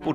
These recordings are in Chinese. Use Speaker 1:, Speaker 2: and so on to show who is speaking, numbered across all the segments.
Speaker 1: 不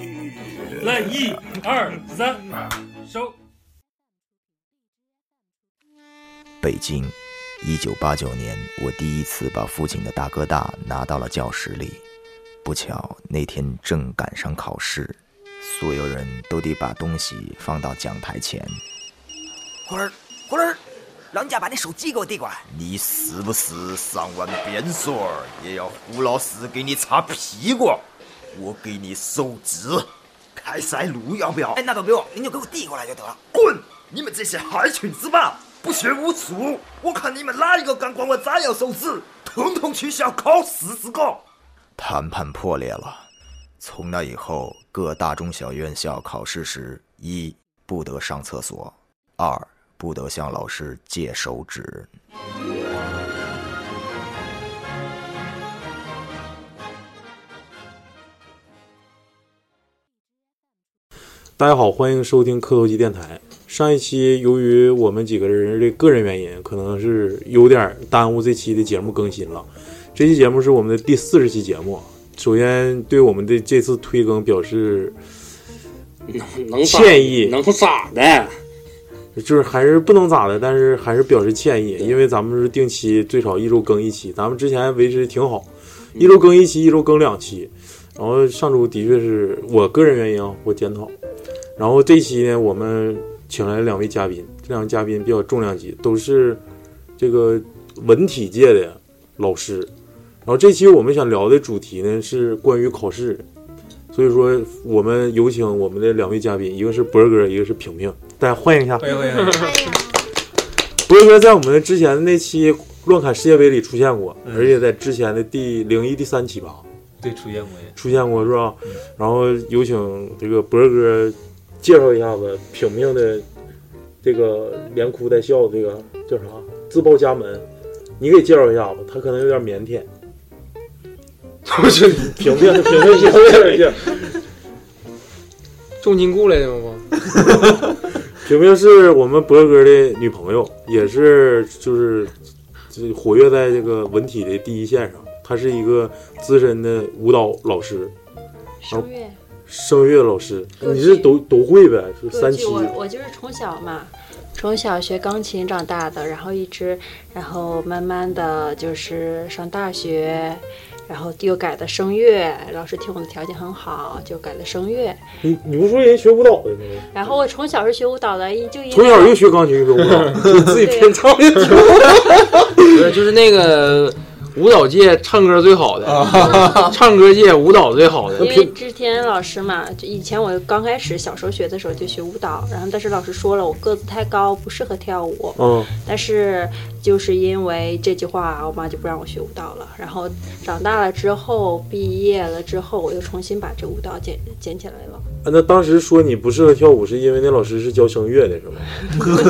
Speaker 2: 来一二三，收。
Speaker 3: 北京，一九八九年，我第一次把父亲的大哥大拿到了教室里。不巧那天正赶上考试，所有人都得把东西放到讲台前。
Speaker 4: 花儿，花儿，老人家把那手机给我递过来。
Speaker 3: 你死不死，上完扁水儿也要胡老师给你擦屁股，我给你手指，开塞露要不要
Speaker 4: 哎，那都不用，您就给我递过来就得了。
Speaker 3: 滚！你们这些害群之马，不学无术！我看你们哪一个敢管我炸药手指，统统取消考试资格！谈判破裂了。从那以后，各大中小院校考试时，一不得上厕所，二不得向老师借手指。
Speaker 5: 大家好，欢迎收听磕头机电台。上一期由于我们几个人的个人原因，可能是有点耽误这期的节目更新了。这期节目是我们的第四十期节目，首先对我们的这次推更表示
Speaker 6: 能咋
Speaker 5: 歉意
Speaker 6: 能咋的？
Speaker 5: 就是还是不能咋的，但是还是表示歉意，因为咱们是定期最少一周更一期，咱们之前维持挺好，
Speaker 6: 嗯
Speaker 5: 一周更一期，一周更两期。然后上周的确是我个人原因啊，我检讨。然后这期呢，我们请来了两位嘉宾，这两位嘉宾比较重量级，都是这个文体界的老师。然后这期我们想聊的主题呢是关于考试，所以说我们有请我们的两位嘉宾，一个是博哥，一个是平平，大家欢迎一下。博哥在我们之前的那期《乱侃世界杯》里出现过，而且在之前的第零一、第三期吧
Speaker 2: 嗯对，出现过也。嗯
Speaker 5: 出现过，是吧？然后有请这个博哥介绍一下子平平的这个连哭带笑，这个叫啥？自报家门，你给介绍一下吧。他可能有点腼 腆。不是平平平平平平平
Speaker 6: 重金雇来的吗？
Speaker 5: 平平是我们博哥的女朋友，也是就是这活跃在这个文体的第一线上。她是一个资深的舞蹈老师，哦
Speaker 7: 声乐
Speaker 5: 声乐老师。
Speaker 7: 歌剧
Speaker 5: 你是都都会呗？就
Speaker 7: 歌
Speaker 5: 三
Speaker 7: 剧，
Speaker 5: 期。
Speaker 7: 我我就是从小嘛，从小学钢琴长大的，然后一直，然后慢慢的就是上大学，然后又改的声乐，老师听我的条件很好，就改了声乐。
Speaker 5: 你你不说人学舞蹈的吗？
Speaker 7: 然后我从小是学舞蹈的，一就因
Speaker 5: 从小就学钢琴，学舞 蹈，自己编唱的。
Speaker 6: 不是，就是那个舞蹈界唱歌最好的，唱歌界舞蹈最 好的
Speaker 7: 因。为之前老师嘛，就以前我刚开始小时候学的时候就学舞蹈，然后但是老师说了我个子太高，不适合跳舞。
Speaker 5: 嗯，
Speaker 7: 但是就是因为这句话，我妈就不让我学舞蹈了。然后长大了之后，毕业了之后，我又重新把这舞蹈捡捡起来了。
Speaker 5: 啊那当时说你不适合跳舞，是因为那老师是教声乐的，是吗？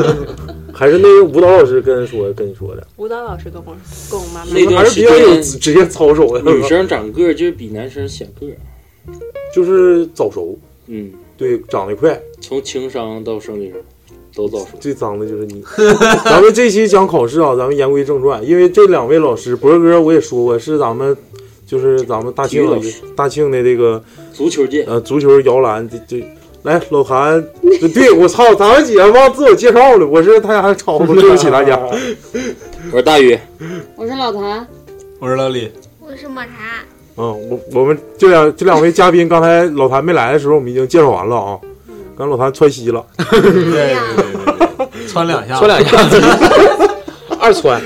Speaker 5: 还是那个舞蹈老师跟说跟你说的？
Speaker 7: 舞蹈老师跟我跟我妈妈
Speaker 6: 那
Speaker 5: 还
Speaker 6: 段
Speaker 5: 是
Speaker 6: 时
Speaker 5: 比较有
Speaker 6: 间，
Speaker 5: 职业操守的，
Speaker 6: 女生长个儿就是比男生小个儿。
Speaker 5: 就是早熟，
Speaker 6: 嗯，
Speaker 5: 对，长得快，
Speaker 6: 从情商到生理上都早熟。
Speaker 5: 最脏的就是你。 咱们这期讲考试啊，咱们言归正传，因为这两位老师，博哥我也说过是咱们，就是咱们大庆老
Speaker 6: 体育
Speaker 5: 师，大庆的这个
Speaker 6: 足球界，
Speaker 5: 呃，足球摇篮，这这，来老韩，对对我操，咱们姐忘自我介绍了，我是大家吵了，对不起 大家。
Speaker 6: 我是大宇，
Speaker 8: 我是老谭，
Speaker 2: 我是老李，
Speaker 9: 我是抹茶，
Speaker 5: 嗯，我我们这两这两位嘉宾，刚才老谭没来的时候，我们已经介绍完了啊。刚才老谭窜稀了，
Speaker 2: 对对对对对，穿两下
Speaker 6: 说两 下子，二窜。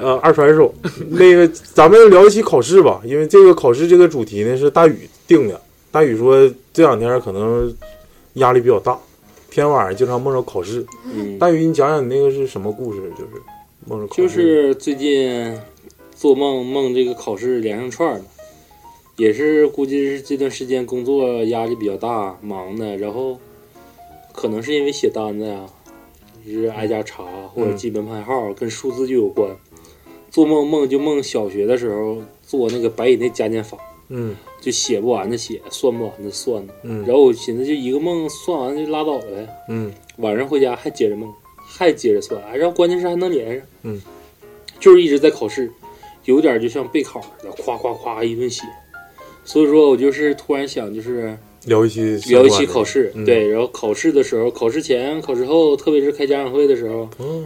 Speaker 5: 呃，二传手。那个，咱们聊一期考试吧，因为这个考试这个主题呢是大宇定的。大宇说这两天可能压力比较大，天晚上经常梦着考试。
Speaker 6: 嗯，
Speaker 5: 大宇，你讲讲你那个是什么故事？就是梦着考试。
Speaker 6: 就是最近做梦梦这个考试连上串儿了，也是估计是这段时间工作压力比较大，忙的，然后
Speaker 10: 可能是因为写单子呀、就是挨家查或
Speaker 5: 嗯
Speaker 10: 者记门牌号，跟数字就有关。做梦梦就梦小学的时候做那个白蚁那加减法，
Speaker 5: 嗯
Speaker 10: 就写不完的写，算不完的算。
Speaker 5: 嗯
Speaker 10: 然后我寻思就一个梦算完就拉倒了呗。
Speaker 5: 嗯
Speaker 10: 晚上回家还接着梦，还接着算，然后关键是还能连上，
Speaker 5: 嗯，
Speaker 10: 就是一直在考试，有点就像备考似的，夸夸夸一顿写。所以说我就是突然想，就是
Speaker 5: 聊一期相
Speaker 10: 聊
Speaker 5: 关的
Speaker 10: 一期考试，
Speaker 5: 嗯
Speaker 10: 对，然后考试的时候，考试前、考试后，特别是开家长会的时候，
Speaker 5: 嗯，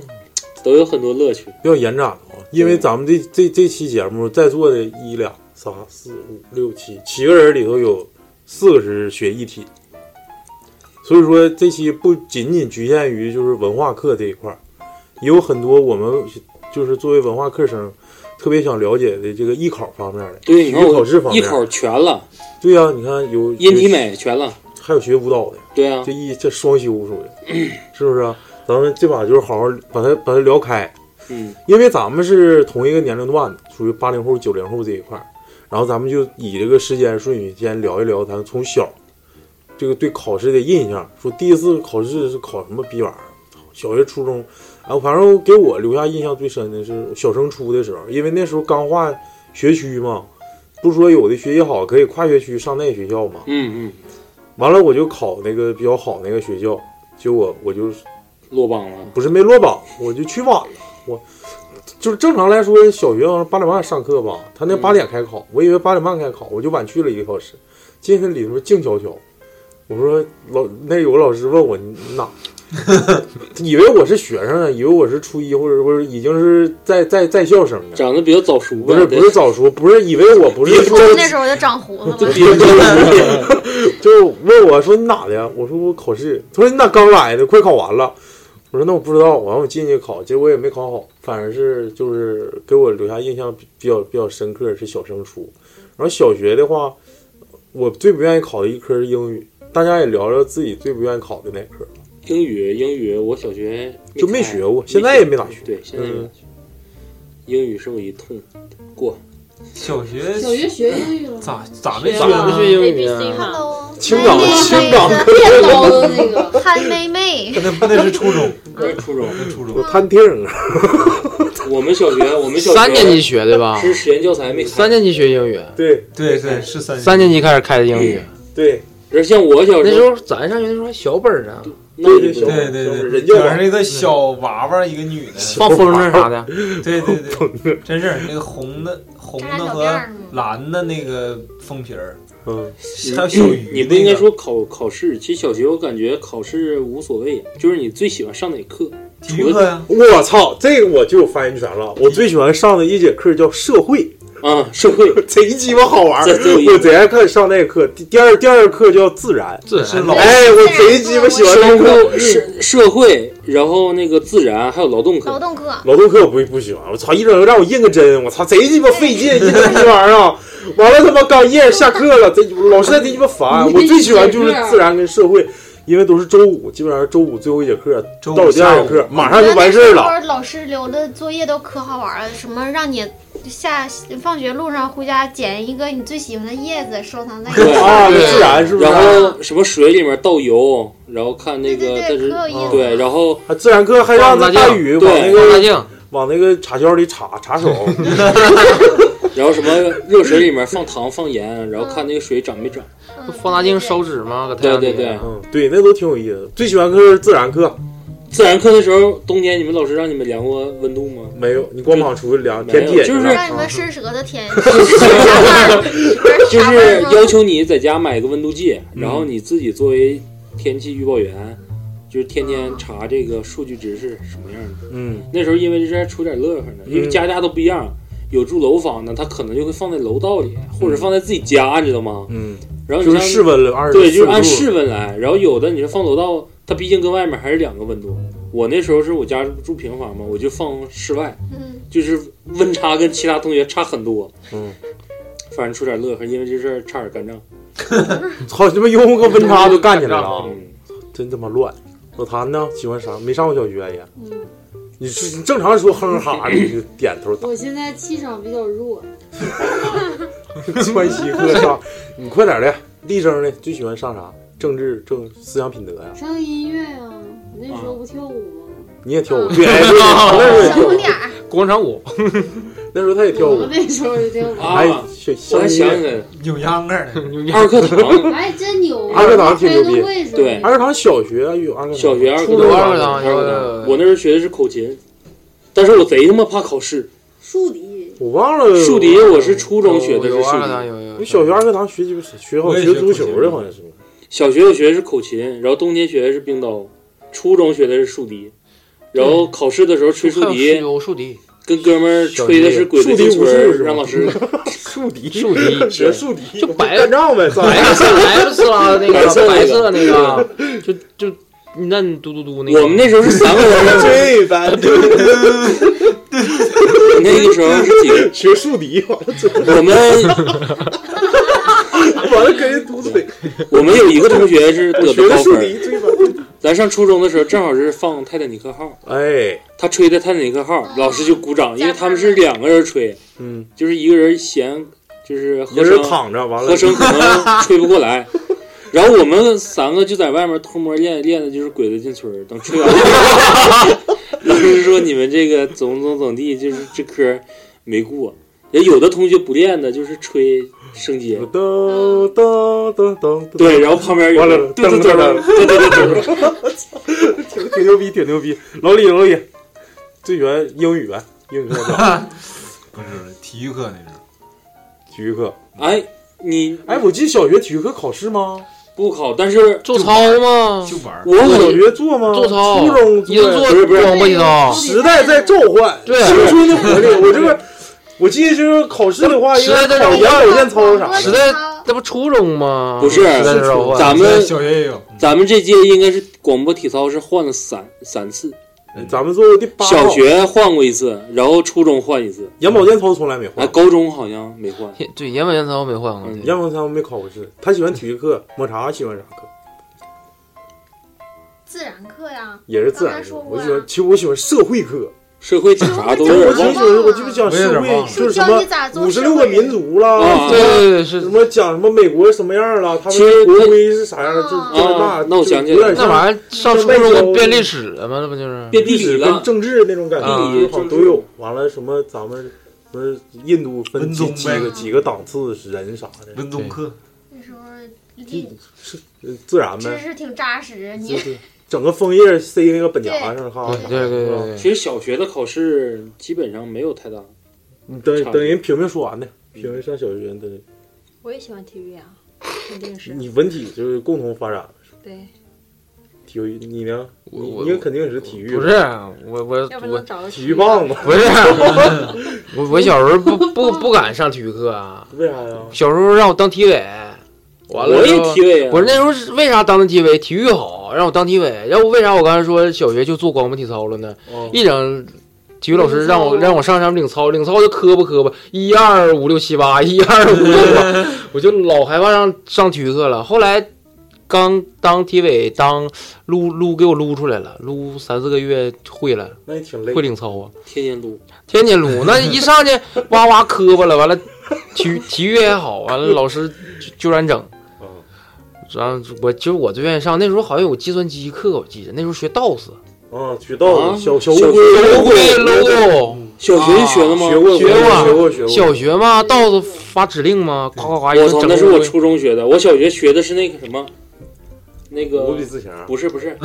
Speaker 10: 都有很多乐趣。
Speaker 5: 要延展了啊，因为咱们这这这期节目在座的一俩仨四五六七七个人里头有四个是学艺体，所以说这期不仅仅局限于就是文化课这一块儿，也有很多我们就是作为文化课生特别想了解的这个艺考方面的，
Speaker 10: 对，
Speaker 5: 体
Speaker 10: 你
Speaker 5: 育
Speaker 10: 看
Speaker 5: 考试方
Speaker 10: 一
Speaker 5: 面，
Speaker 10: 考全了，
Speaker 5: 对呀、你看有
Speaker 10: 音体美全了，
Speaker 5: 还有学舞蹈的，
Speaker 10: 对啊
Speaker 5: 这一这双修属于，是不是啊？咱们这把就是好好把它把它聊开，
Speaker 10: 嗯，
Speaker 5: 因为咱们是同一个年龄段的，属于八零后、九零后这一块儿，然后咱们就以这个时间顺序先聊一聊咱从小这个对考试的印象。说第一次考试是考什么逼玩意儿？小学、初中，啊，反正给我留下印象最深的是小升初的时候，因为那时候刚划学区嘛，不是说有的学习好可以跨学区上那学校嘛，
Speaker 10: 嗯嗯，
Speaker 5: 完了我就考那个比较好那个学校，结果我就
Speaker 10: 落榜了，
Speaker 5: 不是没落榜，我就去晚了，我就是正常来说小学好像八点半上课吧，他那八点开考，我以为八点半开考，我就晚去了一个小时，进去里头静悄悄，我说老那有个老师问我你你哪， 以为我是学生啊，以为我是初一或者或者已经是在在在校生了，
Speaker 10: 长得比较早熟呗，
Speaker 5: 不是
Speaker 10: 对
Speaker 5: 不是早熟，不是以为我不是说
Speaker 8: 那时候我就长胡子
Speaker 5: 就
Speaker 8: 了。
Speaker 5: 就问我说你哪的呀？我说我考试。他说你咋刚来的？快考完了。我说那我不知道。完我进去考，结果也没考好，反正是就是给我留下印象比比较比较深刻是小升初。然后小学的话，我最不愿意考的一科是英语。大家也聊聊自己最不愿意考的那科吧。
Speaker 10: 英语，英语，我小学
Speaker 5: 就没
Speaker 10: 没
Speaker 5: 学过现在也没咋学
Speaker 10: 对，现在也没咋
Speaker 5: 嗯
Speaker 10: 学。英语是我一通过。
Speaker 2: 小学
Speaker 8: 小学学英语了吗
Speaker 2: 咋咋没
Speaker 10: 学
Speaker 2: 咋
Speaker 10: 了吗
Speaker 2: 没学英语啊？
Speaker 8: ABC 嘛
Speaker 5: 青岛
Speaker 8: 哎
Speaker 5: 青岛
Speaker 8: 那个别高的那个憨妹妹，
Speaker 5: 那那是初中，
Speaker 10: 初中，
Speaker 2: 初
Speaker 5: 我探听儿。
Speaker 10: 我们小学，我们小学
Speaker 6: 三年级学的吧
Speaker 10: 是实验教材没开。
Speaker 6: 三年级学英语，
Speaker 5: 对
Speaker 2: 对对，是三
Speaker 6: 三年级开始开的英语，
Speaker 5: 对。
Speaker 10: 而像我小
Speaker 6: 那时候咱上学的时候还小本儿呢，
Speaker 10: 那
Speaker 2: 对对对，就是那个小娃娃，一个女的，
Speaker 6: 放风筝啥的，
Speaker 2: 对对对，真是那个红的红
Speaker 10: 扎
Speaker 2: 的
Speaker 10: 小
Speaker 2: 和
Speaker 10: 辫儿
Speaker 2: 蓝的那个风皮儿，
Speaker 5: 嗯，
Speaker 2: 还有小鱼
Speaker 10: 你不
Speaker 2: 那
Speaker 10: 应该
Speaker 2: 个
Speaker 10: 说考考试。其实小学我感觉考试无所谓，就是你最喜欢上哪课？
Speaker 2: 体
Speaker 10: 育课呀
Speaker 5: 我操，这个我就有发言权了。我最喜欢上的一节课叫社会
Speaker 10: 啊，社 会
Speaker 5: 贼鸡巴好玩儿
Speaker 10: 这这有意，思
Speaker 5: 我贼爱看上那课。第第二第二课叫自然，
Speaker 6: 自然是老
Speaker 5: 哎，我贼鸡巴喜欢那
Speaker 10: 生
Speaker 5: 课
Speaker 10: 物。社社会，然后那个自然，还有劳动课。
Speaker 9: 劳动课，
Speaker 5: 劳动课我不不喜欢，我操，一整让我印个针，我操，贼鸡巴费劲，印个逼玩 意儿啊！完了他妈刚印下课了，贼老师还贼鸡巴烦。我最喜欢就是
Speaker 6: 啊
Speaker 5: 自然跟社会，因为都是周五，基本上周五最后一节课，到我第二节课马上就完事儿了。。
Speaker 9: 老师留的作业都可好玩了，什么让你下放学路上回家捡一个你最喜欢的叶子收藏 在一起。
Speaker 10: 对
Speaker 5: 啊自然是不是
Speaker 10: 然后什么水里面倒油，然后看那个在这
Speaker 9: 可有意思
Speaker 10: 对，然后
Speaker 5: 啊自然课还让那大宇往那
Speaker 10: 对
Speaker 5: 个往那个插销里插插手，
Speaker 10: 然后什么热水里面放糖放
Speaker 9: 嗯
Speaker 10: 盐，然后看那个水涨没涨。
Speaker 6: 放大镜烧纸吗？搁太
Speaker 10: 对
Speaker 6: 阳
Speaker 10: 对
Speaker 6: 底
Speaker 10: 对
Speaker 6: 下，
Speaker 5: 嗯，对，那都挺有意思。最喜欢课是自然课，
Speaker 10: 自然课的时候，冬天你们老师让你们量过温度吗？
Speaker 5: 没有，你光膀出去量
Speaker 10: 没
Speaker 5: 天地
Speaker 10: 有，
Speaker 5: 也
Speaker 10: 就是
Speaker 9: 让你们伸舌头舔，就
Speaker 10: 就是要求你在家买个温度计，
Speaker 5: 嗯
Speaker 10: 然后你自己作为天气预报员，就是天天
Speaker 9: 嗯
Speaker 10: 查这个数据值是什么样的。
Speaker 5: 嗯，
Speaker 10: 那时候因为这事还出点乐呵呢，
Speaker 5: 嗯
Speaker 10: 因为家家都不一样，有住楼房的，他可能就会放在楼道里，或者放在自己家，你知道吗？
Speaker 5: 嗯，
Speaker 10: 然后你
Speaker 5: 就是
Speaker 10: 像
Speaker 5: 室温了24
Speaker 10: 对，就是按
Speaker 5: 度
Speaker 10: 室温来。然后有的你是放楼道，它毕竟跟外面还是两个温度。我那时候是我家住平房嘛，我就放室外，
Speaker 9: 嗯，
Speaker 10: 就是温差跟其他同学差很多。
Speaker 5: 嗯，
Speaker 10: 反正出点乐呵，因为这事儿差点干仗。
Speaker 5: 操你妈用户跟温差都干起来了啊
Speaker 10: 嗯！
Speaker 5: 真他妈乱。老谭呢？喜欢啥？没上过小学也。你是你正常说哼哼哈，你就点头打
Speaker 11: 我现在气场比较弱，
Speaker 5: 穿西课上。你快点儿的，立正的，最喜欢上啥？政治政思想品德呀、
Speaker 11: 上音乐啊，我那时候不跳舞吗？
Speaker 5: 你也跳舞，
Speaker 11: 嗯
Speaker 5: 对，哎对那时候也跳
Speaker 11: 俩
Speaker 5: 舞，广场舞，那时候他也跳
Speaker 11: 我
Speaker 5: 舞
Speaker 11: 们，那时候就跳舞。
Speaker 5: 哎，小小
Speaker 10: 啊还想起来
Speaker 5: 扭秧歌呢，
Speaker 10: 二课堂
Speaker 11: 哎，真牛！
Speaker 5: 二课堂挺牛
Speaker 11: 开个会什
Speaker 5: 逼，
Speaker 11: 么的
Speaker 5: 二课堂小学有二课堂，
Speaker 10: 小学二
Speaker 5: 初
Speaker 10: 课
Speaker 5: 中
Speaker 10: 堂，
Speaker 5: 二
Speaker 10: 课
Speaker 5: 课堂，
Speaker 10: 二课堂。我那时候学的是口琴，但是我贼他妈怕考试。
Speaker 11: 树敌，
Speaker 5: 我忘了
Speaker 10: 竖笛我是初中学的是
Speaker 5: 有有
Speaker 10: 竖
Speaker 5: 二
Speaker 10: 笛
Speaker 5: 课堂有有有你小学二课堂学鸡巴学好
Speaker 10: 我也
Speaker 5: 学
Speaker 10: 学
Speaker 5: 足
Speaker 10: 口
Speaker 5: 球
Speaker 10: 琴
Speaker 5: 的，好像是。
Speaker 10: 小学我学的是口琴，然后冬天学的是冰刀，初中学的是竖笛，然后考试的时候吹竖笛，
Speaker 6: 有竖 笛，
Speaker 10: 跟哥们儿吹的是《鬼子进村儿》，让老 师
Speaker 5: 竖笛，
Speaker 6: 竖笛
Speaker 5: 学竖笛，
Speaker 6: 就
Speaker 10: 哎
Speaker 6: 白
Speaker 5: 干仗呗，
Speaker 6: 白色白色啊那
Speaker 10: 白色
Speaker 6: 个
Speaker 10: 那个
Speaker 6: 白色那个，就就那你嘟嘟嘟那个。
Speaker 10: 我们那时候是三个人
Speaker 5: 对吧？
Speaker 10: 那个时候是几个？
Speaker 5: 学竖笛，
Speaker 10: 我们
Speaker 5: 完了跟人嘟嘴。
Speaker 10: 我们有一个同学是得的
Speaker 5: 学
Speaker 10: 高
Speaker 5: 的竖
Speaker 10: 分
Speaker 5: 笛
Speaker 10: 儿，咱上初中的时候正好是放《泰坦尼克号》，
Speaker 5: 哎，
Speaker 10: 他吹的《泰坦尼克号》，老师就鼓掌，因为他们是两个人吹，
Speaker 5: 嗯，
Speaker 10: 就是一个人嫌就是
Speaker 5: 一个
Speaker 10: 和
Speaker 5: 人
Speaker 10: 声
Speaker 5: 躺着，完了
Speaker 10: 和声可能吹不过来。然后我们三个就在外面偷摸练，练的就是鬼子进村儿。等吹完， 老师说你们这个怎么怎么怎么地，就是这科没过。也有的同学不练的，就是吹升阶。
Speaker 5: 噔噔噔噔，
Speaker 10: 对，然后旁边有
Speaker 5: 完了
Speaker 10: 人，对对对
Speaker 5: 噔
Speaker 10: 对对对对对，
Speaker 5: 挺挺牛逼，挺牛逼。老李，老李，最原英语呗，英语课上
Speaker 2: 不是体育课那是。
Speaker 5: 体育 课。
Speaker 10: 哎，你
Speaker 5: 哎，我记得小学体育课考试吗？
Speaker 10: 不考，但是
Speaker 6: 做操吗？
Speaker 2: 就玩
Speaker 10: 我
Speaker 5: 小学做吗？
Speaker 6: 做操
Speaker 5: 初中
Speaker 6: 一个做
Speaker 5: 不是不是
Speaker 6: 广播体操
Speaker 5: 时代在召唤，
Speaker 6: 对
Speaker 5: 青春的活力。我这个，我记得就是考试的话，应
Speaker 6: 时代在
Speaker 5: 该
Speaker 6: 召
Speaker 5: 考眼
Speaker 6: 唤
Speaker 5: 保健操啥的。
Speaker 6: 时代那不初中吗？
Speaker 10: 不是
Speaker 6: 时代在召唤
Speaker 10: 咱们
Speaker 2: 学也有，
Speaker 10: 咱们这届应该是广播体操是换了三三次，
Speaker 5: 咱们做第八号
Speaker 10: 小学换过一次，然后初中换一次，
Speaker 5: 眼保健操从来没
Speaker 10: 哎，
Speaker 5: 换，
Speaker 10: 高中好像没换。
Speaker 6: 对，眼保健操没换过。
Speaker 5: 眼保健操没考过试。他喜欢体育课，抹茶喜欢啥课？
Speaker 9: 自然课呀，
Speaker 5: 也是自
Speaker 9: 刚才
Speaker 5: 然课
Speaker 9: 说。过
Speaker 5: 我
Speaker 9: 呀
Speaker 5: 喜欢，其实我喜欢社会课。
Speaker 10: 社会警察
Speaker 5: 我
Speaker 10: 都
Speaker 5: 挺
Speaker 10: 有点
Speaker 5: 喜
Speaker 10: 忘
Speaker 5: 欢，
Speaker 10: 了。
Speaker 9: 啊
Speaker 5: 我就讲社会，就是什
Speaker 9: 我也有点忘
Speaker 5: 么
Speaker 9: 了
Speaker 5: 五十六个民族啦，
Speaker 10: 啊对对
Speaker 6: 对，是
Speaker 5: 什么讲什么美国什么样了，他
Speaker 10: 其实
Speaker 5: 们国徽是啥样，这这那
Speaker 10: 啊，那我想起
Speaker 5: 有
Speaker 10: 来
Speaker 5: 点
Speaker 10: 了，
Speaker 6: 那玩意儿上初
Speaker 5: 外交
Speaker 6: 中变历史了吗？那不就是
Speaker 10: 变地理
Speaker 5: 跟
Speaker 10: 了，
Speaker 5: 政治那种感觉，
Speaker 10: 啊
Speaker 5: 就是好像都有。完了什么咱们不是印度分几几个几个档次人啥的，
Speaker 2: 文综课
Speaker 9: 那时候你
Speaker 5: 是呃自然
Speaker 9: 知
Speaker 5: 呗，
Speaker 9: 识挺扎实，
Speaker 5: 就
Speaker 9: 你
Speaker 5: 是整个枫叶塞那个本夹上哈，
Speaker 6: 对对对对，
Speaker 10: 其实小学的考试基本上没有太大。
Speaker 5: 你等
Speaker 10: 差不多
Speaker 5: 等人评评说完呢，评评上小学的，
Speaker 7: 我也喜欢体育啊，肯定是。
Speaker 5: 你文体就是共同发展。
Speaker 7: 对，
Speaker 5: 体育，你呢？
Speaker 6: 我
Speaker 5: 你你肯定也是体育吧，
Speaker 6: 不是啊我我
Speaker 7: 要不
Speaker 6: 我
Speaker 7: 能找个
Speaker 5: 体育棒子，
Speaker 6: 不是我我小时候不不不敢上体育课啊，
Speaker 5: 为啥呀？
Speaker 6: 小时候让我当体委，完了
Speaker 10: 我也
Speaker 6: 之后
Speaker 10: 体委啊
Speaker 6: 我那时候是为啥当的体委？体育好，让我当体委。要不为啥我刚才说小学就做广播体操了呢？
Speaker 5: 哦
Speaker 6: 一整体育老师让我让我上上领操，领操就磕巴磕巴，一二五六七八，一二五六八，我就老害怕上上体育课了。后来刚当体委，当撸撸给我撸出来了，撸三四个月会了，
Speaker 5: 那也挺累。
Speaker 6: 会领操啊。
Speaker 10: 天天撸，
Speaker 6: 天天撸，那一上去哇哇磕巴了，完了体育体育也好，完了老师就就让整，然后我其实我最愿意上那时候好像有计算机课，我记得那时候学 DOS，
Speaker 5: 啊，学道
Speaker 10: 啊
Speaker 5: 子，小小
Speaker 10: 小
Speaker 5: 乌龟，
Speaker 6: 乌龟 logo
Speaker 10: 小学就学了吗？
Speaker 5: 学过
Speaker 6: 学
Speaker 5: 学过
Speaker 6: 过
Speaker 5: 学过
Speaker 6: 小学嘛，DOS 发指令 嘛，夸夸夸一
Speaker 10: 我
Speaker 6: 顿
Speaker 10: 操，
Speaker 6: 整
Speaker 10: 那是
Speaker 6: 乌
Speaker 10: 我
Speaker 6: 龟
Speaker 10: 初中学的，我小学学的是那个什么，那
Speaker 5: 无
Speaker 10: 个
Speaker 5: 比自强。啊
Speaker 10: 不是不是，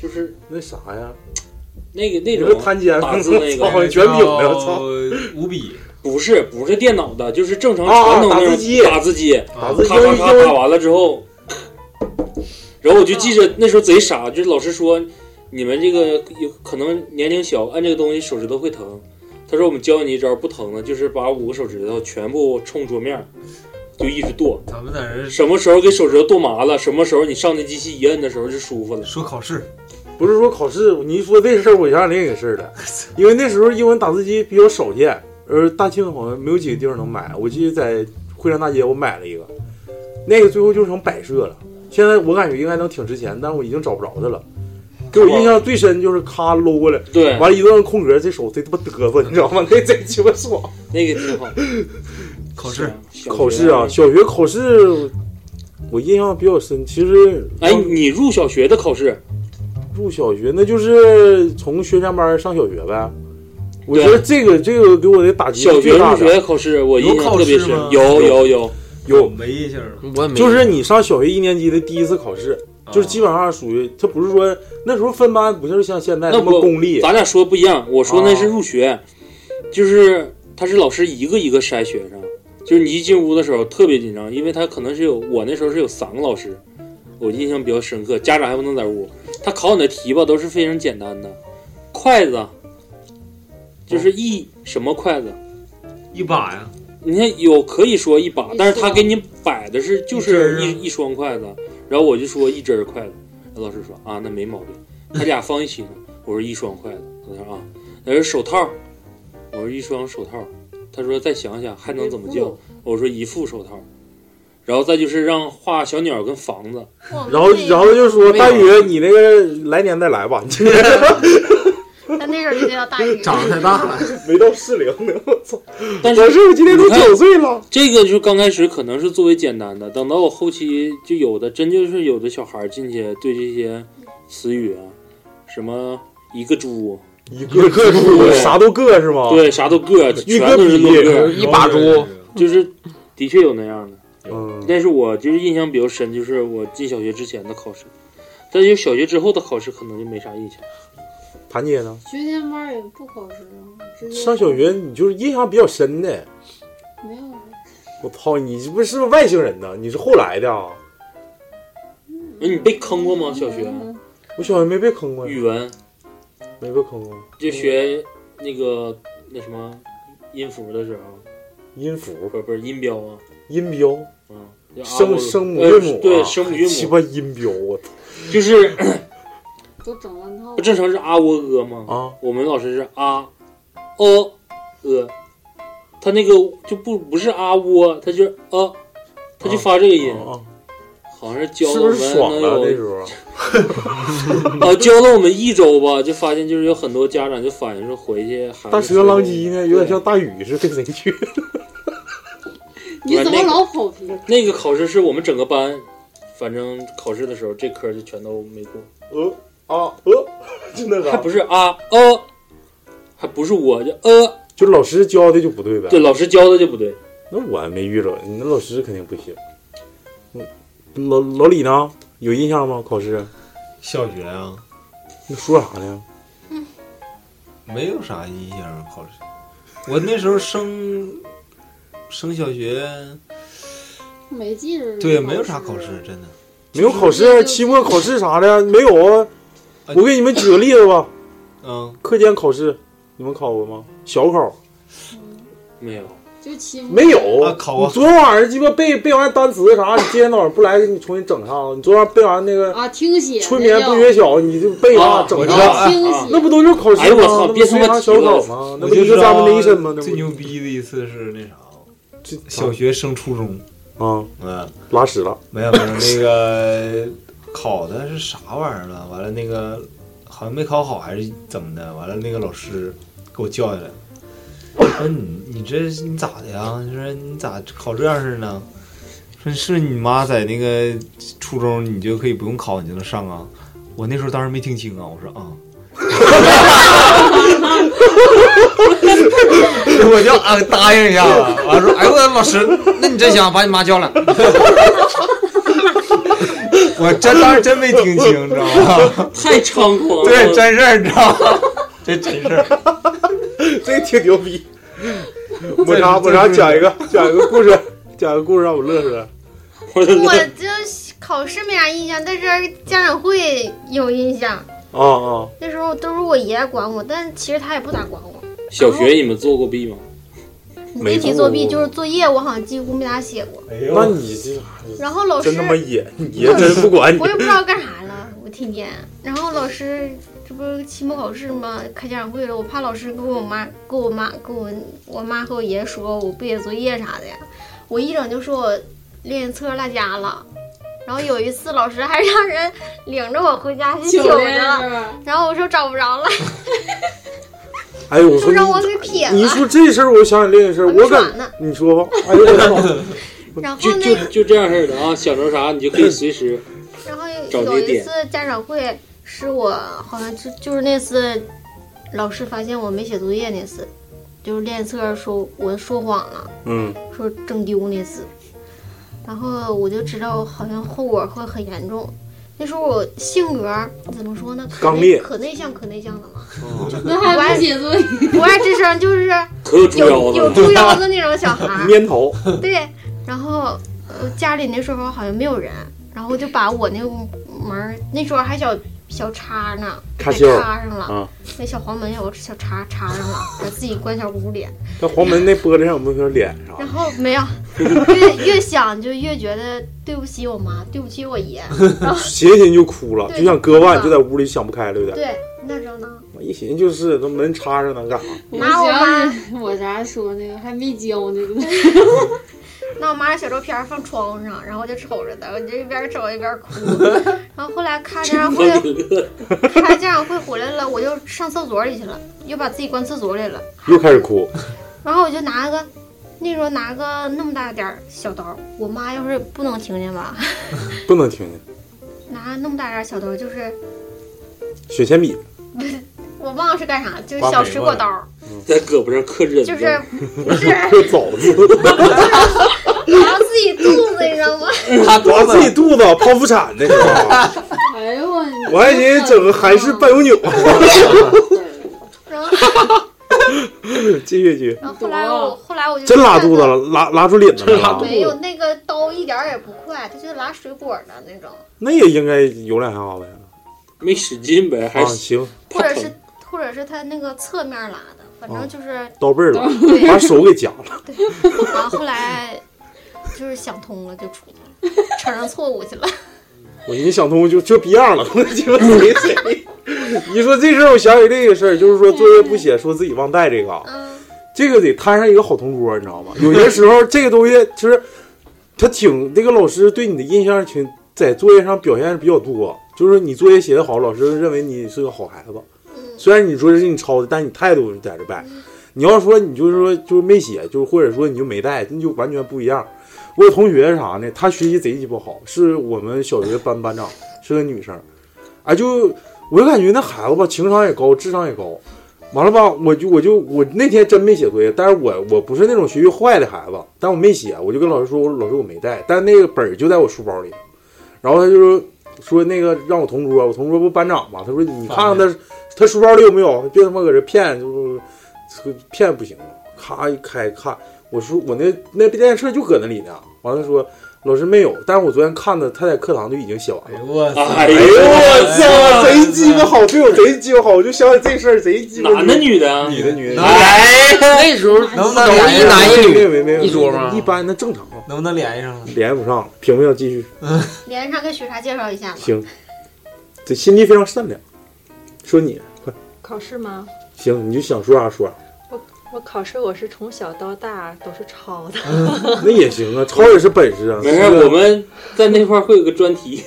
Speaker 10: 就是
Speaker 5: 那啥呀？
Speaker 10: 那个那
Speaker 5: 你
Speaker 10: 种
Speaker 5: 说摊煎
Speaker 10: 打字那
Speaker 5: 操
Speaker 10: 个，
Speaker 5: 卷饼呢？操，
Speaker 2: 五笔
Speaker 10: 不是不是电脑的，就是正常
Speaker 5: 啊啊
Speaker 10: 传统那
Speaker 5: 打字机
Speaker 10: 种打字机，
Speaker 5: 打字
Speaker 10: 咔
Speaker 5: 英
Speaker 10: 咔
Speaker 5: 语
Speaker 10: 咔
Speaker 5: 英
Speaker 10: 打
Speaker 5: 语
Speaker 10: 完了之后，然后我就记
Speaker 5: 啊
Speaker 10: 着那时候贼傻，就是老师说你们这个有可能年龄小，按这个东西手指头会疼。他说我们教你一招不疼的，就是把五个手指头全部冲桌面儿，就一直跺。
Speaker 2: 咱们在这儿
Speaker 10: 什么时候给手指头跺麻了，什么时候你上那机器一摁的时候就舒服了。
Speaker 2: 说考试，
Speaker 5: 不是说考试，你一说这事儿，我想起另一个事儿 来，因为那时候英文打字机比较少见，而大庆好像没有几个地方能买。我记得在惠山大街我买了一个，那个最后就成摆设了。现在我感觉应该能挺值钱，但我已经找不着它了。给我印象最深就是咔搂过来，
Speaker 10: 对
Speaker 5: 完了一段空格，这手贼他妈嘚瑟，你知道吗？ 那贼鸡巴爽。
Speaker 10: 那个挺好。
Speaker 2: 考试
Speaker 10: 小学
Speaker 5: 啊考试啊，，小学考试我印象比较深，其实
Speaker 10: 哎，你入小学的考试，
Speaker 5: 入小学那就是从学前班上小学呗。我觉得这个这个给我的打击
Speaker 10: 小
Speaker 5: 是
Speaker 10: 学
Speaker 5: 最大
Speaker 10: 入
Speaker 5: 的。
Speaker 10: 学考试我印象特别深，有有有，
Speaker 5: 有
Speaker 2: 没印象了，
Speaker 6: 我
Speaker 5: 就是你上小学一年级的第一次考试，
Speaker 10: 啊
Speaker 5: 就是基本上属于他不是说那时候分班不就是像现在
Speaker 10: 那
Speaker 5: 这么
Speaker 10: 我
Speaker 5: 功利，
Speaker 10: 咱俩说不一样，我说那是入学，就是他是老师一个一个筛学生，就是你一进屋的时候特别紧张，因为他可能是有我那时候是有三个老师，我印象比较深刻，家长还不能在屋，他考你的题吧都是非常简单的，筷子，就是一、什么筷子，
Speaker 2: 一把呀，
Speaker 10: 你看有可以说一把，
Speaker 2: 一
Speaker 10: 但是他
Speaker 2: 双
Speaker 10: 给你摆的是就
Speaker 2: 一
Speaker 10: 是
Speaker 2: 只儿啊
Speaker 10: 一一双筷子，然后我就说一只儿筷子，那老师说啊那没毛病，他俩放一起呢，我说一双筷子，他说啊，他说手套，我说一双手套，他说再想想还能怎么叫，我说一副手套，然后再就是让画小鸟跟房子，
Speaker 5: 然后然后就说大宇，你那个来年再 来吧，你这
Speaker 9: 他那时候就叫大鱼，
Speaker 5: 了，没到适 龄呢，我操！
Speaker 10: 但是
Speaker 5: 我是不是今年都
Speaker 10: 你看
Speaker 5: 九岁了？
Speaker 10: 这个就是刚开始可能是作为简单的，等到我后期就有的真就是有的小孩儿进去对这些词语啊，什么一个猪，
Speaker 5: 一个
Speaker 10: 个
Speaker 5: 猪啥都个是吗？
Speaker 10: 对，啥都个，
Speaker 5: 哦一
Speaker 10: 全
Speaker 5: 个
Speaker 10: 都是露个，
Speaker 5: 比一把猪，
Speaker 10: 就是的确有那样的。
Speaker 5: 嗯，
Speaker 10: 但是我就是印象比较深，就是我进小学之前的考试，但是小学之后的考试可能就没啥印象。
Speaker 5: 谭姐呢？
Speaker 11: 学前班也不考试啊，直接
Speaker 5: 上小学你就是印象比较深的，
Speaker 11: 没有啊。
Speaker 5: 我操，你是不是外星人呢？你是后来的啊？
Speaker 10: 哎你被坑过吗？小学
Speaker 11: 嗯
Speaker 5: 我小学啊没被坑过呀，
Speaker 10: 语文
Speaker 5: 没被坑过，
Speaker 10: 就学那个那什么音符的时候，
Speaker 5: 音符
Speaker 10: 不是不是音标啊，
Speaker 5: 音标，
Speaker 10: 就阿波
Speaker 5: 声
Speaker 10: 罗
Speaker 5: 声母
Speaker 10: 嗯呃
Speaker 5: 韵母啊，
Speaker 10: 对声母韵母
Speaker 5: 鸡巴音标，我操！
Speaker 10: 就是
Speaker 11: 都整乱套
Speaker 10: 不。正常是啊喔呃吗？
Speaker 5: 啊，
Speaker 10: 我们老师是啊哦呃，他那个就不不是啊喔，他就是呃，他就发这个音，好像是教
Speaker 5: 啊是
Speaker 10: 哎了我
Speaker 5: 不
Speaker 10: 们
Speaker 5: 是爽啊
Speaker 10: 能
Speaker 5: 了那时
Speaker 10: 有
Speaker 5: 候？
Speaker 10: 啊教了我们一周吧，就发现就是有很多家长就反映说回去孩子
Speaker 5: 大蛇狼藉呢，有点像大禹是跟谁 去？
Speaker 11: 你怎么
Speaker 10: 那个
Speaker 11: 老跑啊偏？
Speaker 10: 那个考试是我们整个班，反正考试的时候这科就全都没过。
Speaker 5: 呃啊呃， 就那个
Speaker 10: 还不是啊呃，还不是我就呃，
Speaker 5: 就老师教的就不对呗。
Speaker 10: 对老师教的就不对。
Speaker 5: 那我还没遇着，你那老师肯定不行。嗯老老李呢？有印象吗？考试？
Speaker 2: 小学啊，
Speaker 5: 那说啥呢？
Speaker 2: 没有啥印象啊考试。我那时候升升小学，
Speaker 11: 没记着。
Speaker 2: 对，啊没有啥考试，真的。
Speaker 5: 没有考试，啊期末考试啥的没有啊。我给你们举个例子吧，
Speaker 2: 嗯，
Speaker 5: 课间考试你们考过吗？小考
Speaker 10: 没有，
Speaker 11: 就期末
Speaker 5: 没有
Speaker 2: 啊考过
Speaker 5: 你昨天晚上鸡巴背背完单词啥，你今天早上不来给你重新整上。你昨天晚上背完那个
Speaker 11: 啊，听写
Speaker 5: 春眠不觉晓，你就背啥
Speaker 2: 啊
Speaker 5: 整
Speaker 2: 我知道
Speaker 5: 啥
Speaker 2: 哎啊，
Speaker 5: 那不都是考
Speaker 2: 哎
Speaker 5: 试
Speaker 2: 呦
Speaker 5: 吗？
Speaker 2: 我操
Speaker 5: 那不
Speaker 2: 别
Speaker 5: 是
Speaker 2: 他妈
Speaker 5: 啥
Speaker 2: 提
Speaker 5: 小
Speaker 2: 了
Speaker 5: 考吗？那
Speaker 2: 我
Speaker 5: 不
Speaker 2: 就
Speaker 5: 一个
Speaker 2: 知
Speaker 5: 咱们的
Speaker 2: 道啊
Speaker 5: 一身吗？那
Speaker 2: 最
Speaker 5: 不
Speaker 2: 牛逼的一次是那啥，小学升初中，
Speaker 5: 啊，
Speaker 2: 嗯，
Speaker 5: 拉屎了，
Speaker 2: 没有没有那个考的是啥玩意儿了？完了那个好像没考好还是怎么的？完了那个老师给我叫下来，说你你这你咋的呀？就说 你咋考这样式儿呢？说是你妈在那个初中你就可以不用考你就能上啊？我那时候当时没听清啊，我说啊。 我就啊答应一下 子，完了说，哎呦我老师，那你真行，把你妈叫来。我真当时真没听清，知道吗？
Speaker 10: 太猖狂了。
Speaker 2: 对，真事儿，你知道吗？这真事儿，
Speaker 5: 这挺牛 逼。抹茶抹茶讲一个讲一个故事，讲一个故事让我乐呵。
Speaker 9: 我就是考试没啥印象，但是家长会有印象。
Speaker 5: 啊啊！
Speaker 9: 那时候都是我爷爷管我，但其实他也不咋管我。
Speaker 10: 小学你们做过弊吗？
Speaker 9: 集体作弊就是作业，我好像几乎没咋写过。
Speaker 5: 那你这
Speaker 9: 然后老师
Speaker 5: 真他妈野，你爷真不管你
Speaker 9: 我。也不知道干啥了，我天天。然后老师这不是期末考试吗？开家长会了，我怕老师给我妈、给我妈、给我我妈和我爷爷说我不写作业啥的呀。我一整就说我练习册落家了。然后有一次，老师还让人领着我回家去
Speaker 11: 取
Speaker 9: 取去
Speaker 11: 了是
Speaker 9: 了
Speaker 11: 吧，
Speaker 9: 然后我说找不着了，
Speaker 5: 哎呦，我说
Speaker 9: 让我
Speaker 5: 你
Speaker 9: 给撇
Speaker 5: 你
Speaker 9: 了。
Speaker 5: 说这事儿，我想起另一个事儿，我感
Speaker 9: 呢
Speaker 5: 你说吧。哎呦我操！
Speaker 9: 然后
Speaker 10: 就
Speaker 9: 那
Speaker 10: 就就这样式儿的啊，想着啥你就可以随时。
Speaker 9: 然后
Speaker 10: 找
Speaker 9: 有
Speaker 10: 这
Speaker 9: 一
Speaker 10: 点
Speaker 9: 次家长会是我好像就就是那次老师发现我没写作业那次，就是练册说我说谎了，
Speaker 10: 嗯，
Speaker 9: 说整丢那次，然后我就知道好像后果会很严重。那时候我性格怎么说呢？可
Speaker 10: 刚
Speaker 9: 内
Speaker 10: 烈
Speaker 9: 可内向，可内向了嘛。
Speaker 11: 那还不
Speaker 9: 不爱
Speaker 11: 写作业
Speaker 9: 不爱吱声，就是
Speaker 10: 可有猪 腰
Speaker 9: 有
Speaker 10: 子
Speaker 9: 有猪腰子那种小孩儿。
Speaker 5: 粘头，
Speaker 9: 对，然后呃家里那时候好像没有人，然后就把我那个门儿那时候还小小叉呢，
Speaker 5: 插
Speaker 9: 还
Speaker 5: 销
Speaker 9: 插上了，
Speaker 5: 啊
Speaker 9: 那小黄门有个小叉插上了，把自己关小屋里，
Speaker 5: 那黄门那玻璃上有没有点脸啥？
Speaker 9: 然后没有，越越想就越觉得对不起我妈，对不起我 爷，然后
Speaker 5: 寻思就哭了，
Speaker 9: 对
Speaker 5: 就想割腕，就在屋里想不开了，有点。
Speaker 9: 对，那时候呢，
Speaker 5: 我一寻思就是，那门插上能干啥？
Speaker 11: 我
Speaker 9: 拿我妈
Speaker 11: 妈，我啥说那个还没教呢，
Speaker 9: 那我妈小照片儿放窗户上，然后我就瞅着她，我就一边瞅一边哭。然后后来看家长会，看家长会回来了，我就上厕所里去了，又把自己关厕所里了。
Speaker 5: 又开始哭，
Speaker 9: 然后我就拿个，那时候拿个那么大点儿小刀，我妈要是不能听见吧，
Speaker 5: 不能听见。
Speaker 9: 拿那么大点儿小刀，就是
Speaker 5: 雪铅笔，
Speaker 9: 我忘了是干啥，就是
Speaker 5: 挖
Speaker 9: 小
Speaker 5: 煤
Speaker 9: 水
Speaker 5: 嘛
Speaker 9: 果刀，
Speaker 10: 在胳膊上刻着，
Speaker 9: 就是不是，
Speaker 5: 刻枣子，
Speaker 9: 拿自己肚子，你知道吗？
Speaker 5: 拿自己肚子剖腹产那时候，
Speaker 11: 哎 呦我，
Speaker 5: 我还寻思整个韩式半永 久。
Speaker 9: 然后，
Speaker 5: 继续继续，
Speaker 9: 然后后来哎我后来我就
Speaker 5: 真拉肚子了，拉拉出脸子来了。
Speaker 9: 没有那个刀一点儿也不快，它就是拉水果的那种，
Speaker 5: 那也应该有两下子呀。
Speaker 10: 没使劲呗，还
Speaker 5: 啊行，
Speaker 9: 或者是或者是它那个侧面拉的，反
Speaker 5: 哦
Speaker 9: 正就是
Speaker 5: 刀背儿了
Speaker 9: 对，
Speaker 5: 把手给夹了。
Speaker 9: 对，然后后来就是想通了，就出去了，承认错误去 了。
Speaker 5: 我一想通就就逼样了， 我就谁谁。 你说这事儿，我想起这个事儿，就是说作业不写，说自己忘带这个啊，这个得摊上一个好同桌，你知道吗？ 有些时候这个东西就是他挺那个老师对你的印象挺在作业上表现比较多，就是你作业写得好，老师认为你是个好孩子。嗯虽然你说是你抄的，但你态度在这摆。你要说你就是说就是没写，就是或者说你就没带，那就完全不一样。我有同学啥呢？他学习贼鸡巴好，是我们小学班班长，是个女生。哎，就我就感觉那孩子吧，情商也高，智商也高。完了吧，我就我就我那天真没写作业，但是我我不是那种学习坏的孩子，但我没写，我就跟老师说，我说老师我没带，但那个本儿就在我书包里。然后他就说说那个让我同桌，我同桌不班长嘛，他说你看看他他书包里有没有，别他妈搁这骗，就是这个骗不行了。咔一开看，我说我那那电视就搁那里呢。完了说老师没有，但是我昨天看的，他在课堂就已经写完了。
Speaker 2: 我操
Speaker 5: 哎呦我操，贼鸡巴好，对我贼鸡巴好，我就想起这事儿贼鸡巴。
Speaker 10: 男的女的啊？
Speaker 5: 女的女的。
Speaker 10: 哎，那时候
Speaker 5: 能不
Speaker 10: 能一男一
Speaker 5: 没有没有没有
Speaker 10: 女一桌吗？
Speaker 5: 一般那正常，
Speaker 2: 能不能联系上了？
Speaker 5: 联系不上了，屏幕要继续。
Speaker 9: 连上跟雪莎介绍一下吧。
Speaker 5: 行，这心地非常善良。说你快
Speaker 7: 考试吗？
Speaker 5: 行，你就想说啥 说啥，
Speaker 7: 我我考试我是从小到大都是抄 的，
Speaker 5: 那也行啊，抄也是本事啊。
Speaker 10: 没事
Speaker 5: 是不是
Speaker 10: 我们在那块儿会有个专题，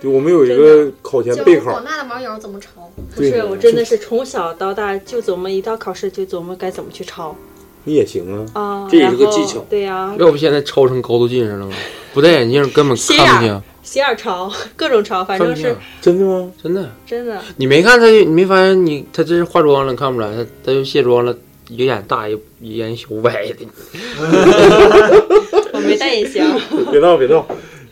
Speaker 5: 对，我们有一个考前
Speaker 9: 教
Speaker 5: 备考
Speaker 9: 广，大的网友怎么抄？
Speaker 7: 不是我真的是从小到大就琢磨一到考试就琢磨该怎么去抄
Speaker 5: 你也行
Speaker 7: 啊，
Speaker 10: 这也是个
Speaker 7: 然后
Speaker 10: 技巧
Speaker 7: 对呀、
Speaker 10: 啊
Speaker 6: 要不现在抄成高度近视了吗？不戴眼镜根本
Speaker 7: 斜
Speaker 6: 看不
Speaker 7: 眼儿
Speaker 6: 清，
Speaker 7: 斜眼儿抄， 各种抄，反
Speaker 6: 看不
Speaker 7: 正
Speaker 6: 清
Speaker 7: 是。
Speaker 5: 真的吗？
Speaker 6: 真的，
Speaker 7: 真的。
Speaker 6: 你没看他，你没发现你他这是化妆了，你看不出来，他他又卸妆了，一个眼大一一眼小歪的。
Speaker 7: 我没戴隐形。
Speaker 5: 别闹别闹，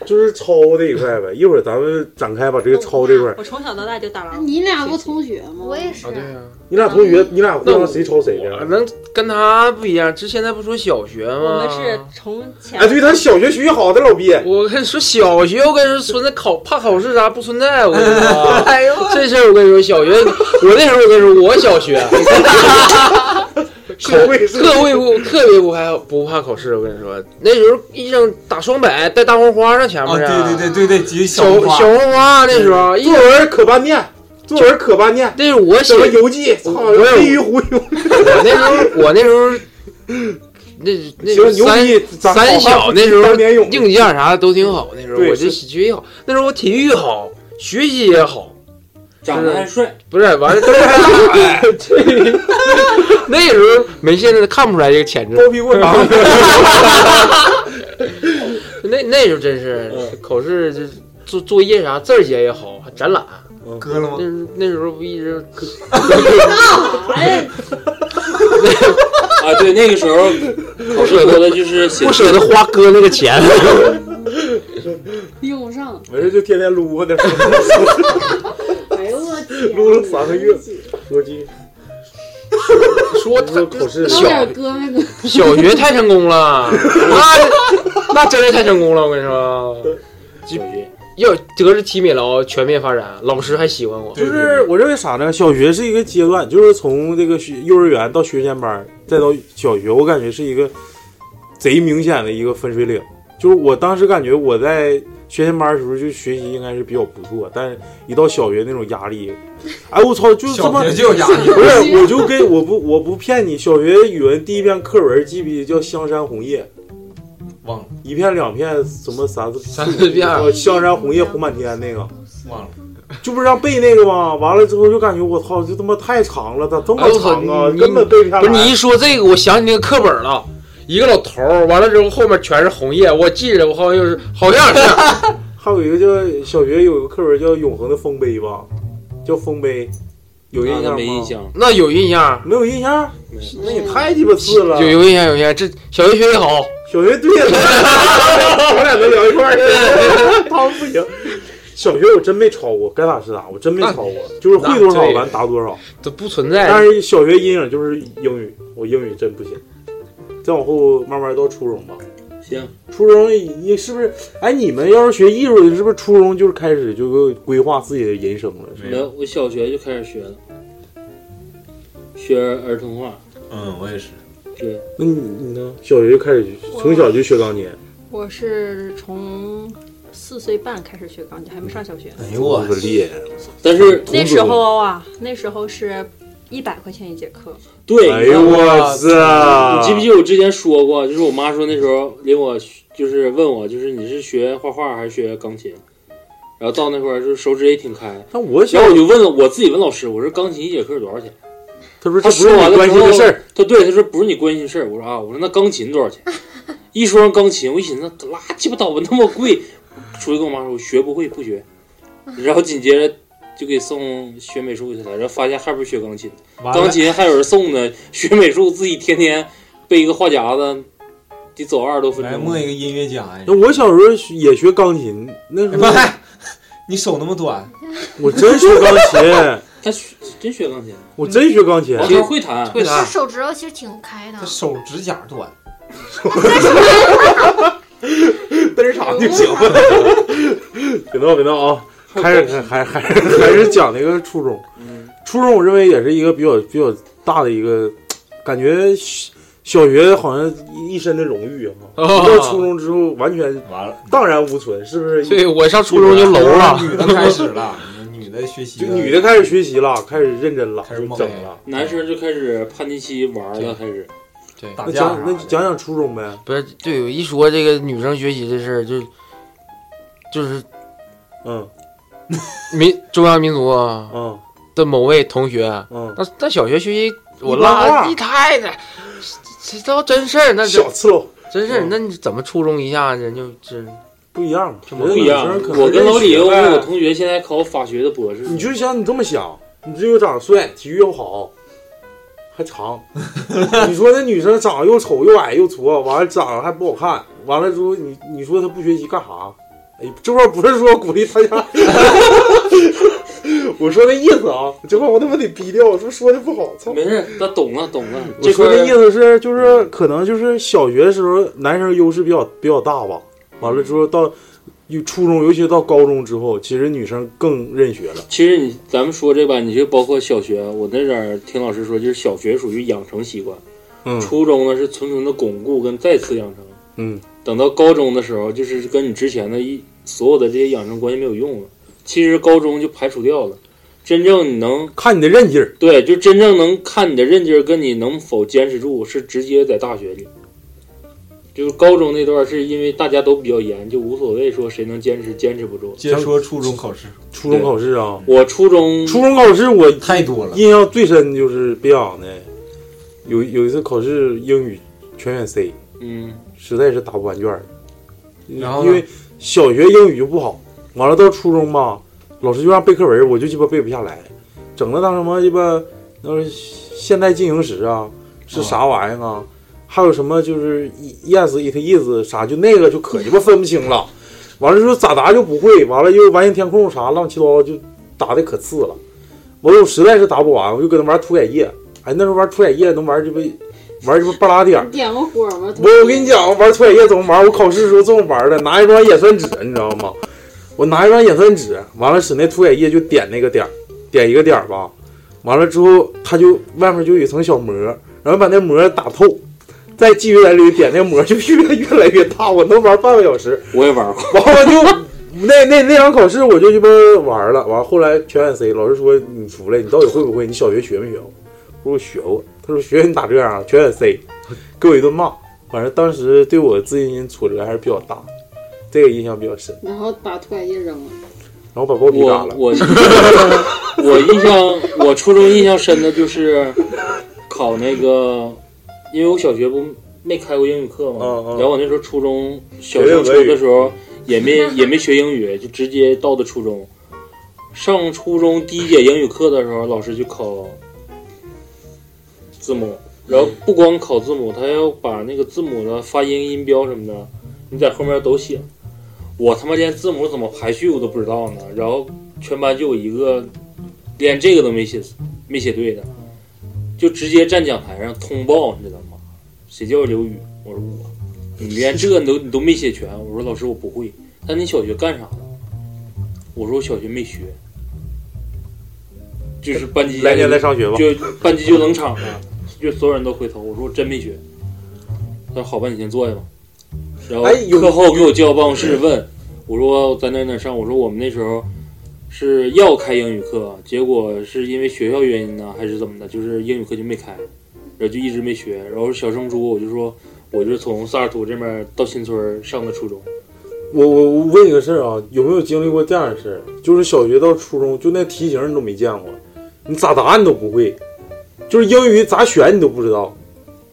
Speaker 5: 就是抄这一块呗。一会儿咱们展开把这个抄这块 儿
Speaker 7: 我。从小到大就打狼。
Speaker 11: 你俩不同学吗？我
Speaker 9: 也
Speaker 5: 哦
Speaker 9: 是。
Speaker 5: 你俩同学，你俩互相谁抄谁的？
Speaker 6: 能跟他不一样，这现在不说小学吗？
Speaker 7: 我们是从前。
Speaker 5: 哎，对，他小学学习好，他老逼。
Speaker 6: 我跟你说，小学我跟你说，存在考怕考试啥不存在，我跟你说，啊
Speaker 7: 哎
Speaker 6: 这事儿我跟你说，小学我那时候我跟你说，我小学
Speaker 5: 课会
Speaker 6: 特别不特别不怕不怕考试，我跟你说，那时候一整打双百带大红花上前面、
Speaker 2: 啊对对对对对几个小
Speaker 6: 小
Speaker 2: 红花
Speaker 6: 红花那时候
Speaker 5: 作文可半天，作文可半天，
Speaker 6: 那是我
Speaker 5: 什
Speaker 6: 写
Speaker 5: 么游记，操，
Speaker 6: 我有
Speaker 5: 飞鱼忽悠。
Speaker 6: 我那时候，我那时候，那那时候
Speaker 5: 行
Speaker 6: 三
Speaker 5: 牛逼咱
Speaker 6: 三
Speaker 5: 好
Speaker 6: 小
Speaker 5: 汉
Speaker 6: 那时候
Speaker 5: 当年勇
Speaker 6: 硬件啥的都挺好。那时候
Speaker 5: 对
Speaker 6: 我这
Speaker 5: 是
Speaker 6: 学习好，那时候我体育好，学习也好，
Speaker 10: 长得还帅。
Speaker 6: 不是完了，都是对那时候没现在看不出来这个潜质。
Speaker 5: 包屁股长。
Speaker 6: 那那时候真是
Speaker 2: 嗯
Speaker 6: 考试这作作业啥字儿写也好，还展览。
Speaker 2: 割了吗？
Speaker 6: 那那时候不一直割。
Speaker 10: 啊，对，那个时候考试多的就是写
Speaker 6: 不舍得花哥那个钱。
Speaker 11: 用上，
Speaker 2: 没事就天天撸啊那。
Speaker 11: 哎呦我天，
Speaker 2: 撸了三个月，合计。
Speaker 6: 说他
Speaker 5: 考试
Speaker 11: 有点哥没哥？
Speaker 6: 小学太成功 了，那那真是太成功了，我跟你说。就要德智体美劳全面发展，老师还喜欢我。
Speaker 5: 就是我认为啥呢？小学是一个阶段，就是从这个学幼儿园到学前班，再到小学，我感觉是一个贼明显的一个分水岭。就是我当时感觉我在学前班的时候就学习应该是比较不错，但是一到小学那种压力，哎我操，就是这么
Speaker 2: 小学就有压力
Speaker 5: 不 是，我就跟我不我不骗你，小学语文第一篇课文记不记得叫《香山红叶》？
Speaker 2: 忘了
Speaker 5: 一片两片什么啥子
Speaker 6: 三四片
Speaker 5: 呃香山红叶红满天那个，
Speaker 2: 忘了。
Speaker 5: 就不是让背那个吗？完了之后就感觉我操，这他妈太长了，咋这
Speaker 6: 哎
Speaker 5: 么
Speaker 6: 我操
Speaker 5: 长啊？
Speaker 6: 你
Speaker 5: 根本背不下
Speaker 6: 不
Speaker 5: 来。
Speaker 6: 是你一说这个，我想起那个课本了，一个老头儿，完了之后后面全是红叶，我记着，我好像就是好像是
Speaker 5: 还有一个叫小学有个课文叫《永恒的丰碑》吧，叫《丰碑》，有印象吗？
Speaker 10: 没印象。
Speaker 6: 啊那有印象，
Speaker 5: 没有印象？那也太鸡巴次了。
Speaker 6: 有 有印象有印象，这小学学习好，
Speaker 5: 小学对 了，我俩能聊一块儿 去，他们不行。小学我真没超过，该咋是咋，我真没超过，就是会多少
Speaker 6: 那对
Speaker 5: 完答多少，
Speaker 6: 这不存在。
Speaker 5: 但是小学阴影就是英语，我英语真不行。再往后慢慢到初中吧，
Speaker 10: 行，
Speaker 5: 初中你是不是？哎，你们要是学艺术的，是不是初中就是开始就规划自己的人生了？是
Speaker 10: 没有，
Speaker 5: 吧？
Speaker 10: 我小学就开始学了，学儿童画。
Speaker 2: 嗯，我也是。
Speaker 10: 对，
Speaker 5: 那你你呢？小学就开始从小就学钢琴，
Speaker 7: 我是从四岁半开始学钢琴，还没上小学。
Speaker 5: 哎呦我可厉害了！
Speaker 10: 但
Speaker 6: 哎
Speaker 10: 是
Speaker 7: 那时候啊，那时候是一百块钱一节课。
Speaker 10: 对，
Speaker 5: 哎呦我操
Speaker 10: 你记不记得我之前说过，就是我妈说那时候领我学就是问我，就是你是学画画还是学钢琴？然后到那块儿就是手指也挺开，
Speaker 5: 那我
Speaker 10: 然后我就问了我自己问老师，我说钢琴一节课多少钱？
Speaker 5: 他说
Speaker 10: 他
Speaker 5: 这不是
Speaker 10: 说
Speaker 5: 你
Speaker 10: 完了
Speaker 5: 关心的事儿，，
Speaker 10: 他对他说不是你关心的事儿。我说啊，我说那钢琴多少钱？一说上钢琴，我一寻思拉鸡巴倒吧，那么贵，出去跟我妈说我学不会不学，然后紧接着就给送学美术去了，然后发现还不是学钢琴，
Speaker 6: 完了
Speaker 10: 钢琴还有人送呢，学美术自己天天背一个画夹子，得走二十多分
Speaker 2: 来
Speaker 10: 钟。
Speaker 2: 摸一个音乐家呀！
Speaker 5: 那我小时候也学钢琴，那时候
Speaker 2: 你手那么短，
Speaker 5: 我真学钢琴，
Speaker 10: 他学真学钢琴，
Speaker 5: 我真学钢琴，
Speaker 10: 他会弹，
Speaker 9: 他手指头其实挺开的
Speaker 2: 他。手指甲 短，
Speaker 5: 嘚儿长就行了。别闹别闹啊！还是还还还 是还是讲那个初中，
Speaker 10: 嗯
Speaker 5: 初中我认为也是一个比较比较大的一个感觉小，小学好像一身的荣誉
Speaker 6: 啊
Speaker 5: 哈，
Speaker 10: 哦
Speaker 5: 到初中之后完全
Speaker 2: 完了，
Speaker 5: 荡然无存，是不是？
Speaker 6: 对我上初中就楼了
Speaker 2: 女的开始了，女的学习
Speaker 5: 就
Speaker 2: 了，
Speaker 5: 女的开始学习了，开始哎认真了，就整了。
Speaker 10: 男生就开始叛逆期玩了，开始
Speaker 6: 对
Speaker 5: 那讲那讲讲初中呗，
Speaker 6: 不是，对我一说这个女生学习这事儿，就就是，
Speaker 5: 嗯，
Speaker 6: 民中央民族啊，
Speaker 5: 嗯
Speaker 6: 的某位同学，
Speaker 5: 嗯，
Speaker 6: 那那小学学习我
Speaker 5: 一般
Speaker 6: 拉
Speaker 5: 啊
Speaker 6: 一太太，这这都真事儿，那
Speaker 5: 小
Speaker 6: 次
Speaker 5: 喽，
Speaker 6: 真
Speaker 2: 嗯
Speaker 6: 事儿，那你怎么初中一下人就这
Speaker 5: 不一样，
Speaker 6: 这
Speaker 10: 不一样。我跟老李又问我同学现在考法学的博士，
Speaker 5: 你就像你这么想，你这又长得帅，体育又好，还长。你说那女生长得又丑又矮又矬，完了长得还不好看，完了之后你你说她不学习干啥？哎，这块不是说鼓励大家， 我说那意思啊，这块我他妈得逼掉，我说说的不好，操。
Speaker 10: 没事，他懂了懂了。
Speaker 5: 哦嗯我
Speaker 10: 这
Speaker 5: 说
Speaker 10: 块
Speaker 5: 的意思是，就是可能就是小学的时候男生优势比较比较大吧，完了之后到有初中，尤其到高中之后，其实女生更认学了。
Speaker 10: 其实你咱们说这吧，你就包括小学，我那阵儿听老师说，就是小学属于养成习惯，
Speaker 5: 嗯
Speaker 10: 初中呢是纯纯的巩固跟再次养成，
Speaker 5: 嗯，
Speaker 10: 等到高中的时候，就是跟你之前的一所有的这些养成关系没有用了。其实高中就排除掉了，真正你能
Speaker 5: 看你的韧劲儿，
Speaker 10: 对，就真正能看你的韧劲儿跟你能否坚持住，是直接在大学里。就是高中那段，是因为大家都比较严，就无所谓说谁能坚持，坚持不住。
Speaker 2: 接着说初中考试，
Speaker 5: 初中考试啊，
Speaker 10: 我初中
Speaker 5: 初中考试我
Speaker 2: 太多了，
Speaker 5: 印象最深就是别养的，有有一次考试英语全选 C，
Speaker 10: 嗯，
Speaker 5: 实在是答不完卷儿，
Speaker 6: 然后呢
Speaker 5: 因为小学英语就不好，完了到初中吧，老师就让背课文，我就鸡巴背不下来，整的那什么鸡巴那是现代进行时啊，是啥玩意儿啊？还有什么就是 yes it is 啥，就那个就可鸡巴分不清了。完了之后咋答就不会，完了又完形填空啥乱七八糟就答的可次了。完了我实在是答不完，我就搁那玩涂改液。哎，那时候玩涂改液能玩鸡巴玩鸡巴半拉点儿
Speaker 11: 你点过火吗？
Speaker 5: 我我跟你讲，玩搓眼液怎么玩？我考试的时候这么玩的，拿一张眼酸纸，你知道吗？我拿一张眼酸纸，完了使那涂眼液就点那个点儿，点一个点儿吧。完了之后，它就外面就有一层小膜，然后把那膜打透，再继续在里点那膜就越来越来越大。我能玩半个小时，
Speaker 10: 我也玩过。
Speaker 5: 完了就那那那场考试我就鸡巴玩了，完了后来全选 C，老师说你出来，你到底会不会？你小学学没学过？我说我学过，他说学你咋这样啊？全选 C，给 我一顿骂。反正当时对我自信心挫折还是比较大，这个印象比较深。
Speaker 11: 然后把涂改液扔了。
Speaker 5: 然后把包皮打了。
Speaker 10: 我我印象，我初中印象深的就是考那个，因为我小学不没开过英语课嘛，然后我那时候初中小升初的时候也没也没学英语，就直接到的初中。上初中第一节英语课的时候，老师就考字母，然后不光考字母，他要把那个字母的发音、音标什么的，你在后面都写。我他妈连字母怎么排序我都不知道呢，然后全班就有一个连这个都没写没写对的，就直接站讲台上通报，你知道吗？谁叫刘宇？我说我，你连这你都你都没写全。我说老师我不会，但你小学干啥了？我说我小学没学，就是班级
Speaker 5: 来年再上学吧
Speaker 10: 就班级就冷场了，就所有人都回头。我说我真没学。他说好吧，你先坐下吧。然后
Speaker 5: 哎有
Speaker 10: 课后给我叫到办公室问，我说在哪哪上？我说我们那时候是要开英语课，结果是因为学校原因呢，还是怎么的？就是英语课就没开，然后就一直没学。然后小升初我就说，我就是从萨尔图这边到新村儿上的初中。
Speaker 5: 我我我问你个事儿啊，有没有经历过这样的事儿？就是小学到初中，就那题型你都没见过，你咋答你都不会，就是英语咋选你都不知道，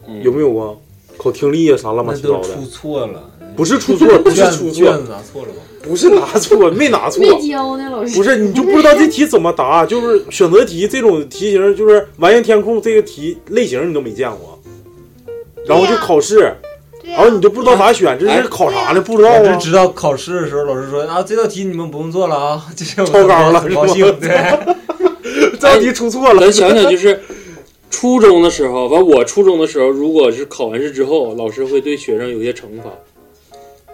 Speaker 10: 嗯
Speaker 5: 有没有啊？考听力啊啥乱
Speaker 2: 那
Speaker 5: 七八
Speaker 2: 都
Speaker 5: 糟的
Speaker 2: 出，错了，
Speaker 5: 不是出错，不是
Speaker 2: 卷
Speaker 5: 出错，
Speaker 2: 卷子拿错了吧？
Speaker 5: 不是拿错，没拿错，
Speaker 11: 没教呢，老师。
Speaker 5: 不是，你就不知道这题怎么答，就是选择题这种题型，就是完形填空这个题类型你都没见过，然后就考试，然后你就不知道咋选，这是考啥呢？不知道
Speaker 2: 我
Speaker 5: 啊
Speaker 2: 只。知道考试的时候老师说啊，这道题你们不用做了啊，这是我们
Speaker 5: 超纲了
Speaker 2: 很高兴
Speaker 5: 是吧
Speaker 2: 对，
Speaker 5: 这道题出错了。
Speaker 10: 咱想想，就是初中的时候，完我初中的时候，如果是考完试之后，老师会对学生有些惩罚。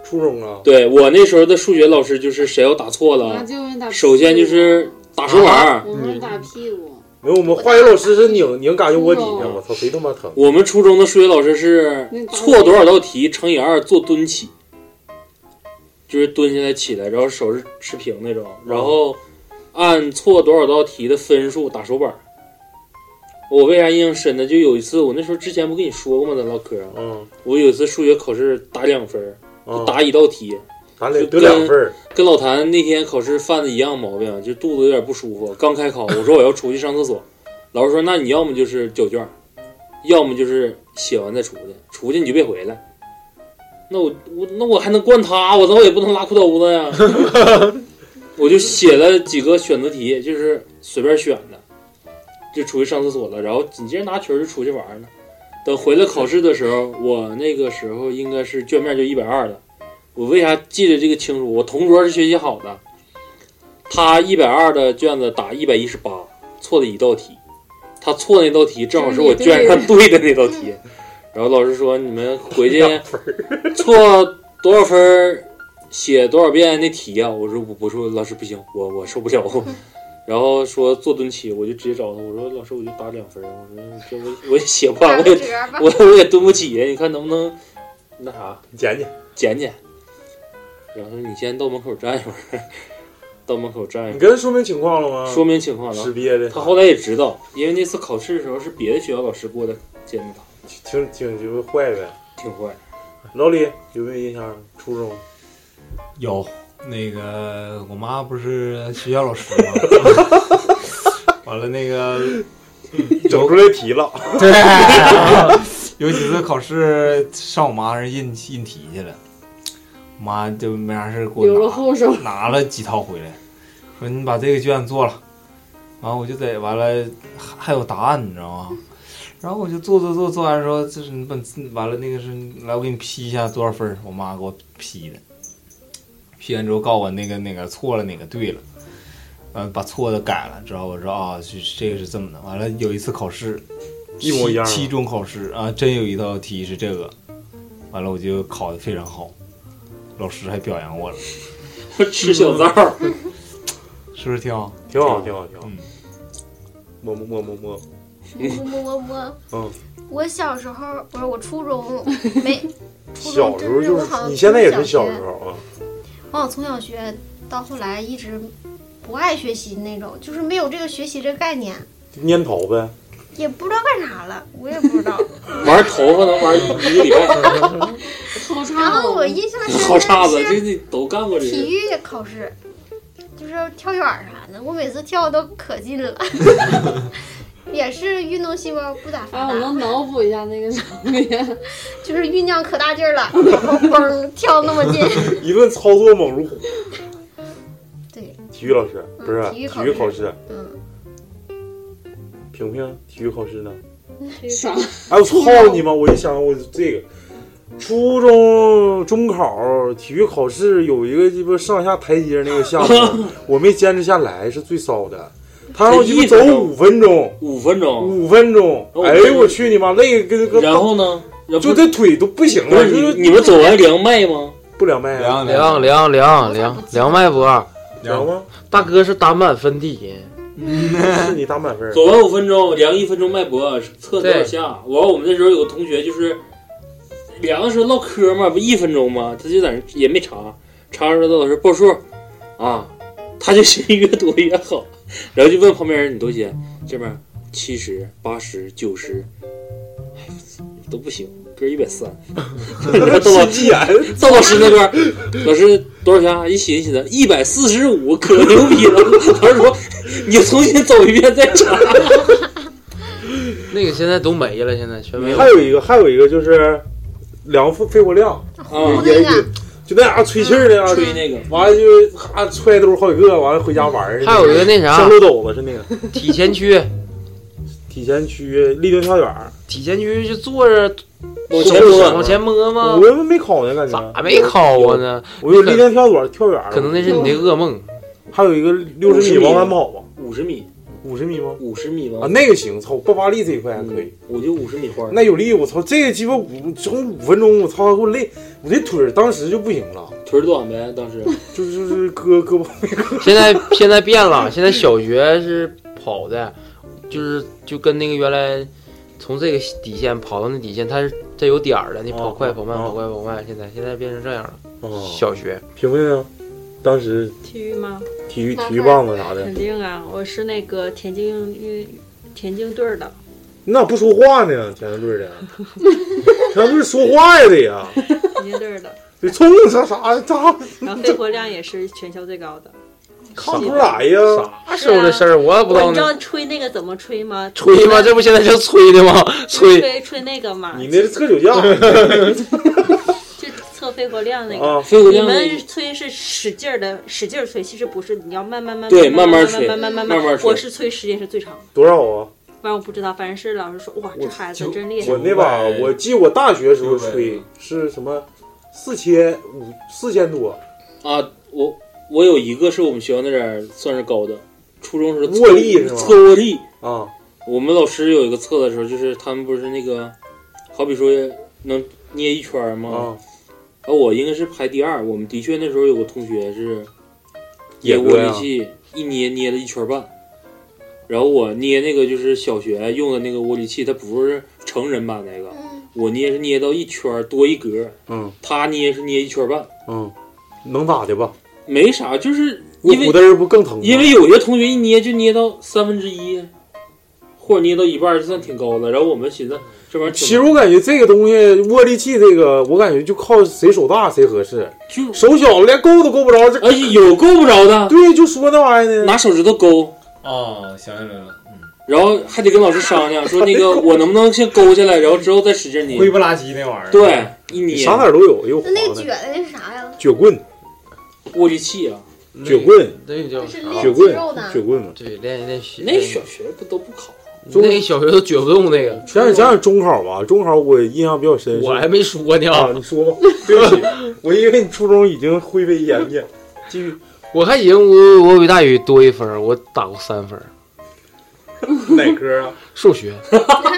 Speaker 5: 初中啊，
Speaker 10: 对我那时候的数学老师就是谁要答错
Speaker 11: 啊
Speaker 10: 了，
Speaker 11: 就啊问打屁股
Speaker 10: 首先就是打手板儿。
Speaker 11: 我们打屁股，
Speaker 5: 没有，我们化学老师是拧拧嘎就窝底下，我操，谁他妈疼？
Speaker 10: 我们初中的数学老师是
Speaker 11: 那打我
Speaker 10: 错多少道题乘以二做蹲起，就是蹲下来起来，然后手是持平那种，然后按错多少道题的分数打手板。我为啥印象深呢？就有一次，我那时候之前不跟你说过吗？咱唠嗑。啊
Speaker 5: 嗯。
Speaker 10: 我有一次数学考试打两分儿，
Speaker 5: 嗯
Speaker 10: 就打一道题，
Speaker 5: 咱
Speaker 10: 就
Speaker 5: 俩得
Speaker 10: 跟
Speaker 5: 两份儿。
Speaker 10: 跟老谭那天考试犯的一样毛病，就肚子有点不舒服。刚开考，我说我要出去上厕所，老师说那你要么就是交卷儿，要么就是写完再出去，出去你就别回来。那我我那我还能惯他？我操，我也不能拉裤兜子呀。我就写了几个选择题，就是随便选的，就出去上厕所了，然后紧接着拿球儿就出去玩儿了。等回来考试的时候，我那个时候应该是卷面就一百二了。我为啥记得这个清楚？我同桌是学习好的，他一百二的卷子打一百一十八，错了一道题。他错那道题正好是我卷上对的那道题。然后老师说：“你们回去 错多少分儿写多少遍那题呀、我说：“我不说，老师不行，我我受不了。”然后说做蹲起，我就直接找他，我说老师，我就打两分儿，我说这我我也写不完，我也我我也蹲不起呀，你看能不能那啥
Speaker 5: 捡捡
Speaker 10: 捡捡？然后说你先到门口站一会儿，到门口站一会儿。
Speaker 5: 你跟他说明情况了吗？
Speaker 10: 说明情况了，
Speaker 5: 识别的。
Speaker 10: 他后来也知道，因为那次考试的时候是别的学校老师过来监督他，
Speaker 5: 挺挺就坏呗，
Speaker 10: 挺坏。
Speaker 5: 老李有没有印象？初中
Speaker 2: 有那个我妈不是学校老师吗？ 完了那 个
Speaker 5: 整出来题了，
Speaker 2: 对， 有几次考试上我妈那儿印印题去了，妈就没啥事儿给
Speaker 11: 留了
Speaker 2: 我
Speaker 11: 后手
Speaker 2: 拿拿了几套回来，说你把这个卷做了，完我就在完了还还有答案你知道吗？然后我就做做做做完之后，这是你把你完了那个是来我给你批一下多少分儿，我妈给我批的，批完之后告诉我那个哪个错了哪个对了。呃，把错的改了之后，我说啊，这这个是这么的。完了有一次考试，
Speaker 5: 一模一样吗
Speaker 2: 期期中考试啊，真有一道题是这个，完了我就考得非常好，老师还表扬我了。
Speaker 10: 我 吃小灶儿，
Speaker 2: 是不是挺好？
Speaker 5: 挺好，挺好，挺好。
Speaker 2: 摸摸摸摸
Speaker 9: 我我我我
Speaker 5: 嗯，
Speaker 9: 我小时候不是我初 中没，初
Speaker 5: 小
Speaker 9: 中
Speaker 5: 时
Speaker 9: 真
Speaker 5: 候
Speaker 9: 是
Speaker 5: 就
Speaker 9: 我
Speaker 5: 是
Speaker 9: 好像
Speaker 5: 你现在也是
Speaker 9: 从
Speaker 5: 小
Speaker 9: 学
Speaker 5: 时候啊，
Speaker 9: 我好像从小学到后来一直不爱学习那种，就是没有这个学习这个概念，
Speaker 5: 蔫头呗，
Speaker 9: 也不知道干啥了，我也不知 道。
Speaker 10: 玩头发能玩一个礼 拜，
Speaker 9: 然后我印象深
Speaker 10: 好叉
Speaker 9: 刻
Speaker 10: 子，这
Speaker 9: 是
Speaker 10: 这都干过这
Speaker 9: 体
Speaker 10: 个。
Speaker 9: 育考试，就是跳远儿啥的，我每次跳都可劲了， 也是运动细胞不咋发
Speaker 11: 啊，
Speaker 9: 达。
Speaker 11: 我能脑补一下那个场面，
Speaker 9: 就是酝酿可大劲 儿了，然后嘣跳那么近。
Speaker 5: 一顿操作猛如虎。
Speaker 9: 对，
Speaker 5: 体育老师不是
Speaker 9: 嗯体育考试
Speaker 5: 考试，
Speaker 9: 嗯，
Speaker 5: 平平体育考试呢？
Speaker 11: 啥？
Speaker 5: 哎，我操你妈！我一想我这个。初中、中考、体育考试有一个鸡巴上下台阶那个项 目，我没坚持下来，是最骚的。他让我鸡巴走五分钟，
Speaker 10: 五分钟，
Speaker 5: 五分钟，
Speaker 10: 哦
Speaker 5: 哎呦我去你妈，累得跟跟
Speaker 10: 然后呢？
Speaker 5: 就这腿都嗯不行
Speaker 10: 不
Speaker 5: 了。
Speaker 10: 是
Speaker 5: 就是
Speaker 10: 你你们走完凉麦吗？
Speaker 5: 不凉麦啊？
Speaker 6: 凉凉
Speaker 10: 啊
Speaker 6: 凉凉凉脉搏，
Speaker 5: 凉吗？
Speaker 6: 大哥是打满分第一，
Speaker 5: 是你打满分。
Speaker 10: 走完五分钟，量一分钟脉搏，测多少下。完，我们那时候有个同学就是量的时候唠嗑嘛，不一分钟吗？他就在那也没查，查出来老师报数啊，他就寻思越多越好，然后就问旁边人你多少钱？这边七十八十九十，哎都不行，哥一百 三。然后到老
Speaker 5: 实际啊
Speaker 10: 到老师那边，老师多少钱啊？一寻思一百四十五，可牛逼了。 老师说你重新走一遍再查。
Speaker 6: 那个现在都没了，现在全没有。
Speaker 5: 还有一个，还有一个就是量肺肺活量，
Speaker 6: 嗯
Speaker 5: 也也就那家伙啊吹气儿的啊，
Speaker 10: 吹那个，
Speaker 5: 完了就咔揣兜好几个，完了回家玩儿去。
Speaker 6: 还有一个那啥
Speaker 5: 像漏斗子似的那个
Speaker 6: 体前屈，
Speaker 5: 体前屈立定跳远儿，
Speaker 6: 体前屈就坐着
Speaker 5: 往
Speaker 6: 前摸往前摸哎吗
Speaker 5: 我们没考呢，感觉咋
Speaker 6: 还没考过呢。
Speaker 5: 我有立定跳远跳远儿，
Speaker 6: 可能那是你的噩梦。
Speaker 5: 还有一个六十米往返跑吧，
Speaker 10: 五十米，
Speaker 5: 五十米吗？
Speaker 10: 五十米吗？
Speaker 5: 啊，那个行，操，爆发力这一块还可以。
Speaker 10: 我就五十米花。
Speaker 5: 那有力，我操，这个鸡巴五整五分钟，我操，给我累，我这腿儿当时就不行了，
Speaker 10: 腿儿短呗，当时。
Speaker 5: 就就是胳胳膊没胳。
Speaker 6: 现在现在变 了，现在小学是跑的，就是就跟那个原来从这个底线跑到那底线，它是它有点儿的，你
Speaker 10: 哦
Speaker 6: 跑快跑慢跑快跑慢。现在现在变成这样了。小学
Speaker 5: 评哦分呢？当时
Speaker 7: 体育吗？
Speaker 5: 体育体育棒子啥的
Speaker 7: 肯，定啊，我是那个田径运田径队儿的，
Speaker 5: 你咋不说话呢？田径队的， 田径队说话呀得呀，
Speaker 7: 田径队儿的，
Speaker 5: 得冲啥啥啥，
Speaker 7: 然后肺活量也是全校最高的。
Speaker 5: 看不出来呀。
Speaker 6: 啥时候的事儿，我也不知道
Speaker 7: 你知
Speaker 6: 呢。
Speaker 7: 道吹那个怎么吹吗？
Speaker 6: 吹吗？这不现在就吹 的吗？
Speaker 7: 吹
Speaker 6: 吹。
Speaker 7: 吹那个嘛，
Speaker 5: 你那是测酒驾，
Speaker 7: 就测肺活量那
Speaker 5: 啊
Speaker 7: 个。
Speaker 5: 肺活
Speaker 7: 你
Speaker 5: 量那个
Speaker 7: 们吹是使劲儿的，使劲儿吹，其实不是，你要慢慢慢慢
Speaker 10: 对
Speaker 7: 慢
Speaker 10: 慢慢
Speaker 7: 慢
Speaker 10: 吹
Speaker 7: 慢慢慢
Speaker 10: 慢慢吹
Speaker 7: 我是吹时间是最长的，
Speaker 5: 多少啊？
Speaker 7: 反正我不知道，反正是老师说，哇，这孩子真厉害。
Speaker 5: 我那把，我记我大学时候吹是什么四千五四千多，
Speaker 10: 啊，我我有一个是我们学校那点儿算是高的，初中时候
Speaker 5: 握力是吗
Speaker 10: 测握力
Speaker 5: 啊。
Speaker 10: 我们老师有一个测的时候，就是他们不是那个，好比说能捏一圈儿
Speaker 5: 嗯
Speaker 10: 吗？啊，我应该是排第二。我们的确那时候有个同学是
Speaker 5: 也
Speaker 10: 捏
Speaker 5: 啊过
Speaker 10: 握
Speaker 5: 呀
Speaker 10: 力器，一捏捏了一圈儿半。然后我捏那个就是小学用的那个握力器，它不是成人版那个，我捏是捏到一圈儿多一格，
Speaker 5: 嗯
Speaker 10: 他捏是捏一圈儿半，
Speaker 5: 嗯，能咋的吧？
Speaker 10: 没啥，就是
Speaker 5: 我
Speaker 10: 因为
Speaker 5: 骨头儿不更疼吗？
Speaker 10: 因为有些同学一捏就捏到三分之一，或者捏到一半儿就算挺高的。然后我们寻思这玩意儿
Speaker 5: 其
Speaker 10: 挺
Speaker 5: 实我感觉这个东西握力器，这个我感觉就靠谁手大谁合适，
Speaker 10: 就
Speaker 5: 手小连够都够不着，这
Speaker 10: 哎有够不着的。
Speaker 5: 对，就说那玩意儿呢，
Speaker 10: 拿手指头勾，
Speaker 2: 哦，想起来了，
Speaker 10: 然后还得跟老师商量说那个我能不能先勾下来，然后之后再使劲捏。
Speaker 2: 灰不拉几那玩意儿。
Speaker 10: 对，一捏
Speaker 5: 啥色儿都有，有
Speaker 9: 那那撅的那啥呀？
Speaker 5: 撅棍、
Speaker 10: 握力器啊，
Speaker 5: 撅棍、
Speaker 10: 那个叫啥
Speaker 5: 啊撅棍、撅棍嘛。
Speaker 6: 对，练练习。
Speaker 10: 那小学不都不考？
Speaker 6: 那小学都撅不动那个。
Speaker 5: 想想想想中考吧，中考我印象比较深。
Speaker 6: 我还没说呢
Speaker 5: 啊，你说吧，对不起，我因为你初中已经灰飞烟灭。继续，
Speaker 6: 我还以为我我比大宇多一分儿，我打过三分儿。
Speaker 5: 哪科啊？
Speaker 6: 数学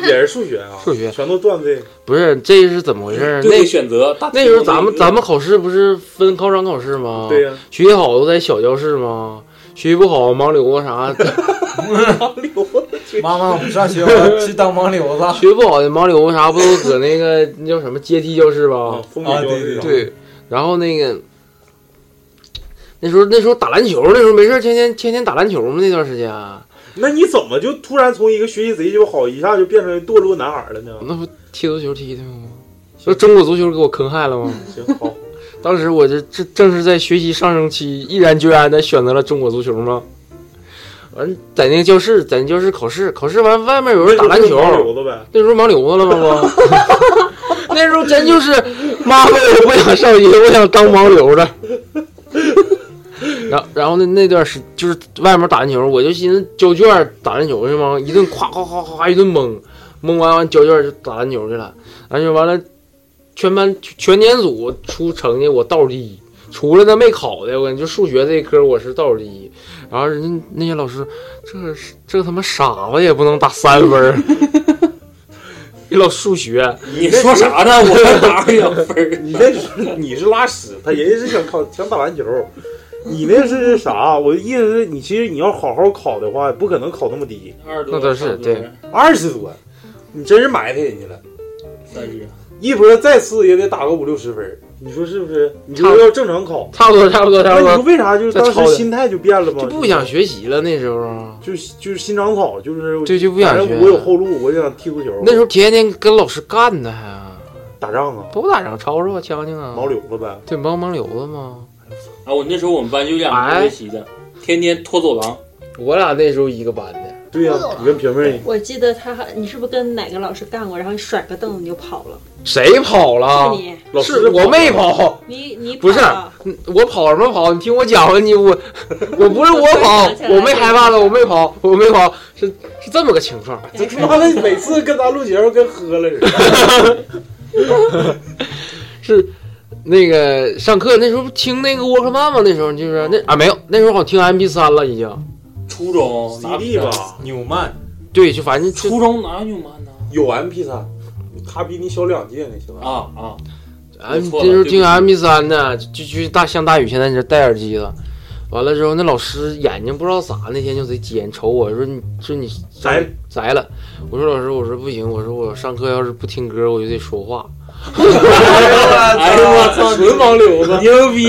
Speaker 5: 也是数学啊，
Speaker 6: 数学
Speaker 5: 全都断背。
Speaker 6: 不是，这是怎么回事儿？
Speaker 10: 对
Speaker 6: 那
Speaker 10: 位选择大
Speaker 6: 那时候咱们咱们考试不是分高中考试吗？
Speaker 5: 对呀
Speaker 6: 学习好都在小教室吗？学习不好盲流啊啥 的，
Speaker 12: 妈妈，我们上学了，去当盲流子。
Speaker 6: 学不好的盲流啊啥不都搁那个那叫什么阶梯教室吧？
Speaker 5: 风雨教室啊对对对
Speaker 6: 对，然后那个。那时候那时候打篮球，那时候没事儿天天天天打篮球嘛，那段时间、啊
Speaker 5: 那你怎么就突然从一个学习贼就好，一下就变成堕落男孩了呢？
Speaker 6: 那不踢足球踢的吗？说中国足球给我坑害了吗？
Speaker 5: 行好，
Speaker 6: 当时我这这正是在学习上升期，毅然决然的选择了中国足球吗？完，在那个教室，在那教室考试，考试完外面有人打篮球，
Speaker 5: 那时候就是盲流子呗
Speaker 6: 那时候盲流子了 吗？不，那时候真就是妈妈，我不想上学，我想当盲流子。然后，然后那那段时就是外面打篮球，我就寻思交卷儿打篮球去嘛，一顿夸夸夸夸一顿蒙，蒙完完交卷儿就打篮球去了，篮球完了，全班全年组出成绩我倒数第一，除了那没考的，我感觉就数学这一科我是倒数第一，然后人家那些老师，这是这他妈傻子也不能打三分儿， 一老数学，
Speaker 10: 你说啥呢我还打
Speaker 5: 不了分。你那是 你是拉屎，他人家是想考想打篮球，你那是啥？我的意思是你其实你要好好考的话，不可能考那么低，
Speaker 10: 二十
Speaker 6: 那倒是对，
Speaker 5: 二十多，你真是埋汰人家了。
Speaker 10: 三十，
Speaker 5: 一波再次也得打个五六十分儿，你说是不是？你就要正常考，
Speaker 6: 差不多差不多差不多
Speaker 5: 那你说为啥就是
Speaker 6: 再
Speaker 5: 当
Speaker 6: 抄
Speaker 5: 时
Speaker 6: 点
Speaker 5: 心态就变了吗？
Speaker 6: 就不想学习了那时候。
Speaker 5: 就就是新长草，就是
Speaker 6: 对就不想
Speaker 5: 反
Speaker 6: 学
Speaker 5: 正我有后路，我就想踢足球。
Speaker 6: 那时候天天跟老师干呢，还
Speaker 5: 打仗啊，
Speaker 6: 不打仗，吵吵啊，呛呛啊，
Speaker 10: 盲
Speaker 5: 流子呗，
Speaker 6: 对，帮盲流子嘛。
Speaker 10: 啊，我那时候我们班就两
Speaker 6: 哎
Speaker 10: 个学习的，天天拖走廊。
Speaker 6: 我俩那时候一个班的。
Speaker 5: 对呀、
Speaker 10: 你跟
Speaker 5: 平平
Speaker 7: 我记得他，你是不是跟哪个老师干过，然后你甩个凳子你就跑了？
Speaker 6: 谁跑了？
Speaker 7: 是你
Speaker 5: 老师
Speaker 6: 是我没跑，
Speaker 7: 你你
Speaker 6: 啊不是
Speaker 7: 跑了
Speaker 6: 嗯我跑什么跑？你听我讲吧，你我 我不是我跑
Speaker 7: 想起，来了
Speaker 6: 我没害怕了，我没跑，我没跑，是是这么个情况。
Speaker 5: 这他妈的每次跟咱录节目跟喝了似的。
Speaker 6: 是那个上课那时候不听那个 Walkman 吗？那时候就是那啊没有，那时候好像听 MP 3了已经。
Speaker 10: 初中拿
Speaker 5: CD 吧
Speaker 12: 纽曼，
Speaker 6: 对，就反正初
Speaker 10: 中哪有纽曼呢？
Speaker 5: 有 MP 三，他比你小两届呢，行吧？
Speaker 10: 啊啊，
Speaker 6: 啊，你这时候听 M P 三呢，就就大像大雨现在这戴耳机了，完了之后那老师眼睛不知道咋那天就贼尖，瞅我说你说你
Speaker 5: 宅
Speaker 6: 宅了，我说老师我说不行，我说我上课要是不听歌我就得说话，
Speaker 10: 哎呦我操，
Speaker 5: 纯盲流子，
Speaker 10: 牛逼！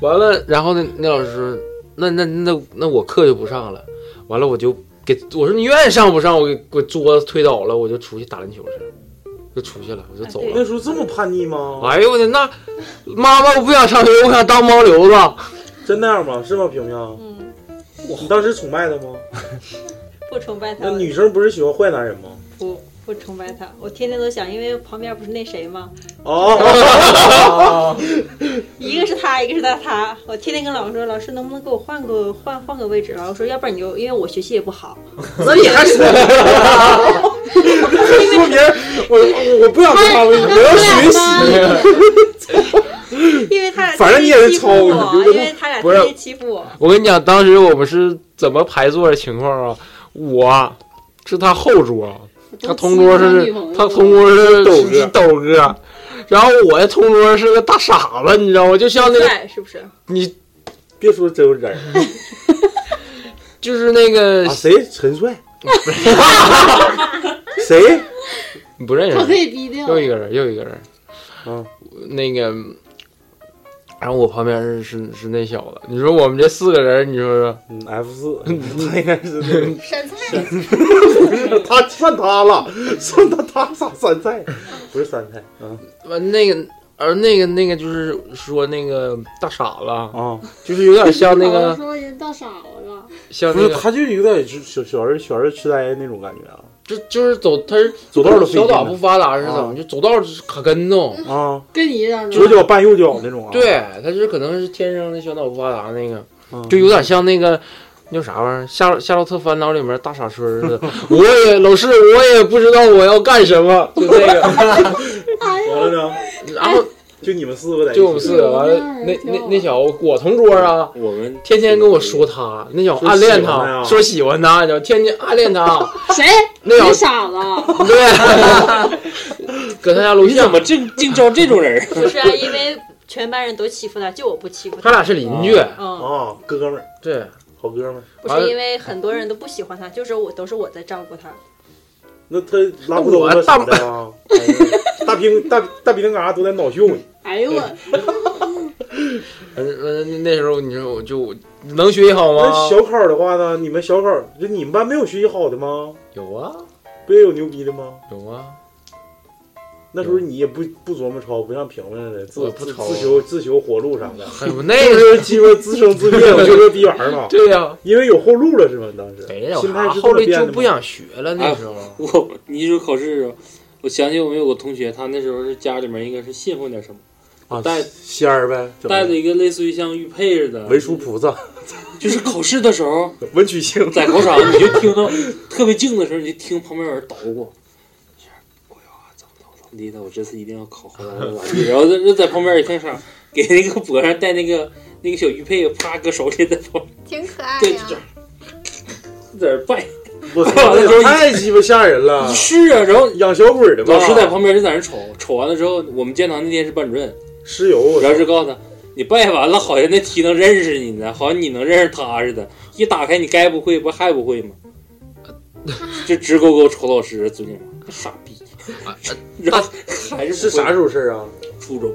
Speaker 6: 完了，然后那那老师说那那那那我课就不上了，完了我就给我说你愿意上不上，我给我桌子推倒了，我就出去打篮球去了，就出去了，我就走了。
Speaker 7: 啊
Speaker 5: 那时候这么叛逆吗？
Speaker 6: 哎呦我的那，妈妈，我不想上学，我想当盲流子。
Speaker 5: 真那样吗？是吗，平平？嗯。你当时崇拜他吗？
Speaker 7: 不崇拜他
Speaker 5: 那，女生不是喜欢坏男人吗？
Speaker 7: 不不崇拜他，我天天都想，因为旁边不是那谁吗？
Speaker 5: 哦，
Speaker 7: 一个是他，一个是他他。我天天跟老师说，老师能不能给我换个换换个位置？老师说，要不然你就因为我学习也不好，
Speaker 5: 那也是。说明 我我不想当他为什么？我要学习。
Speaker 7: 因为他俩
Speaker 6: 反正你也是
Speaker 7: 天天欺负
Speaker 6: 抄你
Speaker 7: 我，
Speaker 6: 就
Speaker 7: 因为他俩
Speaker 6: 不
Speaker 7: 天
Speaker 6: 是
Speaker 7: 天欺负我。
Speaker 6: 我跟你讲，当时我们是怎么排座的情况啊？我是他后桌，他同桌是他同桌是
Speaker 5: 斗
Speaker 6: 是
Speaker 5: 哥
Speaker 6: 是斗哥，然后我的同桌是个大傻子，你知道吗？就像那个
Speaker 7: 帅是不是？
Speaker 6: 你
Speaker 5: 别说真人儿，
Speaker 6: 就是那个、
Speaker 5: 啊谁陈帅，谁
Speaker 6: 你不认识？
Speaker 11: 我可以逼掉
Speaker 6: 又一个人，又一个人。
Speaker 5: 嗯，
Speaker 6: 那个，然后我旁边是是是那小子。你说我们这四个人，你说说，
Speaker 5: 嗯，F 四，他应该是那种
Speaker 9: 山菜，
Speaker 5: 不是 他算他了， 算他他啥酸菜，不是酸菜啊。
Speaker 6: 完那个，而那个那个就是说那个大傻子
Speaker 5: 啊，
Speaker 6: 哦就是有点像那
Speaker 11: 我
Speaker 6: 个
Speaker 11: 说人当傻子了，
Speaker 6: 像
Speaker 5: 不
Speaker 6: 那
Speaker 5: 是，
Speaker 6: 个
Speaker 5: 他就有点小小人小人痴呆那种感觉啊。
Speaker 6: 这就是走，他是
Speaker 5: 走道儿都费
Speaker 6: 小
Speaker 5: 劲
Speaker 6: 打
Speaker 5: 呢
Speaker 6: 不发达是怎么？就走道儿就是卡跟头，
Speaker 5: 啊，
Speaker 11: 跟你一样
Speaker 5: 左脚绊右脚那种啊。
Speaker 6: 对，他就是可能是天生的小脑不发达那个，就有点像那个那叫啥玩意儿，《夏夏洛特烦恼》里面大傻春儿 似的。我也老师，我也不知道我要干什么，就那个。
Speaker 5: 完了呢，
Speaker 6: 然后
Speaker 5: 哎就你们四个在一起，
Speaker 6: 就我们四个，完了那那那小子我同桌啊，
Speaker 10: 我们
Speaker 6: 天天跟我说他，那小子
Speaker 5: 说
Speaker 6: 暗恋
Speaker 5: 喜欢他
Speaker 10: 啊
Speaker 6: 他，
Speaker 5: 呀
Speaker 6: 说喜欢他，然后天天暗恋他，
Speaker 11: 谁？
Speaker 6: 那样
Speaker 11: 你傻子？
Speaker 6: 搁他家楼下。你
Speaker 10: 怎么净净招这种 人？
Speaker 7: 不是啊，因为全班人都欺负他，就我不欺负
Speaker 6: 他俩是邻居
Speaker 7: 嗯，
Speaker 5: 啊，哥们儿，
Speaker 6: 对，
Speaker 5: 好哥们儿。
Speaker 7: 不是因为很多人都不喜欢他，就是我都是我在照顾他。
Speaker 5: 那他拉布多啥的 啊，大冰大大鼻梁嘎都在脑秀呢。
Speaker 11: 哎呦我，
Speaker 6: 嗯嗯，那时候你说我就能学习好吗？
Speaker 5: 那小考的话呢？你们小考，就你们班没有学习好的吗？
Speaker 6: 有啊，
Speaker 5: 不也有牛逼的吗？
Speaker 6: 有啊。
Speaker 5: 那时候你也不不琢磨抄，不像评论似的，自
Speaker 6: 嗯我不
Speaker 5: 自
Speaker 6: 抄
Speaker 5: 自求自求活路啥的。
Speaker 6: 哎呦那个
Speaker 5: 时候 鸡巴自生自灭，我就个逼玩意儿嘛。
Speaker 6: 对呀，
Speaker 5: 因为有后路了是吗？当时
Speaker 6: 没有
Speaker 5: 心态
Speaker 6: 啥
Speaker 5: 是
Speaker 6: 后来
Speaker 5: 这么变
Speaker 6: 就
Speaker 5: 的
Speaker 6: 不
Speaker 5: 吗
Speaker 6: 想学了。那时候
Speaker 10: 哎我你说考试的时候，我想起我们有个同学，他那时候是家里面应该是信奉点什么，
Speaker 5: 啊
Speaker 10: 带
Speaker 5: 仙儿呗，怎么
Speaker 10: 带着一个类似于像玉佩似的
Speaker 5: 文殊菩 萨，
Speaker 10: 就是考试的时候，
Speaker 5: 文曲星
Speaker 10: 在考场你就听到特别静的时候，你就听旁边有人捣鼓。哎怎么地的，我这次一定要考好了 完毕。然后就就在旁边也看啥，给那个脖上戴那个那个小玉佩，啪搁手里在旁边
Speaker 9: 挺可爱
Speaker 10: 对
Speaker 9: 呀、
Speaker 10: 在那儿拜。
Speaker 5: 我
Speaker 10: 完
Speaker 5: 操，
Speaker 10: 了之后
Speaker 5: 那
Speaker 10: 一
Speaker 5: 太鸡巴吓人了！
Speaker 10: 是啊，然后
Speaker 5: 养小鬼的嘛，
Speaker 10: 老师在旁边就在那瞅，瞅完了之后，我们建堂那天是班主任，
Speaker 5: 石油，
Speaker 10: 然后就告诉他，你拜完了，好像那题能认识你呢，好像你能认识他似的。一打开，你该不会不还不会吗？就直勾勾瞅老师，尊敬妈傻逼。 然后还是
Speaker 5: 是啥时候事儿啊？
Speaker 10: 初中。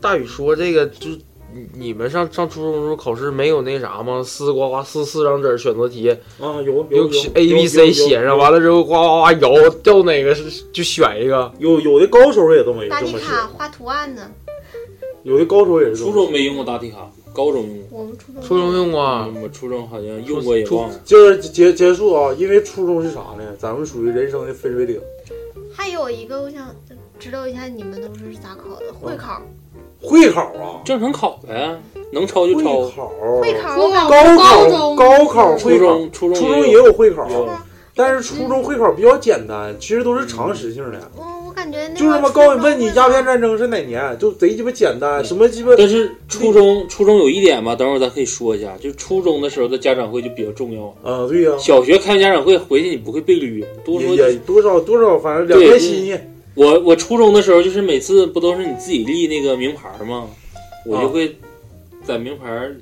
Speaker 6: 大宇说这个就。你你们上上初中的时候考试没有那啥吗？撕呱呱撕四张纸选择题，
Speaker 5: 啊，有
Speaker 6: 用 A B C 写上，完了之后呱呱呱摇，掉哪个是就选一个。
Speaker 5: 有有的高手也这么
Speaker 9: 答题卡画图案呢，
Speaker 5: 有的高手也是
Speaker 10: 初中没用过答题卡，高中用过。嗯
Speaker 9: 我们初中
Speaker 6: 初中用过，啊
Speaker 10: 我初中好像用过也忘了。
Speaker 5: 就是结结束啊，因为初中是啥呢？咱们属于人生的分水岭，
Speaker 9: 还有一个我想知道一下你们都是咋考的？会考，
Speaker 5: 会考啊，
Speaker 10: 正常考呗，能抄就抄。
Speaker 5: 考，
Speaker 9: 会考我感
Speaker 5: 高
Speaker 9: 觉高
Speaker 5: 考
Speaker 9: 中
Speaker 5: 高考
Speaker 10: 初
Speaker 5: 会考
Speaker 10: 中初中
Speaker 5: 初
Speaker 10: 也有
Speaker 5: 中也有会考，但是初中会考比较简单，其实都是常识性的。
Speaker 9: 嗯我我感觉那
Speaker 5: 就他
Speaker 9: 会
Speaker 5: 妈
Speaker 9: 儿
Speaker 5: 告诉问你鸦片战争是哪年，就贼鸡巴简
Speaker 10: 嗯
Speaker 5: 单，什么鸡巴。
Speaker 10: 但是初中初中有一点吧，等会儿咱可以说一下，就是初中的时候的家长会就比较重要。
Speaker 5: 啊，对呀，
Speaker 10: 小学开家长会回去你不会被捋，多说
Speaker 5: 也也多少多少，反正两
Speaker 10: 对嗯
Speaker 5: 面心意。
Speaker 10: 我我初中的时候就是每次不都是你自己立那个名牌儿吗？我
Speaker 5: 啊
Speaker 10: 就会在名牌儿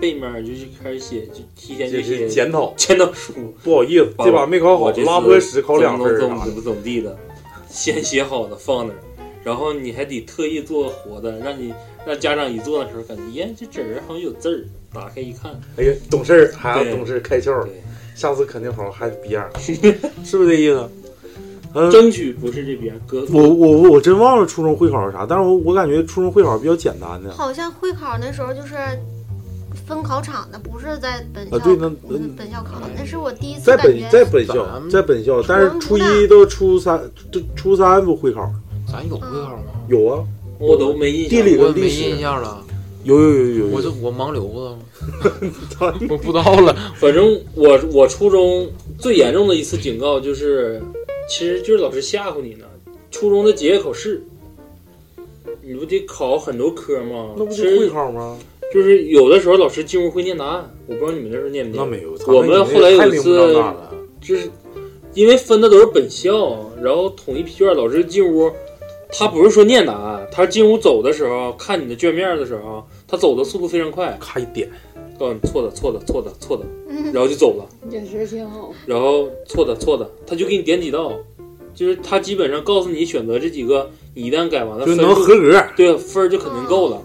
Speaker 10: 背面儿就是开始写，就提前就
Speaker 5: 这
Speaker 10: 写
Speaker 5: 是检讨
Speaker 10: 检讨书。
Speaker 5: 不好意思，
Speaker 10: 把
Speaker 5: 这把没考好
Speaker 10: 我这，次
Speaker 5: 拉坡屎考两分儿啊
Speaker 10: 怎
Speaker 5: 啥
Speaker 10: 么
Speaker 5: 的
Speaker 10: 怎么怎么地的，先写好的放那儿，然后你还得特意做活的，让你让家长一坐那时候感觉，耶，这纸儿好像有字儿，打开一看，
Speaker 5: 哎呀，懂事儿，孩子
Speaker 10: 对
Speaker 5: 懂事儿，开窍了，下次肯定好好孩子逼 样儿，是不是这意思？嗯，
Speaker 10: 争取不是这边哥。
Speaker 5: 我我我我真忘了初中会考是啥，但是我我感觉初中会考比较简单的。
Speaker 9: 好像会考那时候就是分考场的，不是在本校、
Speaker 5: 啊对那
Speaker 9: 嗯本校考的，那是我第一次
Speaker 5: 在
Speaker 9: 感
Speaker 5: 本
Speaker 9: 觉
Speaker 5: 在本校，在本校，但是初一到初三，就初三不会考，
Speaker 6: 咱有会考吗？
Speaker 5: 有啊，
Speaker 10: 我都没印象
Speaker 5: 地理
Speaker 6: 我
Speaker 5: 跟
Speaker 6: 没
Speaker 5: 历史
Speaker 6: 印象了，
Speaker 5: 有有有有有，
Speaker 6: 我这我盲流 子了，我不知道了。
Speaker 10: 反正我我初中最严重的一次警告就是，其实就是老师吓唬你呢。初中的结业考试，你不得考很多科吗？
Speaker 5: 那不
Speaker 10: 其
Speaker 5: 就
Speaker 10: 实
Speaker 5: 会考吗？
Speaker 10: 就是有的时候老师进屋会念答案，我不知道你们那时候念不念。
Speaker 5: 那没有操
Speaker 10: 我们后来有一
Speaker 5: 那你那太明目张
Speaker 10: 次
Speaker 5: 胆了，
Speaker 10: 就是因为分的都是本校，然后统一批卷，老师进屋，他不是说念答案，他进屋走的时候看你的卷面的时候，他走的速度非常快，
Speaker 5: 咔一点，
Speaker 10: 告诉你错的错的错的错的，
Speaker 9: 嗯
Speaker 10: 然后就走了。
Speaker 11: 眼神嗯挺好。
Speaker 10: 然后错的错的，他就给你点几道，就是他基本上告诉你选择这几个，你一旦改完了，分
Speaker 5: 就能合格，
Speaker 10: 对，分儿就肯定够了。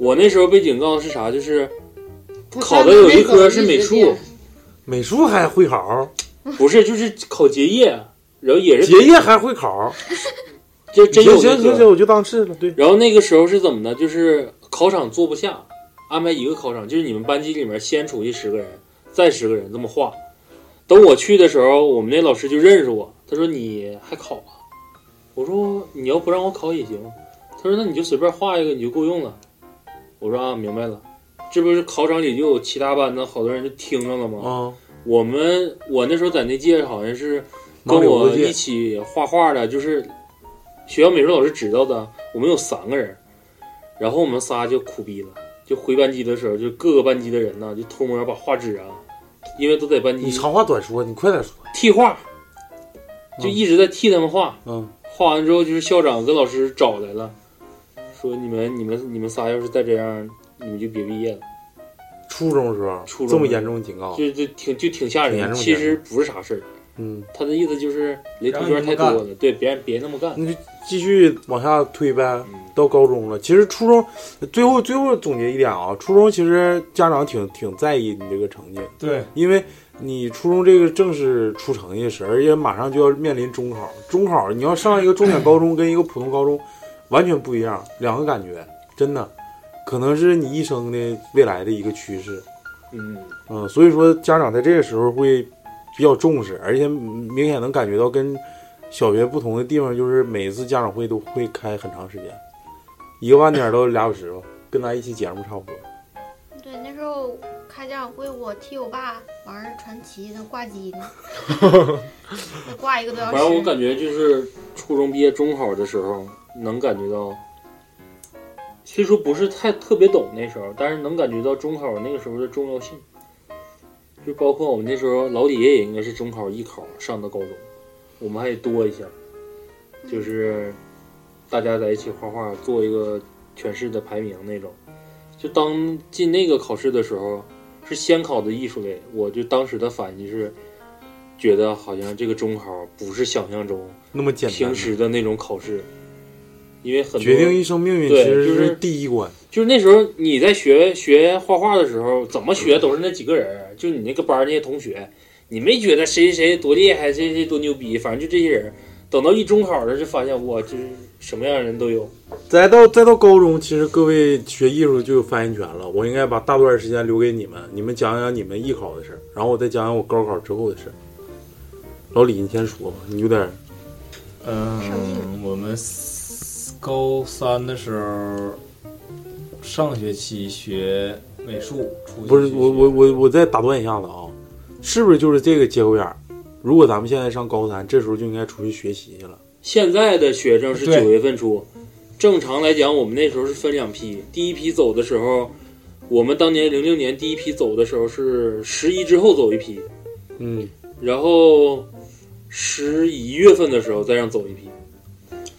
Speaker 10: 我那时候被警告的是啥？就是
Speaker 11: 他
Speaker 10: 考的有一科是美
Speaker 11: 站着那
Speaker 10: 术
Speaker 11: 个，
Speaker 5: 美术还会考，
Speaker 10: 不是就是考结业，然后也是
Speaker 5: 结业还会考，
Speaker 10: 就真有
Speaker 5: 行行
Speaker 10: 那
Speaker 5: 行
Speaker 10: 个
Speaker 5: 行，我就当是了，对，
Speaker 10: 然后那个时候是怎么呢？就是考场坐不下，安排一个考场，就是你们班级里面先出去十个人，再十个人这么画。等我去的时候，我们那老师就认识我，他说你还考吗？我说你要不让我考也行。他说那你就随便画一个你就够用了。我说啊，明白了。这不是考场里就有其他班的好多人就听着了吗？我们我那时候在那届好像是跟
Speaker 5: 盲流
Speaker 10: 我
Speaker 5: 的届
Speaker 10: 一起画画的，就是学校美术老师指导的，我们有三个人，然后我们仨就苦逼了，就回班级的时候，就各个班级的人呐、就偷摸把画纸啊，因为都在班级，
Speaker 5: 你长话短说，你快点说。
Speaker 10: 替画，就一直在替他们画。
Speaker 5: 嗯，
Speaker 10: 画完之后就是校长跟老师找来了，说你们你们你们仨要是再这样，你们就别毕业了。
Speaker 5: 初中时候，
Speaker 10: 初中
Speaker 5: 这么严重的警告，
Speaker 10: 就就挺就挺吓
Speaker 5: 哦挺严
Speaker 10: 人。
Speaker 5: 重
Speaker 10: 其
Speaker 5: 挺严
Speaker 10: 实不是啥事儿，
Speaker 5: 嗯，
Speaker 10: 他的意思就是雷同学
Speaker 5: 让你
Speaker 10: 太
Speaker 5: 们
Speaker 10: 多
Speaker 5: 干
Speaker 10: 了，对，别别那么干。
Speaker 5: 那就继续往下推呗，到高中了。其实初中最后最后总结一点啊，初中其实家长挺挺在意你这个成绩，
Speaker 12: 对，
Speaker 5: 因为你初中这个正是出成绩时，而且马上就要面临中考，中考你要上一个重点高中跟一个普通高中完全不一样，两个感觉，真的，可能是你一生的未来的一个趋势。
Speaker 10: 嗯，
Speaker 5: 嗯，所以说家长在这个时候会比较重视，而且明显能感觉到跟小学不同的地方就是每一次家长会都会开很长时间，一个晚点儿都俩小时吧，跟咱一期节目差不多。
Speaker 9: 对，那时候开家长会，我替我爸玩传奇呢，挂机呢，那挂一个多小
Speaker 10: 反正我
Speaker 9: 时。
Speaker 10: 感觉就是初中毕业中考的时候，能感觉到，虽说不是太特别懂那时候，但是能感觉到中考那个时候的重要性。就包括我们那时候老李也应该是中考艺考上的高中，我们还多一下，就是大家在一起画画，做一个全市的排名那种。就当进那个考试的时候，是先考的艺术类，我就当时的反应就是，觉得好像这个中考不是想象中
Speaker 5: 那么简单
Speaker 10: 平时的那种考试，因为很多
Speaker 5: 决定一生命运
Speaker 10: 对
Speaker 5: 其实
Speaker 10: 就是是
Speaker 5: 第一关，
Speaker 10: 就是那时候你在学学画画的时候，怎么学都是那几个人儿，就你那个班儿那些同学，你没觉得谁谁多厉害，谁谁多牛逼，反正就这些人儿。等到一中考的时候，就发现哇，就是什么样的人都有。
Speaker 5: 再到再到高中，其实各位学艺术就有发言权了。我应该把大段时间留给你们，你们讲讲你们艺考的事儿，然后我再讲讲我高考之后的事儿。老李，你先说吧，你有点儿
Speaker 2: 嗯，我们 s- 高三的时候，上学期学美术，出去
Speaker 5: 不是我我我我再打断一下子啊，是不是就是这个节骨眼儿？如果咱们现在上高三，这时候就应该出去学习去了。
Speaker 10: 现在的学生是
Speaker 5: 对
Speaker 10: 九月份出，正常来讲，我们那时候是分两批，第一批走的时候，我们当年零六年第一批走的时候是十一之后走一批，
Speaker 5: 嗯，
Speaker 10: 然后十一月份的时候再让走一批，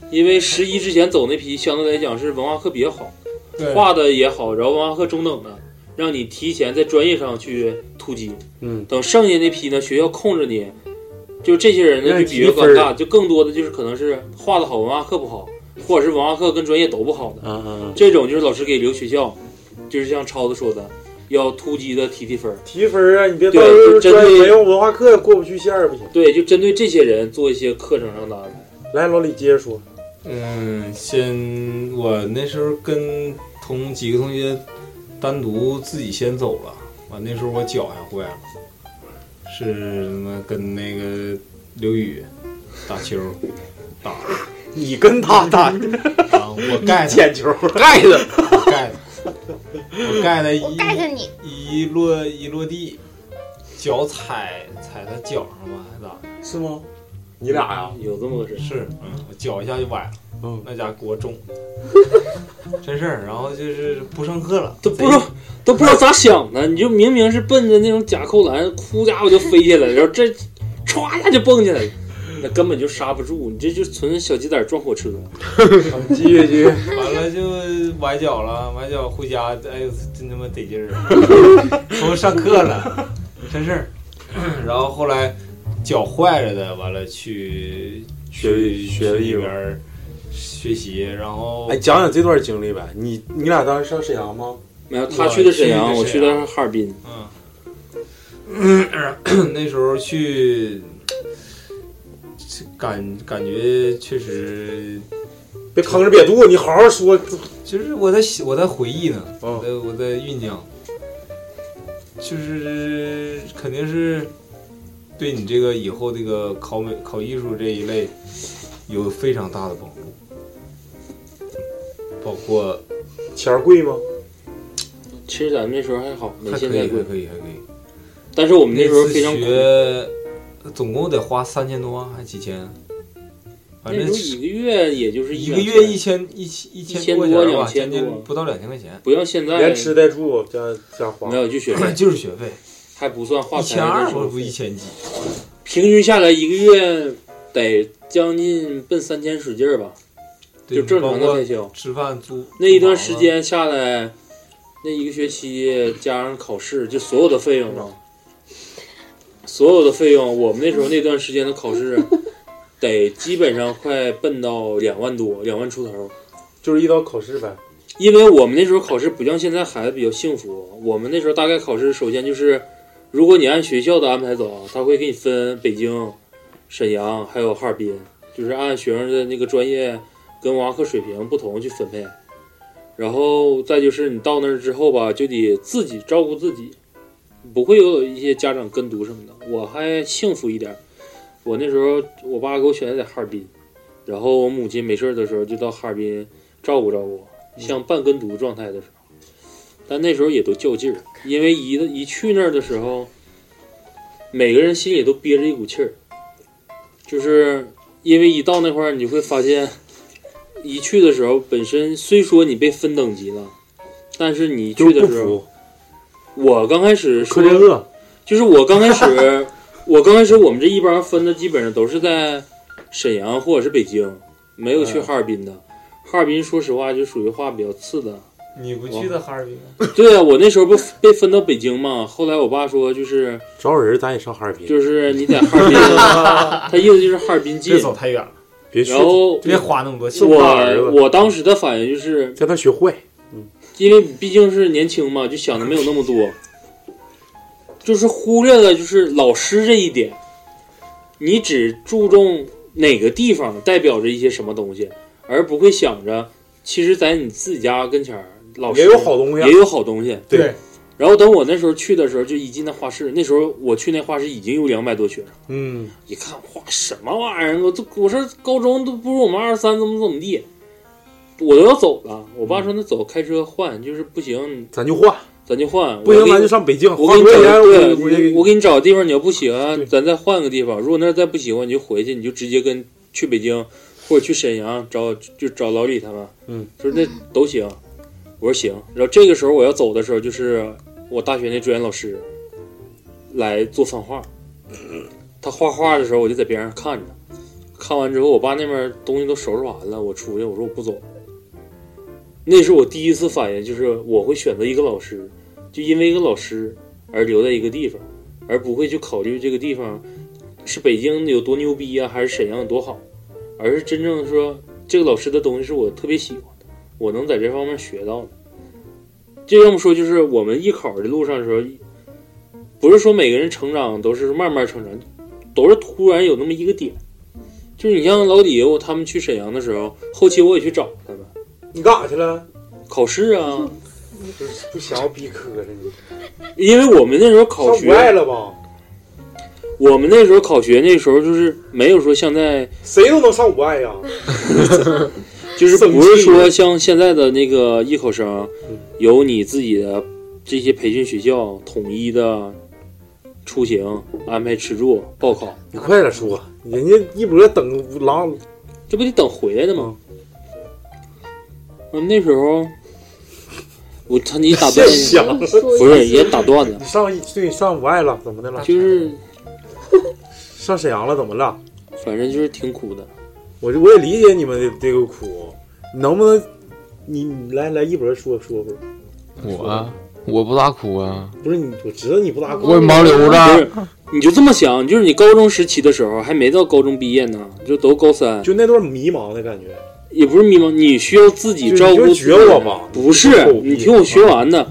Speaker 10: 因为十一之前走那批相对来讲是文化课比较好
Speaker 12: 对，
Speaker 10: 画的也好，然后文化课中等的，让你提前在专业上去突击。
Speaker 5: 嗯，
Speaker 10: 等剩下那批呢，学校控制你，就这些人呢
Speaker 5: 让
Speaker 10: 就
Speaker 5: 你
Speaker 10: 比较
Speaker 5: 提分
Speaker 10: 尴
Speaker 5: 儿
Speaker 10: 尬，就更多的就是可能是画的好，文化课不好，或者是文化课跟专业都不好的，
Speaker 5: 嗯嗯，
Speaker 10: 这种就是老师给留学校，就是像超子说的，要突击的提提分儿。
Speaker 5: 提分儿啊，你别
Speaker 10: 对就针对
Speaker 5: 文化课过不去线儿不行。
Speaker 10: 对，就针对这些人做一些课程上的安排。
Speaker 5: 来，老李接着说。
Speaker 2: 嗯，先我那时候跟同几个同学单独自己先走了，完那时候我脚还坏了，是他妈跟那个刘宇打球打的，啊
Speaker 5: 你跟他打，
Speaker 2: 我盖的
Speaker 5: 捡球
Speaker 2: 盖的，我盖的，我盖
Speaker 5: 哎
Speaker 2: 的
Speaker 9: 我
Speaker 2: 一
Speaker 9: 盖着你，
Speaker 2: 一落一落地，脚踩哎踩他脚上吧，还咋 的？
Speaker 5: 是吗？你俩呀、
Speaker 10: 有这么个事？
Speaker 2: 是，嗯，我脚一下就崴了，
Speaker 5: 嗯，
Speaker 2: 那家伙给我肿的，真事儿。然后就是不上课了，
Speaker 10: 都不知道都不知道咋想的，你就明明是奔着那种假扣篮，哭家伙就飞起来了，然后这歘一下就蹦起来了，那根本就刹不住，你这就纯小鸡仔撞火车。
Speaker 5: 继续继续，
Speaker 2: 完了就崴脚了，崴脚回家，哎呦，真他妈得劲 儿，啊从上课了，真事儿。然后后来脚坏了的，完了去
Speaker 5: 学
Speaker 2: 去
Speaker 5: 学
Speaker 2: 去
Speaker 5: 艺
Speaker 2: 那
Speaker 5: 术
Speaker 2: 边儿学习，然后
Speaker 5: 哎，讲讲这段经历呗。你你俩当时上沈阳吗？
Speaker 10: 没有，他去的沈阳，我去的哈尔滨。
Speaker 2: 那时候去，感感觉确实。
Speaker 5: 别吭哧瘪肚，你好好说。
Speaker 2: 就是我在想我在回忆呢，
Speaker 5: 哦
Speaker 2: 我在我在酝酿，就是肯定是对你这个以后这个考美考艺术这一类有非常大的帮助，包括
Speaker 5: 钱儿贵吗？
Speaker 10: 其实咱们那时候还好，没
Speaker 2: 还可
Speaker 10: 现
Speaker 2: 以
Speaker 10: 在
Speaker 2: 还
Speaker 10: 贵。
Speaker 2: 可以还可以。
Speaker 10: 但是我们那时候非常苦
Speaker 2: 那次学，总共得花三千多万还几千，啊反
Speaker 10: 那时
Speaker 2: 正
Speaker 10: 候一个月也就是
Speaker 2: 一个月一千一一
Speaker 10: 千
Speaker 2: 千
Speaker 10: 多
Speaker 2: 块钱吧
Speaker 10: 两
Speaker 2: 将
Speaker 10: 千
Speaker 2: 近
Speaker 10: 多，
Speaker 2: 不到两千块钱。
Speaker 10: 不像现在
Speaker 5: 连吃带住加加花，
Speaker 10: 没有就学 费
Speaker 2: 就是学费，
Speaker 10: 还不算画
Speaker 2: 一
Speaker 10: 材
Speaker 2: 千二
Speaker 10: 的时候
Speaker 2: 不不一千几，
Speaker 10: 平均下来一个月得将近奔三千使劲儿吧，
Speaker 2: 对
Speaker 10: 就正常
Speaker 2: 包
Speaker 10: 的
Speaker 2: 括
Speaker 10: 开销。
Speaker 2: 吃饭租
Speaker 10: 那一段时间下来，那一个学期加上考试，就所有的费用了，所有的费用，我们那时候那段时间的考试，得基本上快奔到两万多，两万出头。
Speaker 5: 就是一到考试呗。
Speaker 10: 因为我们那时候考试不像现在孩子比较幸福，我们那时候大概考试，首先就是，如果你按学校的安排走，他会给你分北京、沈阳还有哈尔滨，就是按学生的那个专业跟文化课水平不同去分配。然后再就是你到那儿之后吧，就得自己照顾自己，不会有一些家长跟读什么的。我还幸福一点儿，我那时候我爸给我选择在哈尔滨，然后我母亲没事儿的时候就到哈尔滨照顾照顾我，像半跟读状态的时候。但那时候也都较劲儿，因为一一去那儿的时候，每个人心里都憋着一股气儿，就是因为一到那块儿，你会发现，一去的时候本身虽说你被分等级了，但是你去的时候，我刚开始说
Speaker 5: 柯震恶，
Speaker 10: 就是我刚开始， 我刚开始我们这一班分的基本上都是在沈阳或者是北京，没有去
Speaker 12: 嗯
Speaker 10: 哈尔滨的。哈尔滨说实话就属于话比较次 的，
Speaker 12: 你不去的哈尔滨吗？
Speaker 10: 对啊，我那时候不被分到北京嘛，后来我爸说就是
Speaker 5: 找人咱也上哈尔滨，
Speaker 10: 就是你在哈尔滨，啊 他意思就是哈尔滨近，
Speaker 5: 别走太远了别去
Speaker 10: 然后
Speaker 5: 别花那么多钱怕儿子
Speaker 10: 我我当时的反应就是
Speaker 5: 叫他学坏，
Speaker 10: 因为毕竟是年轻嘛，就想的没有那么多，就是忽略了就是老师这一点，你只注重哪个地方代表着一些什么东西，而不会想着其实在你自己家跟前儿，老师
Speaker 5: 也有好东西啊
Speaker 10: 也有好东西，
Speaker 5: 对。
Speaker 10: 然后等我那时候去的时候，就一进那画室，那时候我去那画室已经有两百多学生了。
Speaker 5: 嗯，
Speaker 10: 一看，哇，什么玩意儿？我这我说高中都不如我们二十三，怎么怎么地，我都要走了。我爸
Speaker 5: 嗯
Speaker 10: 说那走，开车换，就是不行，
Speaker 5: 咱就换，
Speaker 10: 咱就换，
Speaker 5: 不行
Speaker 10: 我给你
Speaker 5: 咱就上北京
Speaker 10: 我给你
Speaker 5: 花
Speaker 10: 找，
Speaker 5: 多少钱
Speaker 10: 对
Speaker 5: 我我也给你
Speaker 10: 我给你找个地方，你要不行，咱再换个地方。如果那儿再不喜欢，你就回去，你就直接跟去北京或者去沈阳找，就找老李他们。
Speaker 5: 嗯，
Speaker 10: 就是那都行。我说行。然后这个时候我要走的时候，就是我大学那专业老师来做饭画。他画画的时候，我就在边上看着。看完之后，我爸那边东西都收拾完了，我出去，我说我不走。那是我第一次反应，就是我会选择一个老师，就因为一个老师而留在一个地方，而不会去考虑这个地方是北京有多牛逼啊，还是沈阳有多好，而是真正说这个老师的东西是我特别喜欢的，我能在这方面学到的。这要么说就是我们艺考的路上的时候，不是说每个人成长都是慢慢成长，都是突然有那么一个点。就是你像老李我他们去沈阳的时候，后期我也去找他们。
Speaker 5: 你干啥去了？
Speaker 10: 考试啊，
Speaker 5: 不是不想要逼磕了你，
Speaker 10: 因为我们那时候考
Speaker 5: 上
Speaker 10: 学
Speaker 5: 不爱了吧？
Speaker 10: 我们那时候考学，那时候就是没有说像在，
Speaker 5: 谁都能上 五爱呀，
Speaker 10: 就是不是说像现在的那个艺考生，有你自己的这些培训学校统一的出行安排吃住报考，
Speaker 5: 你快点说，人家一博等狼，
Speaker 10: 这不得等回来的吗？嗯，那时候我操，你打断
Speaker 11: 哎
Speaker 5: 现想了
Speaker 10: 不是也打断 了
Speaker 5: 你，上一对上五爱了，怎么的了？
Speaker 10: 就是
Speaker 5: 上沈阳了，怎么了？
Speaker 10: 反正就是挺苦的。
Speaker 5: 我就我也理解你们的这个苦，能不能你你来来一博说说说？
Speaker 10: 我
Speaker 5: 啊
Speaker 10: 我不咋苦啊，
Speaker 5: 不是你，我知道你不咋苦，
Speaker 10: 不是，你就这么想，就是你高中时期的时候，还没到高中毕业呢，就都高三，
Speaker 5: 就那段迷茫的感觉。
Speaker 10: 也不是迷茫，你需要自己照顾自己。
Speaker 5: 就是你就学我吧
Speaker 10: 不是，你听我学完呢。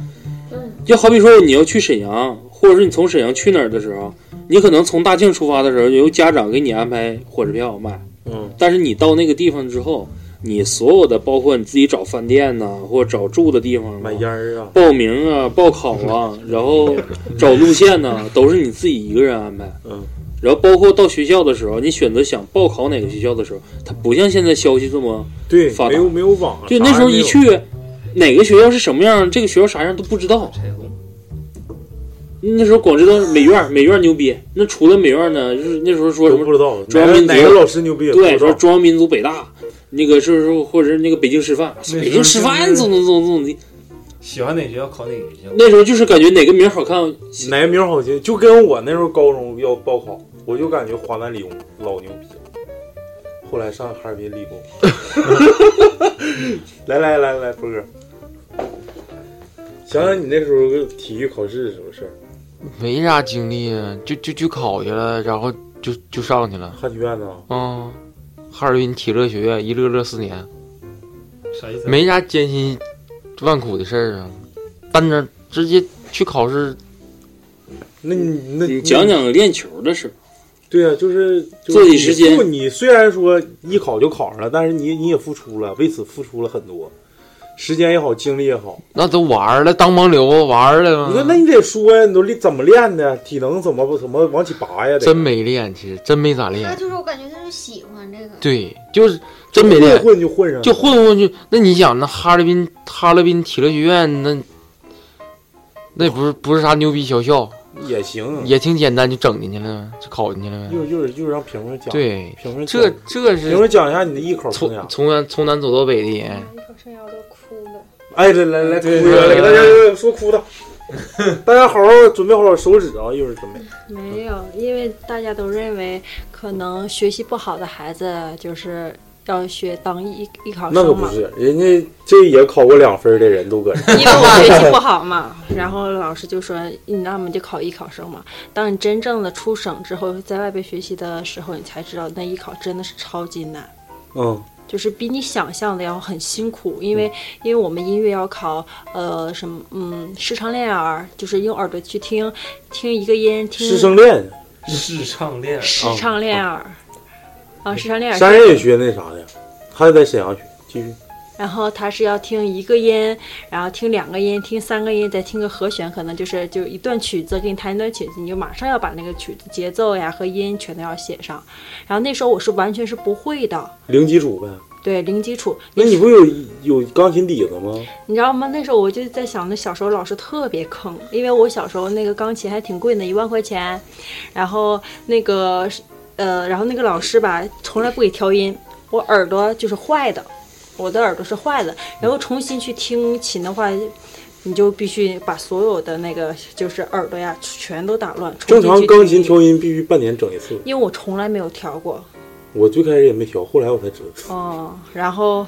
Speaker 10: 就好比说你要去沈阳，或者是你从沈阳去哪儿的时候，你可能从大庆出发的时候，由家长给你安排火车票买，
Speaker 5: 嗯，
Speaker 10: 但是你到那个地方之后，你所有的包括你自己找饭店呐、或者找住的地方、买
Speaker 5: 烟儿啊、
Speaker 10: 报名啊、报考啊，然后找路线呐、都是你自己一个人安排。
Speaker 5: 嗯，
Speaker 10: 然后包括到学校的时候，你选择想报考哪个学校的时候，它不像现在消息这么
Speaker 5: 对
Speaker 10: 发达
Speaker 5: 没有没有网，啊
Speaker 10: 对，
Speaker 5: 啥
Speaker 10: 那时候
Speaker 5: 也没
Speaker 10: 一
Speaker 5: 有
Speaker 10: 去，哪个学校是什么样，这个学校啥样都不知道。那时候广知道美院，美院牛逼。那除了美院呢，就是那时候说什么
Speaker 5: 不知道
Speaker 10: 中央民族
Speaker 5: 哪个老师牛逼也不知道
Speaker 10: 对，说中央民族北大，那个是说或者是那个北京师范，
Speaker 2: 那时候
Speaker 10: 北京师
Speaker 2: 就
Speaker 10: 范
Speaker 2: 是
Speaker 10: 怎么怎么怎么地。
Speaker 2: 喜欢哪个学校考哪个学校。
Speaker 10: 那时候就是感觉哪个名好看，
Speaker 5: 哪个名好听，就跟我那时候高中要报考，我就感觉华南理工老牛逼了，后来上哈尔滨理工。 来来来来，波哥，想想你那时候体育考试是什么事儿？
Speaker 6: 没啥经历啊，就就就考去了，然后就就上去了。
Speaker 5: 汉体院呢？
Speaker 6: 嗯，哈尔滨体乐学院一乐乐四年，
Speaker 2: 啥
Speaker 5: 啊
Speaker 2: 意思？
Speaker 6: 没啥艰辛万苦的事儿啊，单着直接去考试。
Speaker 5: 那你那
Speaker 6: 你
Speaker 10: 讲讲练球的事。
Speaker 5: 对啊，就是
Speaker 6: 做
Speaker 5: 就是
Speaker 6: 一时间
Speaker 5: 你付你虽然说一考就考上了，但是你你也付出了，为此付出了很多，时间也好，精力也好。
Speaker 6: 那都玩儿了，当盲流玩儿了
Speaker 5: 你说，
Speaker 6: 吗？
Speaker 5: 那你得说呀，你都练怎么练的？体能怎么怎么往起拔呀？得
Speaker 6: 真没练，其实真没
Speaker 9: 他
Speaker 6: 咋练。
Speaker 9: 就是我感觉他是喜欢这个，
Speaker 6: 对，就是真没练。
Speaker 5: 混就混上了，
Speaker 6: 就混混去。那你想，那哈尔滨哈尔滨体乐学院那那也不是不是啥牛逼学校，
Speaker 5: 也行，
Speaker 6: 也挺简单，就整进去了，就考进去了呗。
Speaker 5: 又又又让评论讲，
Speaker 6: 对
Speaker 5: 评论
Speaker 6: 这这是
Speaker 5: 评论讲一下你的艺考生涯
Speaker 6: 从。从南从南走到北的人，
Speaker 5: 哎，来来来，哭
Speaker 6: 对
Speaker 5: 一下，来给大
Speaker 6: 对
Speaker 5: 家说哭的，大家好好准备好手指啊，一会儿准备。
Speaker 7: 没有，因为大家都认为可能学习不好的孩子就是要学当艺艺考
Speaker 5: 那可
Speaker 7: 生
Speaker 5: 不
Speaker 7: 嘛，
Speaker 5: 是，人家这也考过两分的人都搁这。
Speaker 7: 因为我学习不好嘛，然后老师就说你那么就考艺考生嘛。当你真正的出省之后，在外边学习的时候，你才知道那艺考真的是超级难。
Speaker 5: 嗯，
Speaker 7: 就是比你想象的要很辛苦，因为因为我们音乐要考呃什么嗯视唱练耳，就是用耳朵去听听一个音，听
Speaker 5: 师生恋，
Speaker 2: 视唱恋，
Speaker 7: 视唱练耳啊视唱练耳。
Speaker 5: 山哦人也学那啥的，他也在沈阳学，继续。
Speaker 7: 然后它是要听一个音，然后听两个音，听三个音，再听个和弦，可能就是就一段曲子给你弹一段曲子，你就马上要把那个曲子节奏呀和音全都要写上。然后那时候我是完全是不会的，
Speaker 5: 零基础呗。
Speaker 7: 对零基础。
Speaker 5: 那你不有有钢琴底子吗？
Speaker 7: 你知道吗？那时候我就在想，那小时候老师特别坑，因为我小时候那个钢琴还挺贵的，一万块钱。然后那个呃，然后那个老师吧，从来不给调音，我耳朵就是坏的，我的耳朵是坏的。然后重新去听琴的话，你就必须把所有的那个就是耳朵呀全都打乱。重
Speaker 5: 正
Speaker 7: 新
Speaker 5: 常
Speaker 7: 去听
Speaker 5: 钢琴调音必须半年整一次，
Speaker 7: 因为我从来没有调过，
Speaker 5: 我最开始也没调，后来我才知道。
Speaker 7: 哦，然后，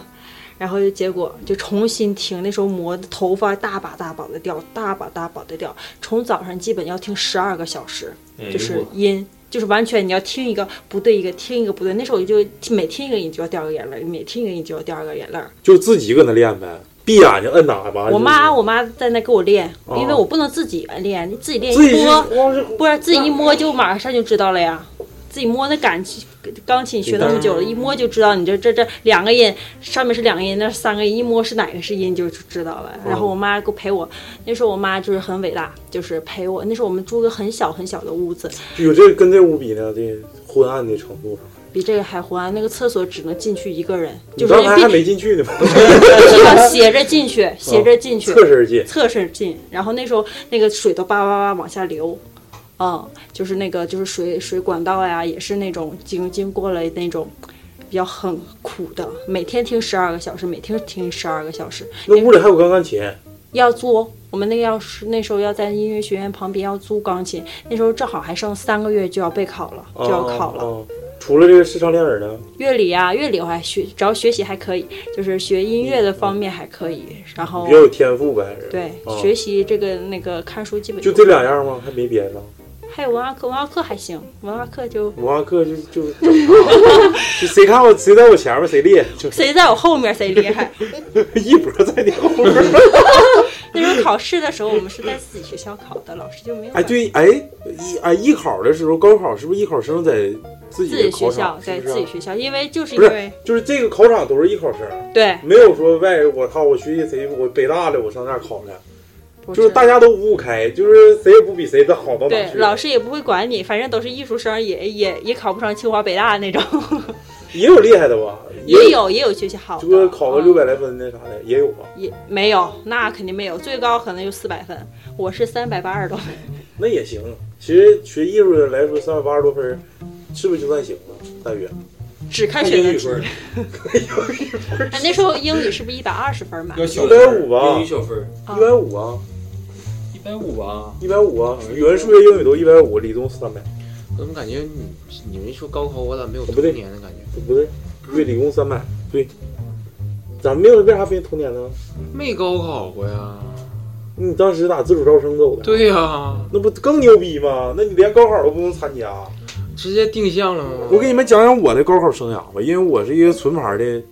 Speaker 7: 然后就结果就重新听，那时候磨的头发大把大把的掉，大把大把的掉，从早上基本要听十二个小时，
Speaker 11: 哎呦
Speaker 7: 就是音。就是完全你要听一个不对一个，听一个不对。那时候我就每听一个音就要掉个眼泪儿，每听一个音就要掉个眼泪儿。
Speaker 5: 就自己搁那练呗，闭眼睛摁喇叭。
Speaker 7: 我妈我妈在那给我练，
Speaker 5: 哦
Speaker 7: 因为我不能自己练，你自己练
Speaker 5: 自己
Speaker 7: 一摸，不是自己一摸就马上就知道了呀。自己摸那感情钢琴学那么久了，一摸就知道你这这这两个音，上面是两个音，那是三个音，一摸是哪个是音就就知道了。然后
Speaker 5: 哦
Speaker 7: 我妈给我陪我，那时候我妈就是很伟大，就是陪我。那时候我们住个很小很小的屋子，
Speaker 5: 就有这跟这屋比呢，这昏暗的程度上。
Speaker 7: 比这个还昏暗，那个厕所只能进去一个人，
Speaker 5: 你
Speaker 7: 就是
Speaker 5: 刚才还
Speaker 7: 必
Speaker 5: 没进去呢吧？
Speaker 7: 是吧？斜着进
Speaker 5: 啊
Speaker 7: 去，斜着进去，
Speaker 5: 侧身进
Speaker 7: 侧身进。然后那时候那个水都叭叭叭往下流，嗯，就是那个就是水水管道呀，也是那种经经过了那种比较很苦的，每天听十二个小时，每天听十二个小时，
Speaker 5: 那屋里还有钢钢琴，
Speaker 7: 要租。我们那个要是那时候要在音乐学院旁边要租钢琴，那时候正好还剩三个月就要备考了，就要考了。
Speaker 5: 了。哦除了这个视唱练耳呢，
Speaker 7: 乐理啊，乐理我还学，只要学习还可以，就是学音乐的方面还可以。然后
Speaker 5: 比较有天赋呗，还是
Speaker 7: 哦对，
Speaker 5: 哦
Speaker 7: 学习这个那个看书基本
Speaker 5: 就这两，样吗？还没别的？
Speaker 7: 还有文化课，文化课还行，文化课就
Speaker 5: 文化课就就 就谁看我谁在我前面谁厉害，就
Speaker 7: 谁在我后面谁厉害。
Speaker 5: 一波在你后面。
Speaker 7: 那时候考试的时候，我们是在自己学校考的，老师就没 有
Speaker 5: 哎，对，哎，艺哎艺考的时候，高考是不是艺考生在自
Speaker 7: 自
Speaker 5: 己的
Speaker 7: 己学
Speaker 5: 考
Speaker 7: 校
Speaker 5: 场？，
Speaker 7: 在
Speaker 5: 是不是啊
Speaker 7: 自己学校，因为就是因
Speaker 5: 不是
Speaker 7: 为，
Speaker 5: 就是这个考场都是艺考生，
Speaker 7: 对
Speaker 5: 没有说外人我靠，我学习谁，我北大的，我上那儿考的，就是大家都五五开，就是谁也不比谁的好到哪
Speaker 7: 对
Speaker 5: 去。
Speaker 7: 老师也不会管你，反正都是艺术生，也也也考不上清华北大那种，
Speaker 5: 也有厉害的吧？
Speaker 7: 也有嗯也有学习好
Speaker 5: 就，是考个六百来分那啥的也有吧？
Speaker 7: 也没有，那肯定没有，最高可能就四百分，我是三百八十多分，
Speaker 5: 那也行。其实学艺术的来说，三百八十多分儿，是不是就算行了？大约
Speaker 7: 只看
Speaker 5: 英
Speaker 7: 选择
Speaker 5: 语
Speaker 7: 题。
Speaker 5: 分儿，
Speaker 7: 哎，那时候英语是不是一百二十分嘛？
Speaker 5: 一百五吧，
Speaker 10: 英语小分儿
Speaker 5: 一百五啊，
Speaker 10: 一百五啊，
Speaker 5: 一百五啊，语文、数学、英语都一百五，理综三百。
Speaker 6: 我怎么感觉你你们一说高考，我咋没有
Speaker 5: 不对
Speaker 6: 童年的感觉？
Speaker 5: 不对，对，理工三百，对。咱没有为啥非童年呢？
Speaker 6: 没高考过呀。
Speaker 5: 你当时咋自主招生走的？
Speaker 6: 对呀、
Speaker 5: 那不更牛逼吗？那你连高考都不能参加，
Speaker 6: 直接定向了吗？
Speaker 5: 我给你们讲讲我的高考生涯吧，因为我是一个纯牌的，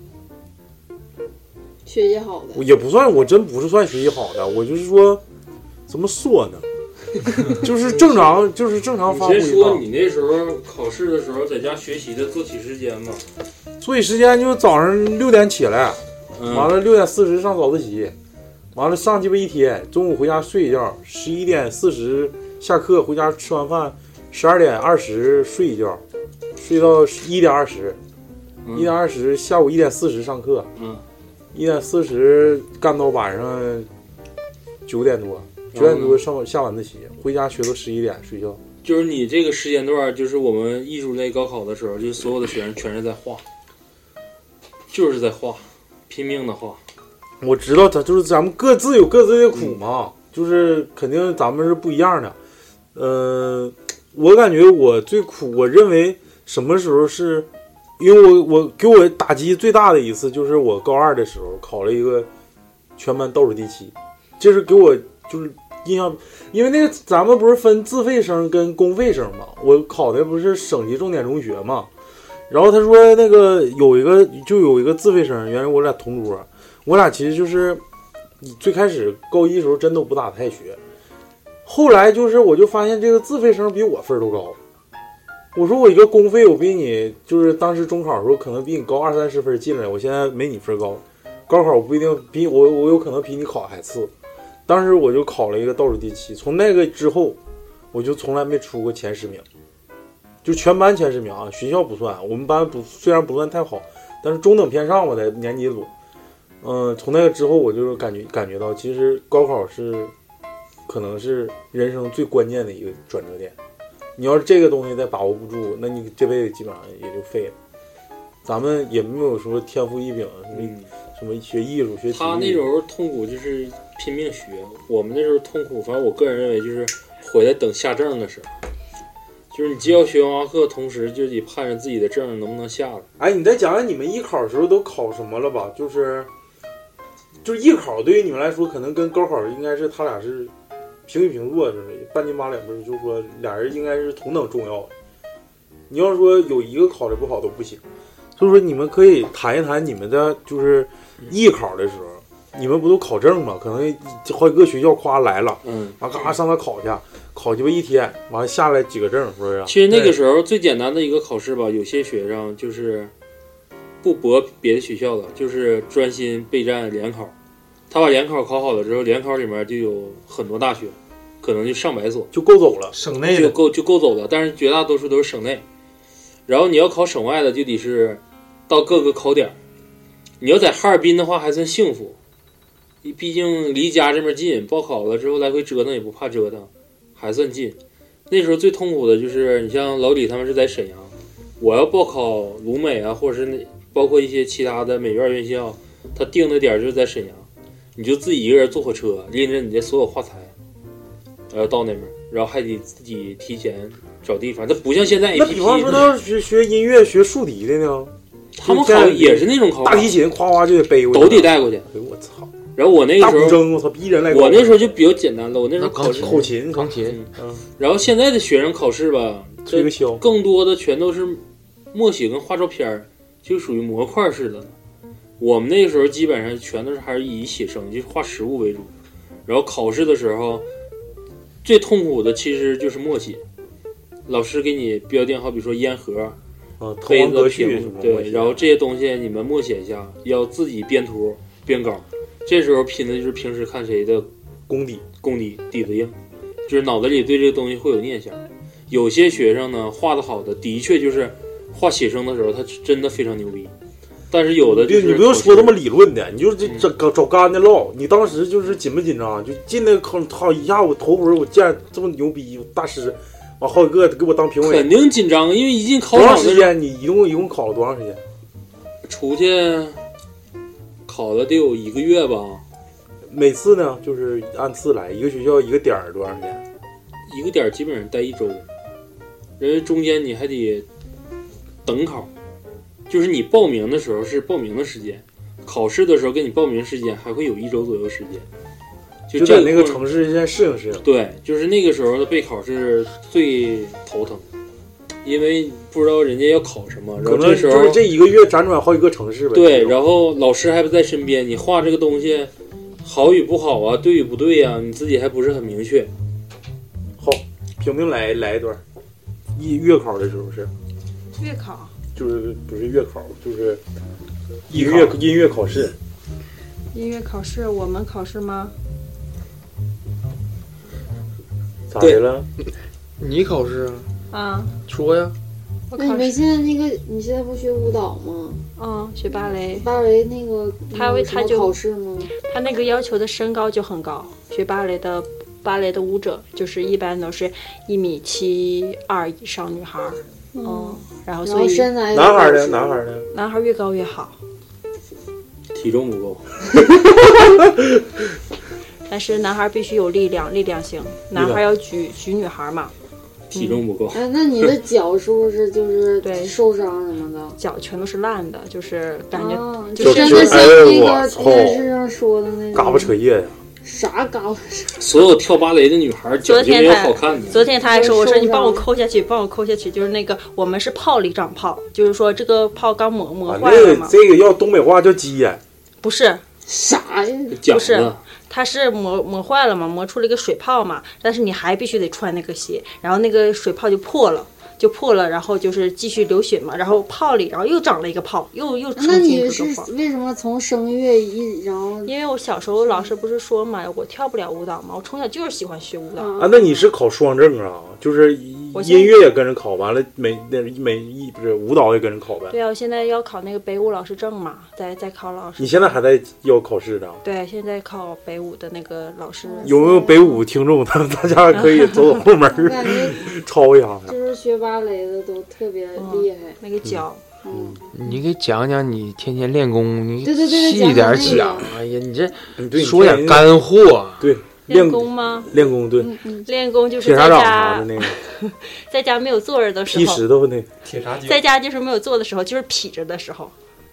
Speaker 11: 学习好的，
Speaker 5: 我也不算，我真不是算学习好的，我就是说，怎么说呢？ 就是正常，就是正常
Speaker 10: 你
Speaker 5: 发挥
Speaker 10: 先说
Speaker 5: 吧。
Speaker 10: 你那时候考试的时候在家学习的作息时间吧。
Speaker 5: 作息时间就是早上六点起来，
Speaker 10: 嗯
Speaker 5: 完了六点四十上早自习，完了上鸡巴一天，中午回家睡一觉，十一点四十下课回家吃完饭，十二点二十睡一觉，睡到一点二十，一点二十下午一点四十上课，
Speaker 10: 嗯，
Speaker 5: 一点四十干到晚上九点多，九点多上下晚自习，回家学到十一点睡觉。
Speaker 10: 就是你这个时间段，就是我们艺术类高考的时候，就是所有的学生全是在画，就是在画，拼命的画。
Speaker 5: 我知道咱就是咱们各自有各自的苦嘛，就是肯定咱们是不一样的。呃，我感觉我最苦，我认为什么时候是，因为我我给我打击最大的一次就是我高二的时候考了一个全班倒数第七，这是给我就是印象，因为那个咱们不是分自费生跟公费生嘛，我考的不是省级重点中学嘛，然后他说那个有一个就有一个自费生，原来我俩同桌，我俩其实就是最开始高一时候真都不咋太学，后来就是我就发现这个自费生比我分儿都高。我说我一个公费，我比你就是当时中考的时候可能比你高二三十分儿进来，我现在没你分儿高，高考我不一定比我我有可能比你考还次。当时我就考了一个倒数第七，从那个之后，我就从来没出过前十名，就全班前十名啊，学校不算，我们班不虽然不算太好，但是中等偏上我在年级组。嗯，从那个之后，我就是感觉感觉到，其实高考是可能是人生最关键的一个转折点。你要是这个东西再把握不住，那你这辈子基本上也就废了。咱们也没有说天赋异禀，啊什么、
Speaker 10: 嗯
Speaker 5: 什么学艺术、学体育。
Speaker 10: 他那时候痛苦就是拼命学，我们那时候痛苦，反正我个人认为就是回来等下证的时候，就是你既要学文化课，同时就得盼着自己的证能不能下了。
Speaker 5: 哎，你再讲讲你们艺考的时候都考什么了吧？就是，就是艺考对于你们来说，可能跟高考应该是他俩是平起平坐，就是半斤八两，不是？就是说俩人应该是同等重要的。你要说有一个考的不好都不行，所以说你们可以谈一谈你们的就是艺考的时候，你们不都考证吗？可能好几个学校夸来了，
Speaker 10: 嗯，
Speaker 5: 完嘎上那考去，考鸡巴一天，完了下来几个证，是不是？
Speaker 10: 其实那个时候最简单的一个考试吧，有些学生就是不博别的学校的，就是专心备战联考。他把联考考好了之后，联考里面就有很多大学，可能就上百所，
Speaker 5: 就够走了。
Speaker 12: 省
Speaker 5: 内的
Speaker 10: 就够就够走了，但是绝大多数都是省内。然后你要考省外的，就得是到各个考点儿。你要在哈尔滨的话，还算幸福，毕竟离家这么近，报考了之后来回折腾也不怕折腾，还算近。那时候最痛苦的就是，你像老李他们是在沈阳，我要报考鲁美啊，或者是那包括一些其他的美院院校，他定的点儿就是在沈阳，你就自己一个人坐火车，拎着你的所有画材，然后到那边儿，然后还得自己提前找地方。它不像现在 A
Speaker 5: 那
Speaker 10: P P，
Speaker 5: 比方说他要是学学音乐、学竖笛的呢，
Speaker 10: 他们考也是那种考法
Speaker 5: 大提琴夸夸就得背过去，
Speaker 10: 都得哦带过去。哎
Speaker 5: 呦我操！
Speaker 10: 然后我那个时
Speaker 5: 大古筝，
Speaker 10: 候，
Speaker 5: 我操，逼人来搞。
Speaker 10: 我那时候就比较简单了，我那时候考试
Speaker 5: 口琴，
Speaker 6: 钢琴，
Speaker 5: 嗯，
Speaker 10: 然后现在的学生考试吧，
Speaker 5: 吹个箫
Speaker 10: 更多的全都是默写跟画照片儿，就属于模块式的。我们那个时候基本上全都是还是以写生，就是画实物为主。然后考试的时候，最痛苦的其实就是默写。老师给你标定，好比说烟盒、
Speaker 5: 啊滕
Speaker 10: 杯
Speaker 5: 王
Speaker 10: 子、
Speaker 5: 阁序
Speaker 10: 瓶
Speaker 5: 什
Speaker 10: 子
Speaker 5: 么，默
Speaker 10: 对，
Speaker 5: 写
Speaker 10: 然后这些东西你们默写一下，要自己编图编稿。这时候拼的就是平时看谁的
Speaker 5: 功底，
Speaker 10: 功底底子硬，就是脑子里对这个东西会有念想。有些学生呢，画的好的，的确就是画写生的时候，他真的非常牛逼。但是有的就
Speaker 5: 别
Speaker 10: 是嗯
Speaker 5: 你不用说那么理论的，你就是这这找找干的唠。你当时就是紧不紧张？就进那个坑，操一下我头回我见这么牛逼大师，完好几个给我当评委，
Speaker 10: 肯定紧张，因为一进考
Speaker 5: 哎多
Speaker 10: 场
Speaker 5: 长
Speaker 10: 的时候
Speaker 5: 时间？你一共一共考了多长时间？
Speaker 10: 出去考了得有一个月吧，
Speaker 5: 每次呢就是按次来，一个学校一个点儿多长时间？
Speaker 10: 一个点儿基本上待一周，因为中间你还得等考，就是你报名的时候是报名的时间，考试的时候跟你报名时间还会有一周左右时间，就这
Speaker 5: 在那
Speaker 10: 过
Speaker 5: 个
Speaker 10: 程
Speaker 5: 城市先适应适应。
Speaker 10: 对，就是那个时候的备考是最头疼，因为不知道人家要考什么，然
Speaker 5: 可
Speaker 10: 后
Speaker 5: 能
Speaker 10: 这时候
Speaker 5: 就是这一个月辗转好几个城市呗。
Speaker 10: 对，然后老师还不在身边，你画这个东西好与不好啊，对与不对呀、你自己还不是很明确。
Speaker 5: 好，平平来来一段，一月考的时候是，
Speaker 7: 月考
Speaker 5: 就是不是月考，就是音乐音乐考试。
Speaker 7: 音乐考试，我们考试吗？
Speaker 5: 咋的了？
Speaker 6: 你考试啊？
Speaker 7: 啊，
Speaker 6: 说呀，
Speaker 7: 我
Speaker 11: 那你
Speaker 7: 考
Speaker 11: 们
Speaker 7: 试
Speaker 11: 现在那个，你现在不学舞蹈吗？
Speaker 7: 嗯，学芭蕾。
Speaker 11: 芭蕾那个
Speaker 7: 他为
Speaker 11: 有什么
Speaker 7: 他就
Speaker 11: 考试吗？
Speaker 7: 他那个要求的身高就很高，学芭蕾的芭蕾的舞者就是一般都是一米七二以上女孩儿，嗯，然后
Speaker 11: 然
Speaker 7: 所
Speaker 11: 后
Speaker 7: 以
Speaker 11: 身材
Speaker 5: 男孩儿呢？男孩儿呢？
Speaker 7: 男孩儿越高越好，
Speaker 10: 体重不够，
Speaker 7: 但是男孩儿必须有力量，力量型，男孩儿要举举女孩儿嘛，
Speaker 10: 体重不够。
Speaker 7: 嗯
Speaker 11: 哎，那你 的脚是不是就是受伤什么的？
Speaker 7: 脚全都是烂的，就是感觉、
Speaker 9: 哦
Speaker 11: 啊
Speaker 7: 就
Speaker 11: 真
Speaker 7: 是
Speaker 11: 的像那
Speaker 5: 哎
Speaker 11: 个
Speaker 5: 我操
Speaker 11: 电视上说的那
Speaker 5: 嘎
Speaker 11: 种
Speaker 5: 巴扯夜呀！
Speaker 11: 啥嘎巴扯，
Speaker 10: 所有跳芭蕾的女孩儿脚
Speaker 7: 昨
Speaker 10: 就没
Speaker 7: 天
Speaker 10: 有
Speaker 7: 他
Speaker 10: 好看的。
Speaker 7: 昨天他还说，我说
Speaker 11: 受
Speaker 7: 你帮
Speaker 11: 伤
Speaker 7: 我抠下去，帮我抠下去，就是那个我们是泡里长泡，就是说这个泡刚磨磨
Speaker 5: 啊，
Speaker 7: 坏
Speaker 5: 那
Speaker 7: 了
Speaker 5: 个
Speaker 7: 嘛，
Speaker 5: 这个要东北话叫鸡眼，
Speaker 7: 不是。
Speaker 11: 啥呀？
Speaker 7: 不是，它是磨磨坏了嘛，磨出了一个水泡嘛，但是你还必须得穿那个鞋，然后那个水泡就破了，就破了，然后就是继续流血嘛，然后泡里，然后又长了一个泡，又又重
Speaker 11: 那
Speaker 7: 新
Speaker 11: 你
Speaker 7: 一
Speaker 11: 是
Speaker 7: 个嗯泡。
Speaker 11: 为什么从声乐一然后
Speaker 7: 因为我小时候老师不是说嘛，我跳不了舞蹈嘛，我从小就是喜欢学舞
Speaker 11: 嗯
Speaker 7: 蹈。
Speaker 5: 啊，那你是考双证啊？就是音
Speaker 7: 嗯我现在
Speaker 5: 音乐也跟着考，完了美那美艺不是舞蹈也跟着考呗
Speaker 7: 对？啊，我现在要考那个北舞老师证嘛，在在考老师。
Speaker 5: 你现在还在要考试啊呢？
Speaker 7: 对，现在考北舞的那个老师。
Speaker 5: 有没有北舞听众？ 大家可以走走后门 儿
Speaker 11: 感觉
Speaker 5: 抄一下。
Speaker 11: 就是学芭蕾的都特别厉害？
Speaker 7: 那个脚，
Speaker 11: 嗯，
Speaker 6: 你给讲讲你天天练功，你
Speaker 11: 对对对
Speaker 6: 细一点
Speaker 11: 讲讲
Speaker 6: 讲
Speaker 11: 那。
Speaker 6: 哎呀，你这
Speaker 5: 对
Speaker 6: 说点干货。
Speaker 5: 对，
Speaker 7: 练功吗？
Speaker 5: 练功对，
Speaker 7: 练功就是
Speaker 5: 铁
Speaker 7: 在
Speaker 5: 砂掌啥
Speaker 7: 家
Speaker 5: 的，那个，
Speaker 7: 在家没有坐着的时
Speaker 5: 劈
Speaker 7: 候，
Speaker 5: 石头 那个，
Speaker 12: 铁砂
Speaker 7: 在家就是没有坐的时候，就是劈着的时候，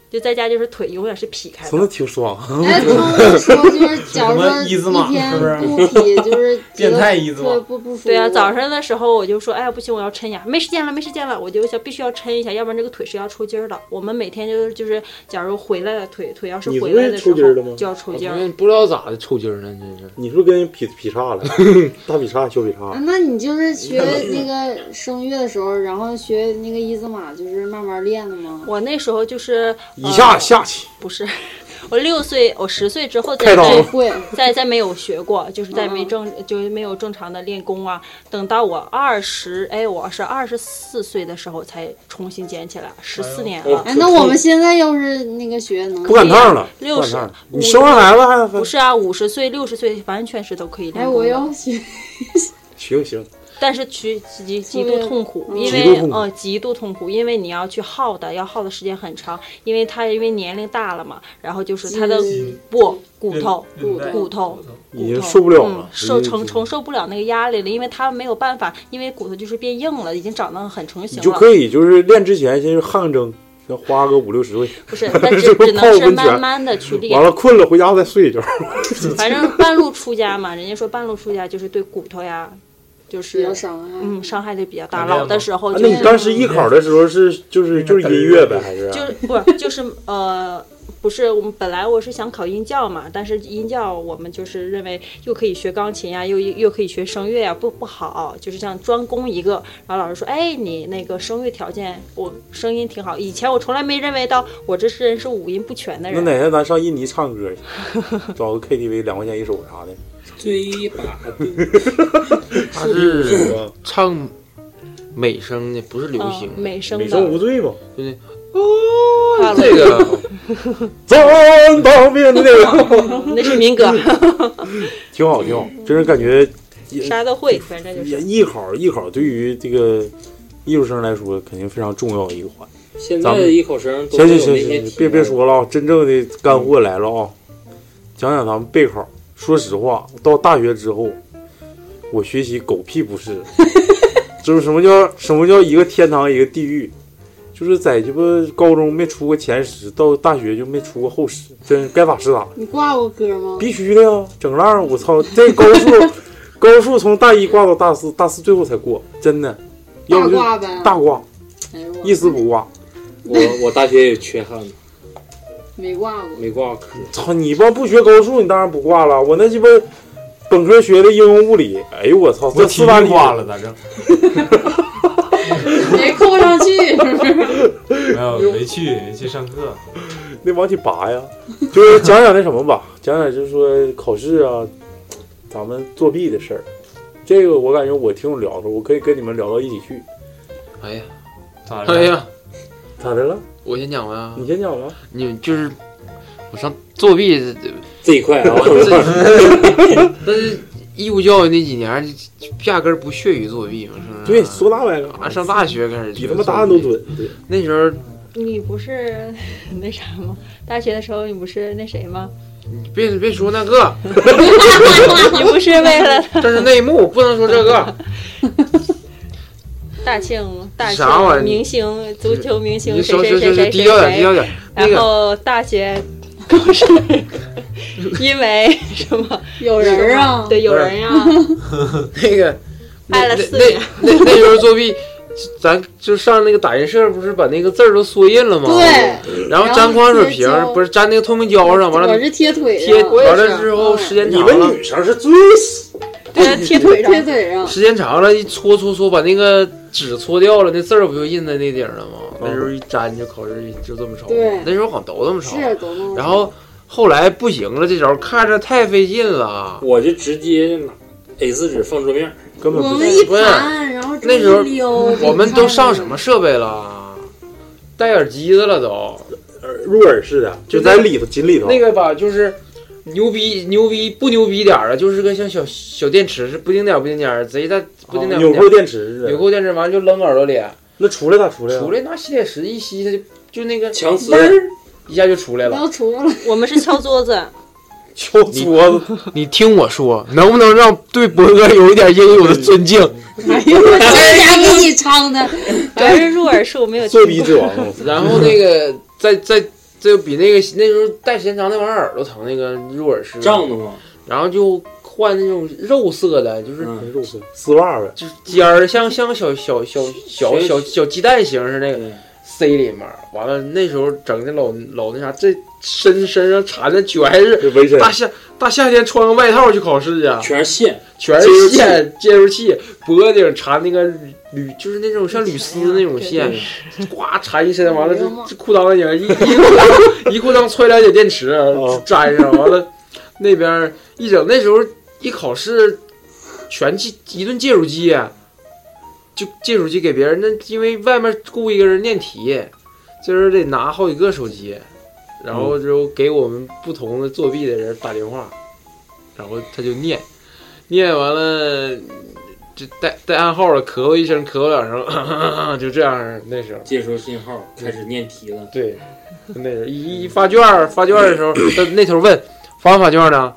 Speaker 7: 就在家就是腿永远是劈开
Speaker 5: 从
Speaker 7: 的
Speaker 5: 那。挺爽。
Speaker 11: 哎，他们说就是，假如说
Speaker 5: 一字马
Speaker 11: 一天
Speaker 5: 是不是
Speaker 11: 不劈，就是觉得
Speaker 5: 变态一字马
Speaker 11: 特不不舒服。
Speaker 7: 对啊，早上的时候我就说，哎呀，不行，我要抻一下，没时间了，没时间了，我就想必须要抻一下，要不然这个腿是要抽筋儿的。我们每天就是就是，假如回来了腿腿要是
Speaker 5: 你
Speaker 7: 回
Speaker 5: 不
Speaker 7: 来
Speaker 5: 是
Speaker 7: 的时
Speaker 5: 抽
Speaker 7: 候
Speaker 5: 筋儿的吗啊
Speaker 7: 就要抽筋儿。
Speaker 6: 不知道咋的抽筋儿了，真是。
Speaker 5: 你是不是跟人劈劈 叉了？大劈叉，小劈
Speaker 11: 啊
Speaker 5: 叉。，
Speaker 7: 嗯
Speaker 11: 那你就是学那个声乐的时候，然后学那个一字马，就是慢慢练的吗？
Speaker 7: 我那时候就是呃
Speaker 5: 一
Speaker 7: 啊
Speaker 5: 下下去，
Speaker 7: 不是， 我六岁，我十岁之后
Speaker 5: 开
Speaker 7: 再
Speaker 5: 刀
Speaker 7: 再
Speaker 5: 了
Speaker 7: 再再没有学过，就是再
Speaker 11: 嗯
Speaker 7: 没正、就是没有正常的练功啊。等到我二十，哎，我是二十四岁的时候才重新捡起来，十四年了。
Speaker 11: 哎，那我们现在要是那个学能
Speaker 5: 不赶趟了，
Speaker 7: 六
Speaker 5: 不
Speaker 7: 十
Speaker 5: 赶趟了你生完孩子还
Speaker 7: 不是啊，五十岁、六十岁完全是都可以练
Speaker 11: 哎，
Speaker 7: 功
Speaker 11: 我
Speaker 7: 的
Speaker 11: 要学，
Speaker 5: 行行，
Speaker 7: 但是去极极度痛苦，
Speaker 11: 嗯
Speaker 7: 因
Speaker 5: 极度
Speaker 7: 为
Speaker 5: 痛苦
Speaker 7: 呃极度痛苦，因为你要去耗的，要耗的时间很长，因为他因为年龄大了嘛，然后就是他的
Speaker 11: 肌
Speaker 7: 不骨头
Speaker 11: 韧
Speaker 7: 骨
Speaker 11: 韧带
Speaker 7: 骨头
Speaker 5: 已经受不了
Speaker 7: 嗯
Speaker 5: 了，
Speaker 7: 受
Speaker 5: 已经
Speaker 7: 承承受不了那个压力了，因为他没有办法，因为骨头就是变硬了，已经长得很成型
Speaker 5: 你
Speaker 7: 了，
Speaker 5: 就可以就是练之前先是汗蒸，要花个五六十块钱。
Speaker 7: 不是，但是只
Speaker 5: 泡
Speaker 7: 能是
Speaker 5: 温泉
Speaker 7: 慢慢 的去练
Speaker 5: 完。了困了回家再睡一觉。
Speaker 7: 反正半路出家嘛，人家说半路出家就是对骨头呀，就是
Speaker 11: 比较伤害，
Speaker 7: 嗯，伤害就比较大。
Speaker 5: 那
Speaker 7: 老的时候
Speaker 5: 啊
Speaker 7: 就
Speaker 5: 那
Speaker 7: 是、
Speaker 5: 你当时艺考的时候是就是就是音乐呗，还是
Speaker 7: 就是不就是呃不是我们本来我是想考音教嘛，但是音教我们就是认为又可以学钢琴呀、又又可以学声乐呀、不不好，就是像专攻一个。然后老师说，哎，你那个声乐条件我声音挺好，以前我从来没认为到我这是人是五音不全的
Speaker 5: 那
Speaker 7: 人。
Speaker 5: 哪天咱上印尼唱歌去，找个 KTV 两块钱一首啥的，
Speaker 10: 嘴巴肚。
Speaker 6: 他是唱美声的，不是流行的。
Speaker 7: 嗯美声美声无
Speaker 5: 罪吧？
Speaker 6: 对对，
Speaker 7: 哦
Speaker 6: 这个
Speaker 5: 哎 咱当面的那个，
Speaker 7: 那是民歌，
Speaker 5: 挺好，挺好，真是感觉
Speaker 7: 啥都会，反正就是。
Speaker 5: 艺考艺考对于这个艺术生来说肯定非常重要的一个环。
Speaker 10: 现在的艺考生都
Speaker 5: 行
Speaker 10: 没有
Speaker 5: 行行
Speaker 10: 那些
Speaker 5: 行，
Speaker 10: 题
Speaker 5: 别别
Speaker 10: 目
Speaker 5: 说了啊，真正的干货来了啊！讲讲咱们备考。说实话，到大学之后，我学习狗屁 不是。就是什么叫什么叫一个天堂一个地狱？就是在鸡巴高中没出过前十，到大学就没出过后十，真该咋是咋。
Speaker 11: 你挂过歌吗？
Speaker 5: 必须的呀，整浪儿我操，这高数 高数从大一挂到大四，大四最后才过，真的，要不就
Speaker 11: 大挂呗哎
Speaker 5: 大挂，一丝不挂。
Speaker 10: 我我大学也缺憾，
Speaker 11: 没挂过。
Speaker 10: 没挂科。
Speaker 5: 操你帮不学高数，你当然不挂了。我那鸡巴本科学的应用物理，哎呦我操，
Speaker 2: 我
Speaker 5: 这
Speaker 2: 体
Speaker 5: 四
Speaker 2: 育
Speaker 5: 大理
Speaker 2: 挂了咋整？
Speaker 11: 没扣上去。
Speaker 2: 没有，没去，没去上课。
Speaker 5: 那往起拔呀，就是讲讲那什么吧，讲讲就是说考试啊，咱们作弊的事儿。这个我感觉我挺有聊头，我可以跟你们聊到一起去。
Speaker 6: 哎呀，
Speaker 5: 咋
Speaker 6: 哎呀，
Speaker 5: 咋的了？
Speaker 6: 我先讲吧，
Speaker 5: 你先讲吧。
Speaker 6: 你就是我上作弊这
Speaker 10: 这一块 啊
Speaker 6: 这但是义务教育那几年压根儿不屑于作弊嘛，是不是？
Speaker 5: 对，说大白了，
Speaker 6: 啊，上大学开始就
Speaker 5: 比他妈
Speaker 6: 作
Speaker 5: 答案都
Speaker 6: 弊
Speaker 5: 准。对
Speaker 6: 那时候
Speaker 7: 你不是 那啥吗？大学的时候你不是那谁吗？
Speaker 6: 你别别说那个，
Speaker 7: 你不是为了
Speaker 6: 这是内幕，不能说这个。
Speaker 7: 大庆大庆
Speaker 6: 啥玩意儿
Speaker 7: 明星足球明星
Speaker 6: 你
Speaker 7: 谁
Speaker 6: 稍
Speaker 7: 谁
Speaker 6: 稍
Speaker 7: 谁
Speaker 6: 稍
Speaker 7: 谁谁
Speaker 6: 低调点，低调
Speaker 7: 谁，
Speaker 6: 点。那
Speaker 7: 然
Speaker 6: 个
Speaker 7: 后大学考试 因为什么
Speaker 11: 有人啊
Speaker 7: 对，有人呀、
Speaker 6: 那个
Speaker 7: 爱了
Speaker 6: 那
Speaker 7: 四年。
Speaker 6: 那那时候作弊，咱就上那个打印社，不是把那个字儿都缩印了吗？
Speaker 11: 对
Speaker 6: 然后
Speaker 11: 然后
Speaker 6: 粘矿泉水
Speaker 11: 贴
Speaker 6: 瓶
Speaker 11: 胶
Speaker 6: 儿，不是粘那个透明胶上，完了
Speaker 11: 我是贴腿上，嗯
Speaker 6: 贴
Speaker 11: 我也
Speaker 6: 完了
Speaker 11: 是
Speaker 6: 之
Speaker 10: 啊
Speaker 6: 后时间
Speaker 5: 你
Speaker 6: 长
Speaker 5: 们
Speaker 6: 了，
Speaker 5: 女生是最
Speaker 7: 对贴腿上
Speaker 11: 贴腿上。
Speaker 6: 时间长了，一搓搓搓，把那个纸搓掉了，那字儿不就印在那顶儿了吗？那时候
Speaker 5: 啊
Speaker 6: 一粘就考试就这么抄
Speaker 11: 对，
Speaker 6: 那时候好像都这么抄。
Speaker 11: 是都弄。
Speaker 6: 然后后来不行了，这招看着太费劲了，
Speaker 10: 我就直接拿 A 4纸放桌面，
Speaker 5: 根
Speaker 11: 我们一
Speaker 6: 不是
Speaker 11: 盘，然后这么
Speaker 6: 那时候
Speaker 11: 一溜
Speaker 6: 我们都上什么设备了？戴耳机的了都，
Speaker 5: 呃入耳式的，就在里头紧里头。
Speaker 6: 那个吧，就是牛逼牛逼不牛逼点儿啊，就是个像小小电池是不丁点儿不丁点儿，贼大不丁点儿
Speaker 5: 纽
Speaker 6: 不丁点儿
Speaker 5: 扣电池似的
Speaker 6: 纽扣电池完了就扔耳朵里，
Speaker 5: 那出来咋出来啊？
Speaker 6: 出来拿吸铁石一吸，它就就那个
Speaker 10: 强磁
Speaker 6: 嗡儿一下就出来了。
Speaker 11: 都 出了。
Speaker 7: 我们是敲桌子，
Speaker 5: 敲桌
Speaker 6: 子，你听我说，能不能让对博哥有一点应有的尊敬？
Speaker 11: 哎呦， 我这家给你 唱的，
Speaker 7: 主要是入耳式我没有
Speaker 5: 作
Speaker 7: 听
Speaker 5: 弊
Speaker 7: 过
Speaker 5: 之王。
Speaker 6: 然后那个再再就比那个那时候戴时间长那玩意儿耳朵疼，那个入耳式
Speaker 10: 胀的嘛。
Speaker 6: 然后就换那种肉色的，就是
Speaker 10: 嗯
Speaker 5: 肉色丝袜呗，
Speaker 6: 就是尖儿，像像小小小小小小鸡蛋形似的，塞里面儿。完了那时候整的老老那啥，这身身上缠的全
Speaker 5: 纹
Speaker 6: 是
Speaker 5: 身
Speaker 6: 大夏大夏天穿个外套去考试 去，
Speaker 10: 全是线，
Speaker 6: 全
Speaker 10: 接
Speaker 6: 是
Speaker 10: 入器
Speaker 6: 线接入器，脖顶缠那个铝，就是那种像铝丝那种线，
Speaker 10: 嗯
Speaker 6: 呱缠一身，完了这这裤裆里面一一裤裆一裤裆揣两节电池啊粘上，完了那边儿一整，那时候一考试全记一顿借手机，啊就借手机给别人，那因为外面雇一个人念题，就是得拿好几个手机，然后就给我们不同的作弊的人打电话，然后他就念，念完了就带带暗号了，咳嗽一声，咳嗽两声， 就这样儿。那时候
Speaker 10: 接收信号，开始念题了。
Speaker 6: 对，那时候一一发卷儿发卷儿的时候，他那头问发没发卷儿呢，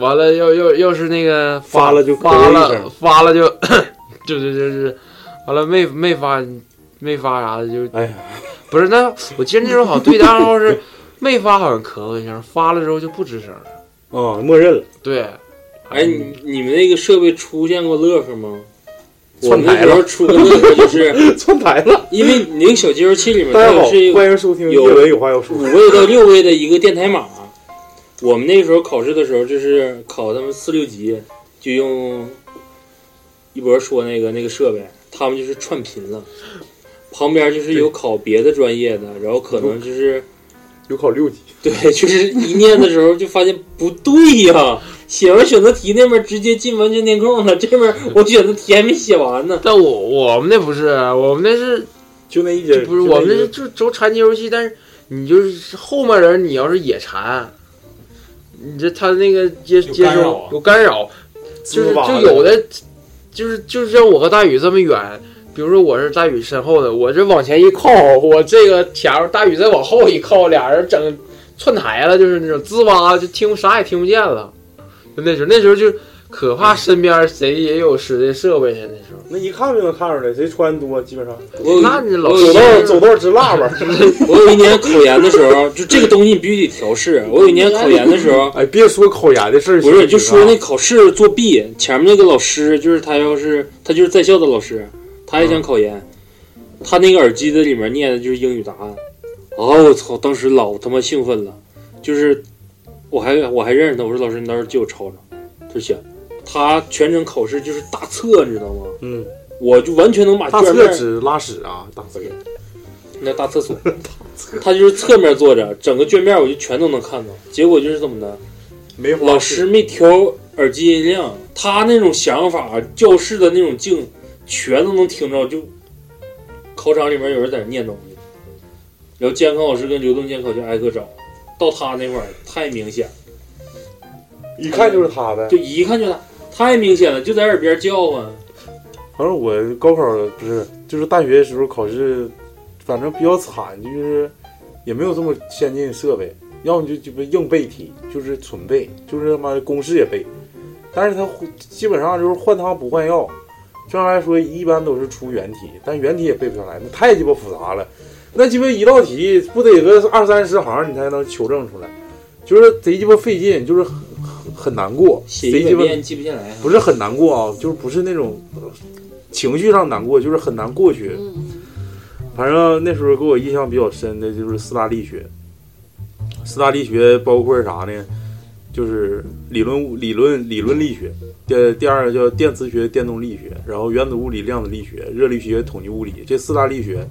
Speaker 6: 完了要要要是那个
Speaker 5: 发了就
Speaker 6: 发
Speaker 5: 咳一
Speaker 6: 了
Speaker 5: 声
Speaker 6: 发了就 就就就是完了没没发没发啥的就
Speaker 5: 哎呀，
Speaker 6: 不是那我记得那时候好像对的暗号是没发好像咳嗽一声，发了之后就不吱声了。
Speaker 5: 啊，默认了。
Speaker 6: 对，
Speaker 10: 哎，你你们那个设备出现过乐呵吗？我
Speaker 5: 窜
Speaker 10: 们那
Speaker 5: 台
Speaker 10: 时
Speaker 5: 了
Speaker 10: 候出个乐呵就是
Speaker 5: 窜台了，
Speaker 10: 因为你那个小接收器里 面
Speaker 5: 大
Speaker 10: 它
Speaker 5: 家好
Speaker 10: 有是，
Speaker 5: 欢迎收听
Speaker 10: 有
Speaker 5: 叶文有话要说
Speaker 6: 嗯
Speaker 10: 五位到六位的一个电台码。我们那时候考试的时候，就是考他们四六级，就用一博说那个那个设备，他们就是串频了。旁边就是有考别的专业的，然后可能就是
Speaker 5: 有考六级，
Speaker 10: 对，就是一念的时候就发现不对呀、写完选择题那边直接进文件填空了，这边我选择题还没写完呢。
Speaker 6: 但我我们那不是，啊我们那是
Speaker 5: 就那一节，
Speaker 6: 不是我们那是就都缠结游戏，但是你就是后面人，你要是也缠，你这他那个接接
Speaker 5: 干扰啊
Speaker 6: 收有干扰，就是
Speaker 5: 自拔
Speaker 6: 就
Speaker 5: 了
Speaker 6: 有的就是就是像我和大宇这么远。比如说我是大宇身后的，我这往前一靠，我这个前面大宇再往后一靠，俩人整串台了，就是那种滋哇，就听啥也听不见了。就那时候，那时候就可怕，身边谁也有使这设备去。那时候
Speaker 5: 那一看就能看出来，谁穿多基本上。
Speaker 10: 我
Speaker 6: 那你老
Speaker 5: 走道
Speaker 6: 师
Speaker 5: 走道直 喇叭。
Speaker 10: 我有一年考研的时候，就这个东西你必须得调试。我有一年考研的时候，
Speaker 5: 哎，别说考研的事儿，
Speaker 10: 不是就
Speaker 5: 啊
Speaker 10: 说那考试作弊，前面那个老师就是他，要是他就是在校的老师，他也想考研，他那个耳机的里面念的就是英语答案。哦，我操！当时老他妈兴奋了，就是我还我还认识他，我说老师，你到时候借我抄抄，他就写。他全程考试就是大测，你知道吗？
Speaker 5: 嗯，
Speaker 10: 我就完全能把
Speaker 5: 大
Speaker 10: 卷
Speaker 5: 厕
Speaker 10: 面
Speaker 5: 纸拉屎啊，大厕
Speaker 10: 那大厕所，他就是侧面坐着，整个卷面我就全都能看到。结果就是怎么的，
Speaker 5: 没
Speaker 10: 老师没调耳机音量，他那种想法，教室的那种静，全都能听着。就考场里面有人在那念东西，然后监考老师跟流动监考就挨个找，到他那块儿太明显了。
Speaker 5: 一看就是他呗
Speaker 10: 就。一看就他，太明显了，就在耳边叫唤。
Speaker 5: 反正我高考不是，就是大学的时候考试，反正比较惨，就是也没有这么先进的设备，要么就鸡巴硬背题，就是纯背，就是他妈的公式也背。但是他基本上就是换汤不换药，正常来说一般都是出原题，但原题也背不上来，那太鸡巴复杂了。那鸡巴一道题不得有个二三十行你才能求证出来，就是贼鸡巴费劲，就是很很很难过，
Speaker 10: 写一
Speaker 5: 贼鸡
Speaker 10: 百
Speaker 5: 巴
Speaker 10: 遍记不下来。
Speaker 5: 不是很难过啊，就是不是那种呃情绪上难过，就是很难过去。反正那时候给我印象比较深的就是四大力学，四大力学包括啥呢？就是理论理论理论力学，第第二个叫电磁学、电动力学，然后原子物理、量子力学、热力学、统计物理这四大力学，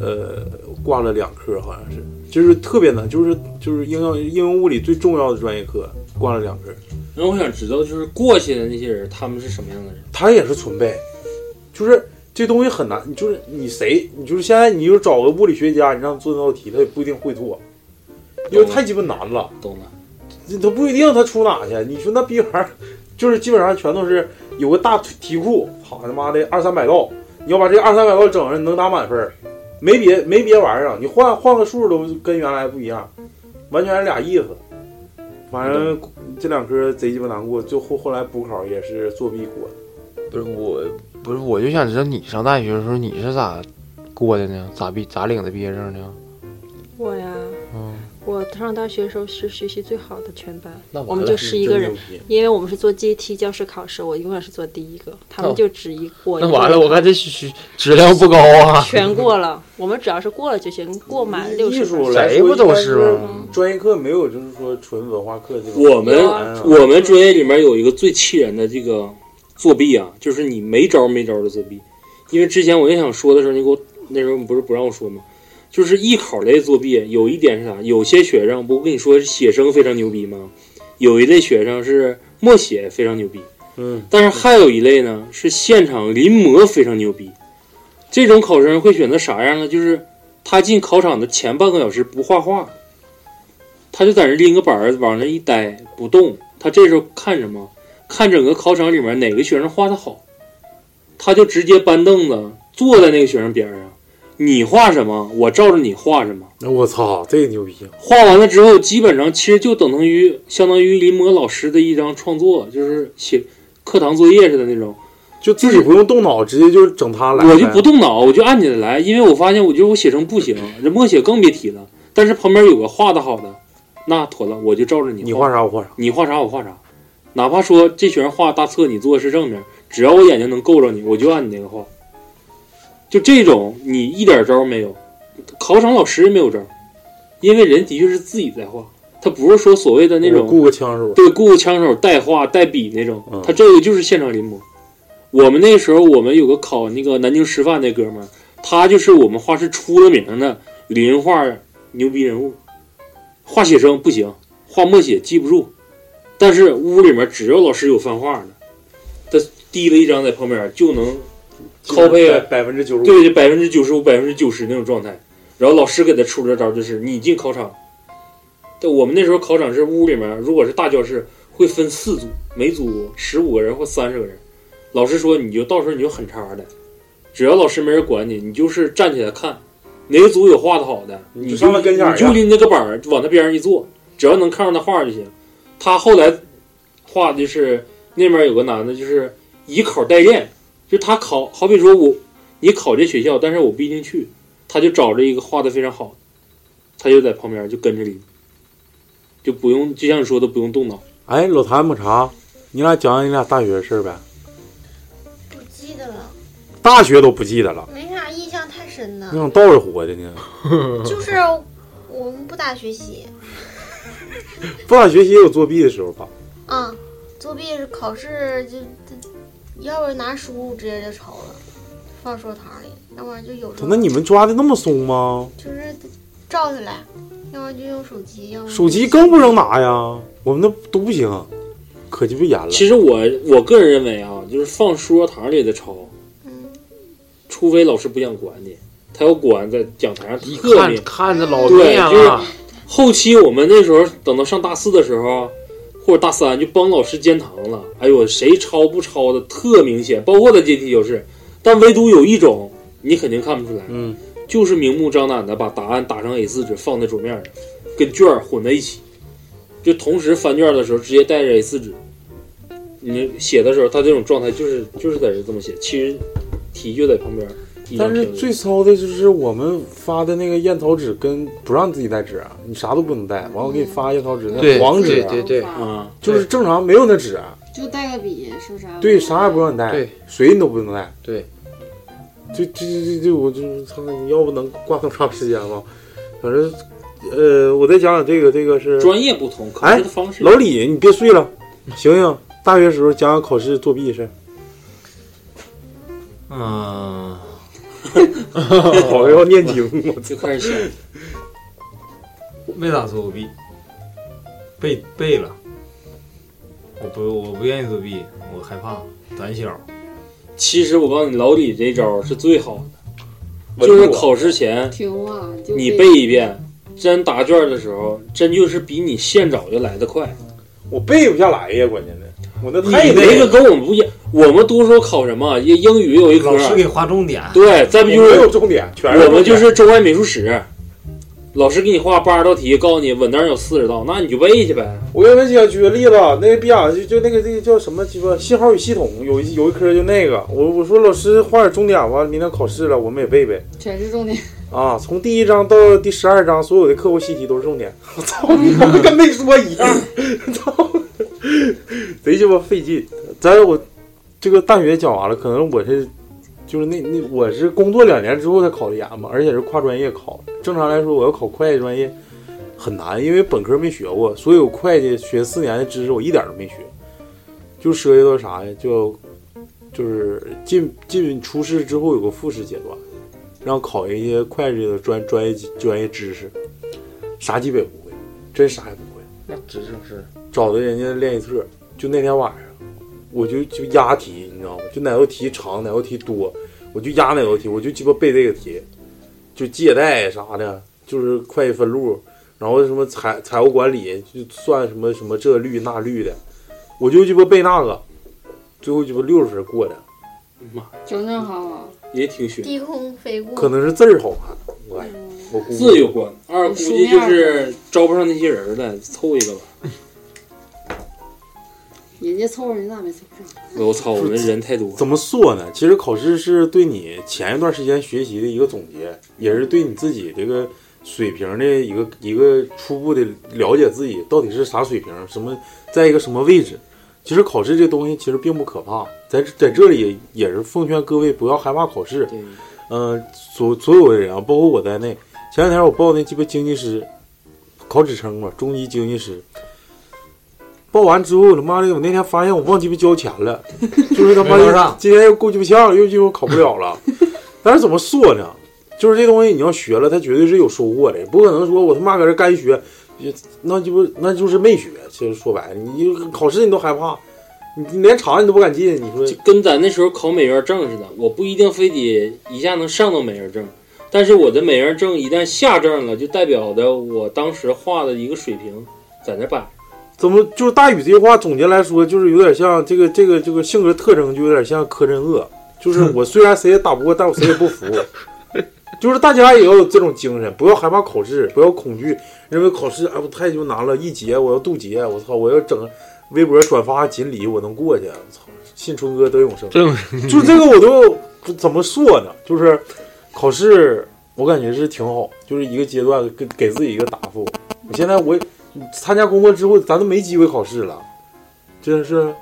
Speaker 5: 呃，挂了两科好像是，就是特别难，就是就是应用应用物理最重要的专业课挂了两科。
Speaker 10: 然后我想知道，就是过去的那些人，他们是什么样的人？
Speaker 5: 他也是纯背，就是这东西很难。你就是你谁，你就是现在你就找个物理学家，你让他做那道题，他也不一定会做，因为太鸡巴难了。
Speaker 10: 懂了，
Speaker 5: 他不一定他出哪去。你说那逼玩意儿，就是基本上全都是有个大题库，操他妈的二三百道，你要把这二三百道整上，你能打满分儿，没别没别玩意儿啊，你换换个数都跟原来不一样，完全是俩意思。反
Speaker 7: 嗯
Speaker 5: 正这两科贼鸡巴难过，最后后来补考也是作弊过的。
Speaker 6: 不是我，不是我就想知道你上大学的时候你是咋过的呢？咋毕咋领的毕业证呢？
Speaker 7: 我呀，
Speaker 6: 嗯，
Speaker 7: 我上大学的时候是学习最好的全班，
Speaker 6: 那完了
Speaker 7: 我们就十一个人
Speaker 6: 你真牛，
Speaker 7: 因为我们是坐阶梯教室考试，我永远是坐第一个，他们
Speaker 6: 那
Speaker 7: 就只一过。
Speaker 6: 那完了，我看这学质量不高啊。
Speaker 7: 全过了，我们只要是过了就行，过满六十
Speaker 5: 艺术
Speaker 7: 分。
Speaker 5: 来
Speaker 6: 谁
Speaker 5: 说
Speaker 6: 不都
Speaker 5: 应该
Speaker 6: 是吗？
Speaker 5: 专业课没有，就是说纯文化课这种。
Speaker 10: 我们
Speaker 5: 哎
Speaker 10: 我们专业里面有一个最气人的这个作弊啊，就是你没招没招的作弊。因为之前我也想说的时候，你给我那时候你不是不让我说吗？就是艺考类作弊有一点是啥？有些学生不跟你说写生非常牛逼吗？有一类学生是默写非常牛逼，
Speaker 5: 嗯，
Speaker 10: 但是还有一类呢是现场临摹非常牛逼。这种考生会选择啥样呢？就是他进考场的前半个小时不画画，他就在那拎个板儿往那一待不动。他这时候看什么？看整个考场里面哪个学生画的好，他就直接搬凳子坐在那个学生边上。你画什么，我照着你画什么。
Speaker 5: 那我操，这个牛逼！啊
Speaker 10: 画完了之后，基本上其实就等同于相当于临摹老师的一张创作，就是写课堂作业似的那种。
Speaker 5: 就自己不用动脑，直接就整他来。
Speaker 10: 我就不动脑，我就按起来来，因为我发现我觉得我写成不行，这默写更别提了。但是旁边有个画的好的，那妥了，我就照着你你画
Speaker 5: 啥我画啥，
Speaker 10: 你画啥我画啥，哪怕说这学生画大册你做的是正面，只要我眼睛能够着你，我就按你那个画。就这种你一点招没有，考场老师也没有招，因为人的确是自己在画，他不是说所谓的那种
Speaker 5: 我雇个枪手。
Speaker 10: 对，雇枪手带画带笔那种，他这个就是现场临摹。我们那时候我们有个考那个南京师范那哥们儿，他就是我们画室出了名的临画牛逼人物，画写生不行，画默写记不住，但是屋里面只要老师有放话呢，他递了一张在旁边就能 copy
Speaker 5: 百分之九十五，
Speaker 10: 对，就百分之九十五、百分之九十那种状态。然后老师给他出了招，就是你进考场，对，我们那时候考场是屋里面，如果是大教室会分四组，每组十五个人或三十个人。老师说你就到时候你就狠叉的，只要老师没人管你，你就是站起来看哪个组有画的好的，你
Speaker 5: 上他跟前儿
Speaker 10: 你
Speaker 5: 去啊
Speaker 10: 就拎那个板儿往他边上一坐，只要能看上他画就行。他后来画的是那边有个男的，就是以考代练，就他考，好比说我你考这学校，但是我不一定去，他就找了一个画的非常好的，他就在旁边就跟着拎，就不用就像你说的不用动脑。
Speaker 5: 哎，老谭抹茶，你俩讲讲你俩大学的事儿呗？
Speaker 9: 不记得了，
Speaker 5: 大学都不记得了，
Speaker 9: 没啥印象太深
Speaker 5: 你
Speaker 9: 了
Speaker 5: 怎。倒着活的呢？
Speaker 6: 嗯
Speaker 9: 就是我们不咋学习，
Speaker 5: 不咋学习也有作弊的时候吧？
Speaker 9: 嗯，作弊是考试就，要不然拿书直接就抄了，放书堂里，要不然就有时
Speaker 5: 操
Speaker 9: 候
Speaker 5: 那你们抓的那么松吗？
Speaker 9: 就是照下来，要不然就用手机，要不然
Speaker 5: 手机更不能拿呀，我们那都不行，可鸡巴严了。
Speaker 10: 其实我我个人认为啊，就是放书桌堂里的抄，除非老师不想管你，他要管在讲台上特别
Speaker 6: 看看着老那
Speaker 10: 对，
Speaker 6: 样
Speaker 10: 就是
Speaker 6: 啊，
Speaker 10: 后期我们那时候等到上大四的时候，或者大三就帮老师监堂了。哎呦，谁抄不抄的特明显，包括在阶梯教室。但唯独有一种你肯定看不出来，
Speaker 5: 嗯，
Speaker 10: 就是明目张胆的把答案打成 A 4纸放在桌面上，跟卷儿混在一起，就同时翻卷儿的时候直接带着 A 4纸。你写的时候，他这种状态就是就是在这这么写，其实题就在旁边。一张
Speaker 5: 但是
Speaker 10: 屏幕
Speaker 5: 最骚的就是我们发的那个验草纸，跟不让自己带纸，啊你啥都不能带。完，我给你发验草纸，那
Speaker 6: 对
Speaker 5: 黄纸，
Speaker 6: 对对对
Speaker 5: 啊，就是正常没有那纸，啊
Speaker 11: 就带个笔，是不是啊？
Speaker 5: 对，啥也不让你带，
Speaker 6: 对，
Speaker 5: 水你都不能带，
Speaker 6: 对。
Speaker 5: 这这这这，我就是操，你要不能挂那么长时间吗？反正，呃，我再讲讲这个，这个是
Speaker 10: 专业不同，考
Speaker 5: 哎
Speaker 10: 试的方，式。
Speaker 5: 老李，你别睡了，醒醒。大学时候讲讲考试作弊 的事儿。
Speaker 2: 嗯，
Speaker 5: 好要念经， 我
Speaker 10: 就开始想。
Speaker 2: 没咋作过弊，背背了。我不，我不愿意作弊，我害怕，胆小。
Speaker 10: 其实我告诉你，老李这招是最好的，
Speaker 2: 稳住
Speaker 10: 就是考试前
Speaker 11: 停啊，就
Speaker 10: 你背一遍，真答卷的时候，真就是比你现找就来得快。
Speaker 5: 我背不下来呀，关键是，我那
Speaker 10: 你那个跟我们不一样，我们多数考什么？英英语有一科，
Speaker 2: 老师给划重点。
Speaker 10: 对，再不就
Speaker 2: 我
Speaker 10: 是
Speaker 2: 没有重点全是
Speaker 10: 我们
Speaker 2: 重点
Speaker 10: 就是中外美术史，老师给你画八十道题，告诉你稳当有四十道，那你就背去呗。
Speaker 5: 我原本想举个例子，啊那个逼样就就那个那个叫什么鸡巴信号与系统，有一有一科就那个，我我说老师画点重点吧，明天考试了，我们也背背
Speaker 11: 全是重点。
Speaker 5: 啊。从第一章到第十二章，所有的课后习题都是重点。我操，我跟没说一样，操，贼鸡巴费劲。咱我这个大学讲完了，可能我是就是那那我是工作两年之后才考的研嘛，而且是跨专业考。正常来说，我要考会计专业很难，因为本科没学过，所有会计学四年的知识我一点儿都没学，就涉及到啥呀？就就是进进初试之后有个复试阶段，让考一些会计的专专业专业知识，啥基本不会，真啥也不会。
Speaker 6: 那指正是
Speaker 5: 找的人家练习册，就那天晚上，我就就押题，你知道吗？就哪道题长，哪道题多，我就押哪道题，我就鸡巴背这个题，就借贷啥的，就是会计分录，然后什么财财务管理，就算什么什么这率那率的，我就鸡巴背那个，最后鸡巴六十分过的，
Speaker 11: 整整好啊好，
Speaker 10: 也挺悬。
Speaker 9: 低空飞过，
Speaker 5: 可能是字儿好看，我感觉我估计
Speaker 10: 字有关，二估计就是招不上那些人了，凑一个吧。
Speaker 11: 人家凑合，啊人咋没凑上？
Speaker 10: 我操，我们人太多。
Speaker 5: 怎么说呢？其实考试是对你前一段时间学习的一个总结，也是对你自己这个水平的一个一个初步的了解，自己到底是啥水平，什么在一个什么位置。其实考试这东西其实并不可怕，在这在这里也也是奉劝各位不要害怕考试。嗯、所所有的人啊，包括我在内，前两天我报那鸡巴经济师，考职称嘛，中级经济师。报完之后，他妈的，我那天发现我忘鸡巴交钱 了，就是他妈
Speaker 2: 没报上
Speaker 5: 的今天又够鸡巴呛，又鸡巴考不了了。但是怎么说呢？就是这东西你要学了，它绝对是有收获的，不可能说我他妈搁这干学，也那就不那就是没学。其实说白了，你考试你都害怕，你连查你都不敢进。你说
Speaker 10: 跟咱那时候考美院证似的，我不一定非得一下能上到美院证，但是我的美院证一旦下证了，就代表的我当时画的一个水平在那摆。
Speaker 5: 怎么就是大宇这句话总结来说，就是有点像这个这个这个性格特征，就有点像柯镇恶。就是我虽然谁也打不过，但我谁也不服。 就是大家也要有这种精神，不要害怕考试，不要恐惧，认为考试哎我太就难了，一节我要渡劫，我操，我要整微博转发锦鲤，我能过去，我操，信春哥得永生，就这个我都怎么说呢？就是考试，我感觉是挺好，就是一个阶段给给自己一个答复。我现在我参加工作之后，咱都没机会考试了，真是，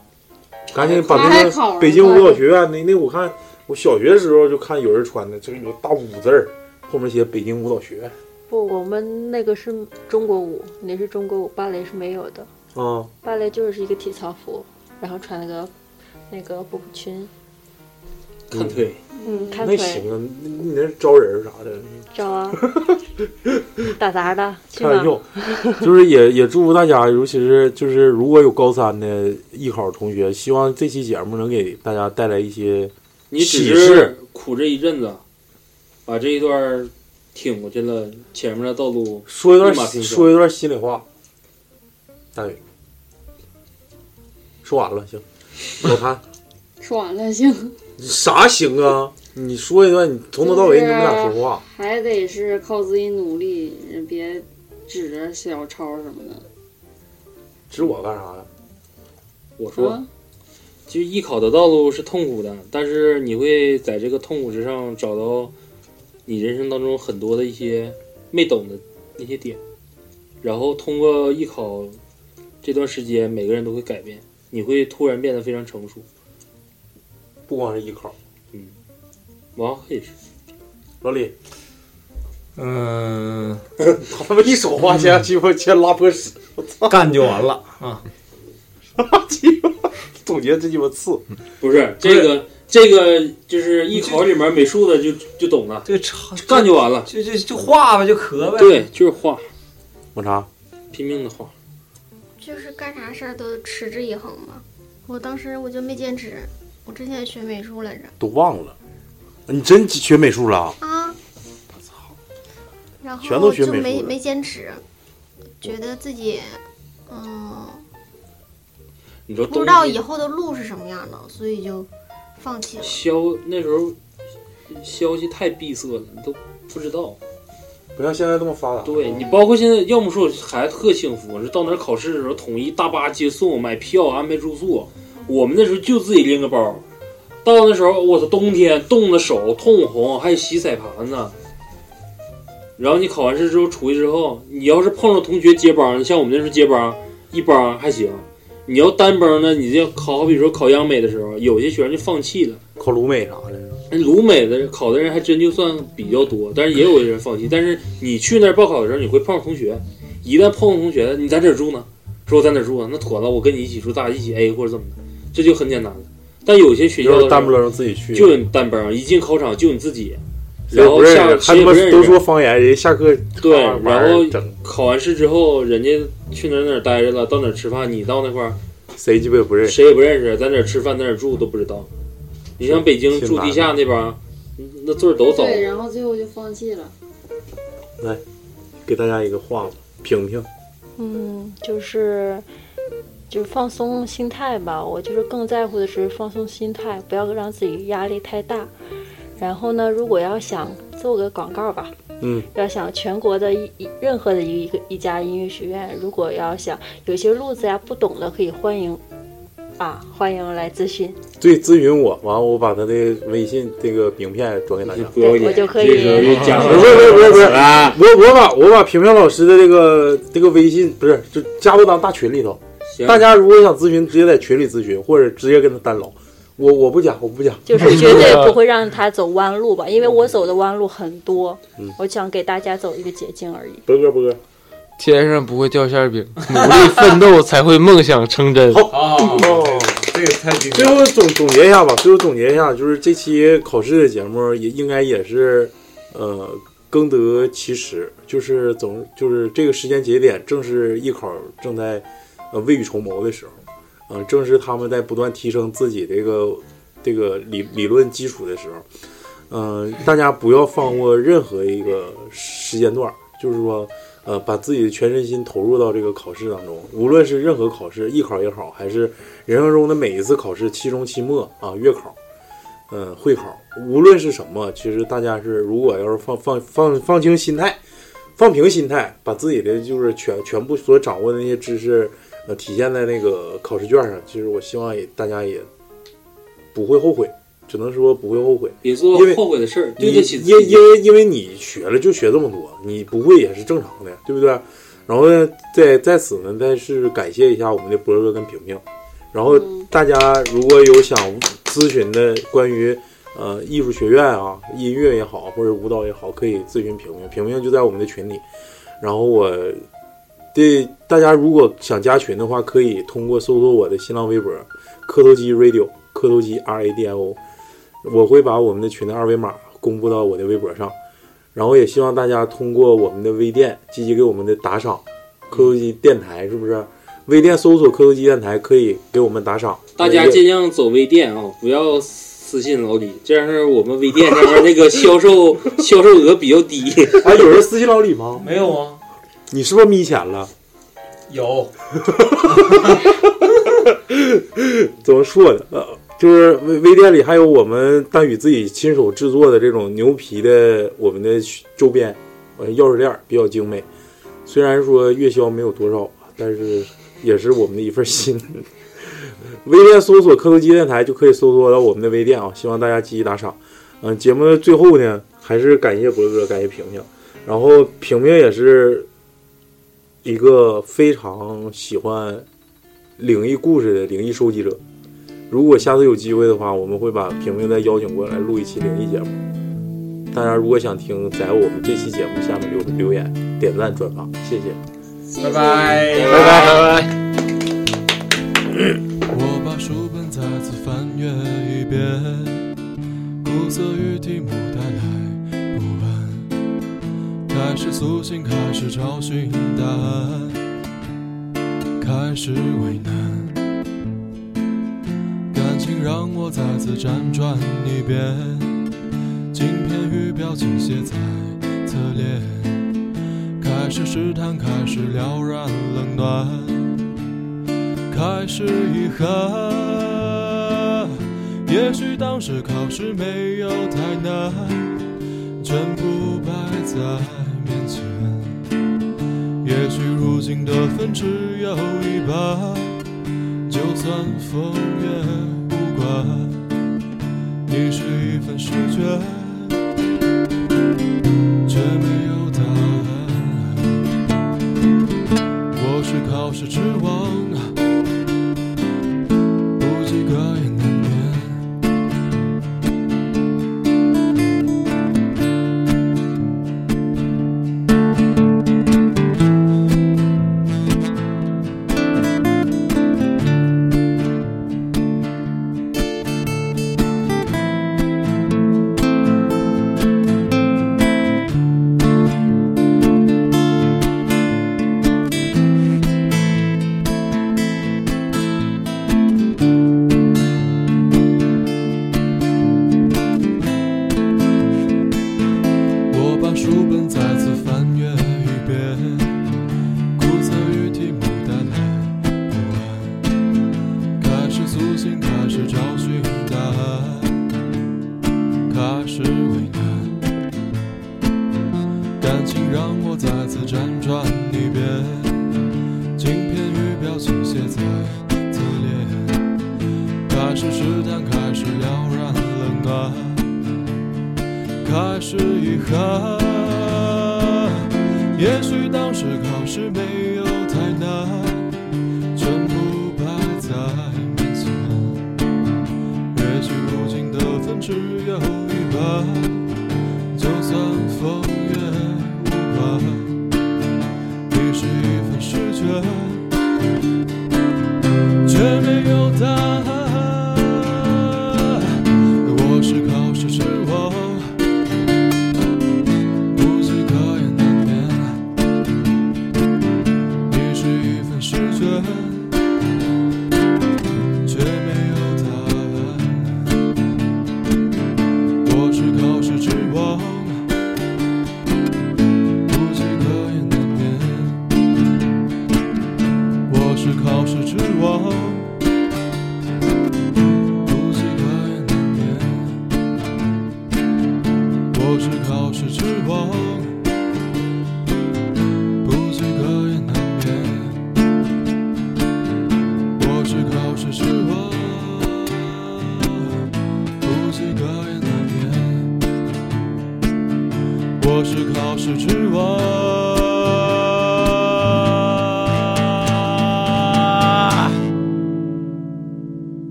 Speaker 5: 赶紧把那
Speaker 11: 太好
Speaker 5: 个
Speaker 11: 了
Speaker 5: 北京舞蹈学院那那我看。我小学的时候就看有人穿的，就是有大五字儿，后面写北京舞蹈学院
Speaker 7: 不，我们那个是中国舞，那是中国舞，芭蕾是没有的。
Speaker 5: 啊。
Speaker 7: 芭蕾就是一个体操服，然后穿了个那个布裙，
Speaker 10: 看腿，
Speaker 7: 嗯，看
Speaker 5: 那
Speaker 7: 腿
Speaker 5: 行啊，你你那招人啥的，
Speaker 7: 照 啊，打杂的，去
Speaker 5: 开玩
Speaker 7: 哪？
Speaker 5: 笑，就是也也祝福大家，尤其是就是如果有高三的艺考同学，希望这期节目能给大家带来一些
Speaker 10: 你
Speaker 5: 启
Speaker 10: 只
Speaker 5: 示
Speaker 10: 是。苦这一阵子，把这一段挺过去了，前面的道路
Speaker 5: 说一段
Speaker 10: 马平
Speaker 5: 说一段心里话，大宇，说完了行，老谭
Speaker 11: 说完了行。
Speaker 5: 啥行啊？你说一段，你从头到尾你们俩说话。
Speaker 11: 还得是靠自己努力，别指着小抄什么的。
Speaker 5: 指我干啥呀？
Speaker 10: 我说，
Speaker 11: 啊
Speaker 10: 就艺考的道路是痛苦的，但是你会在这个痛苦之上找到你人生当中很多的一些没懂的那些点，然后通过艺考这段时间，每个人都会改变，你会突然变得非常成熟。
Speaker 5: 不光是艺考，
Speaker 10: 嗯，王浩也是。
Speaker 5: 老李，
Speaker 12: 嗯，
Speaker 5: 他妈一手花
Speaker 10: 嗯
Speaker 5: 钱鸡巴先拉破屎，我操，
Speaker 12: 干就完了啊！
Speaker 5: 总结这鸡巴次，
Speaker 10: 不是这个这个就是艺考里面美术的就就懂了，
Speaker 12: 这差
Speaker 10: 干就完了，
Speaker 12: 就就就画吧，就咳呗。
Speaker 10: 对，就是画，
Speaker 5: 我啥？
Speaker 10: 拼命的画。
Speaker 9: 就是干啥事儿都持之以恒嘛。我当时我就没坚持，我之前也学美术来着
Speaker 5: 都忘了。你真学美术了？
Speaker 9: 啊，然后
Speaker 5: 全都学
Speaker 9: 就
Speaker 5: 美术
Speaker 9: 没
Speaker 5: 的
Speaker 9: 没坚持，觉得自己嗯
Speaker 10: 你说
Speaker 9: 不知道以后的路是什么样的，所以就放弃了。
Speaker 10: 消那时候消息太闭塞了，你都不知道。
Speaker 5: 不像现在这么发达。
Speaker 10: 对你包括现在，要么说我孩子特幸福，是到哪儿考试的时候统一大巴接送、买票、安排住宿。我们那时候就自己拎个包，到那时候我操，冬天冻的手通红，还有洗色盘子。然后你考完试之后出去之后，你要是碰上同学接帮，像我们那时候接帮一帮还行，你要单帮呢，你就考好比说考央美的时候，有些学生就放弃了。
Speaker 5: 考鲁美啥的，
Speaker 10: 那鲁美的考的人还真就算比较多，但是也有人放弃。但是你去那儿报考的时候，你会碰上同学，一旦碰上同学，你在哪儿住呢？说我在哪儿住啊？那妥了，我跟你一起住，大家一起 A 或者怎么的，这就很简单了。但有些学校的时
Speaker 5: 就
Speaker 10: 候
Speaker 5: 是单不让自己去，
Speaker 10: 就你单班，一进考场就你自己，
Speaker 5: 谁
Speaker 10: 然
Speaker 5: 也不
Speaker 10: 后
Speaker 5: 认
Speaker 10: 下
Speaker 5: 识，
Speaker 10: 谁
Speaker 5: 还他
Speaker 10: 也不
Speaker 5: 妈
Speaker 10: 认识。
Speaker 5: 都说方言，人家下课
Speaker 10: 对，
Speaker 5: 咔玩
Speaker 10: 然
Speaker 5: 儿
Speaker 10: 后
Speaker 5: 整
Speaker 10: 考完试之后，人家去哪儿哪儿待着了，到哪儿吃饭，你到那块儿
Speaker 5: 谁鸡巴也不认识，
Speaker 10: 谁也不认识，在哪儿吃饭，在哪儿住都不知道。你像北京
Speaker 5: 挺
Speaker 10: 住地
Speaker 5: 难
Speaker 10: 下那帮，那座儿都走。
Speaker 11: 对，然后最后就放弃了。
Speaker 5: 来给大家一个话吧，评评。
Speaker 7: 嗯，就是就是放松心态吧。我就是更在乎的是放松心态，不要让自己压力太大。然后呢，如果要想做个广告吧，
Speaker 5: 嗯，
Speaker 7: 要想全国的一一任何的一个一家音乐学院，如果要想有些路子呀不懂的，可以欢迎啊，欢迎来咨询。
Speaker 5: 对，咨询我，完了我把他的微信这个名片转给大家，
Speaker 10: 不要脸对我就可以这时候就加上
Speaker 5: 不是不是不是不是
Speaker 10: 啊，
Speaker 5: 我我把我把平平老师的这个这个微信不是就加到咱大群里头，
Speaker 10: 行
Speaker 5: 大家如果想咨询，直接在群里咨询，或者直接跟他单唠。我我不加，我不加，
Speaker 7: 就是绝对不会让他走弯路吧，因为我走的弯路很多，
Speaker 5: 嗯
Speaker 7: 我想给大家走一个捷径而已。
Speaker 5: 波哥波哥，
Speaker 6: 天上不会掉馅儿饼，努力奋斗才会梦想成真。
Speaker 5: 哦，
Speaker 12: 这个太经
Speaker 5: 最后总总结一下吧，最后总结一下，就是这期考试的节目也应该也是，呃，更得其时，就是总就是这个时间节点，正是艺考正在呃未雨绸缪的时候，嗯、正是他们在不断提升自己这个这个理理论基础的时候，嗯、大家不要放过任何一个时间段儿，就是说，呃，把自己的全身心投入到这个考试当中，无论是任何考试，艺考也好，还是人生中的每一次考试，期中、期末啊，月考，嗯，会考，无论是什么，其实大家是如果要是放放呃放放轻心态，放平心态，把自己的就是全全部所掌握的那些知识，呃，体现在那个考试卷上。其实我希望也大家也不会后悔，只能说不会后悔。
Speaker 10: 别做
Speaker 5: 因为
Speaker 10: 后悔的事儿，对
Speaker 5: 你
Speaker 10: 得起自
Speaker 5: 因
Speaker 10: 己。
Speaker 5: 因为因为你学了就学这么多，你不会也是正常的，对不对？然后呢，在在此呢，再是感谢一下我们的博哥跟平平。然后大家如果有想咨询的关于呃艺术学院啊、音乐也好，或者舞蹈也好，可以咨询平平，平平就在我们的群里。然后我对大家如果想加群的话，可以通过搜索我的新浪微博“磕头机 radio”，磕头机 R A D I O。我会把我们的群的二维码公布到我的微博上，然后也希望大家通过我们的微店积极给我们的打赏，科头机电台是不是？微店搜索科头机电台可以给我们打赏，
Speaker 10: 大家
Speaker 5: 每个
Speaker 10: 尽量走微店啊，不要私信老李，这样是我们微店上面那个销 售销售额比较低。
Speaker 5: 啊，有人私信老李吗？
Speaker 11: 没有啊，
Speaker 5: 你是不是眯钱了？
Speaker 11: 有，
Speaker 5: 怎么说呢？呃，就是微微店里还有我们丹宇自己亲手制作的这种牛皮的我们的周边，呃，钥匙链儿比较精美。虽然说月销没有多少，啊但是也是我们的一份心。微店搜索“磕头机电台”就可以搜索到我们的微店啊，希望大家积极打赏。嗯、节目的最后呢，还是感谢博哥，感谢平平，然后平平也是一个非常喜欢灵异故事的灵异收集者。如果下次有机会的话，我们会把平平再邀请过来录一期灵异节目。大家如果想听，在我们这期节目下面留留言、点赞、转发，谢谢。
Speaker 11: 拜拜，
Speaker 5: 拜拜
Speaker 11: 拜。
Speaker 6: 我把书本再次翻阅一遍，苦涩与题目带来不安，开始苏醒，开始找寻答案，开始为难，感情让我再次辗转一遍，镜片与表情写在侧脸，开始试探，开始了然冷暖。开始遗憾。也许当时考试没有太难，全部摆在面前。也许如今的分只有一半，就算疯也无关。你是一份试卷，却没有答案。我是考试之王。不及格也难免。我把书本再次翻阅一遍，苦涩与题目带来不安，开始苏醒，开始找寻答案，开始为难，感情让我再次辗转一遍，镜片与表情写在侧脸，开始试探，开始了然冷暖。开始遗憾。也许当时考试没有太难，全部摆在面前。也许如今的分只有一半，就算风月无关，你是一份试卷，却没有答案。我是考试之王。不及有时考试痴狂，不及格也难免。我是考试痴狂，不及格也难免。我是考试痴狂。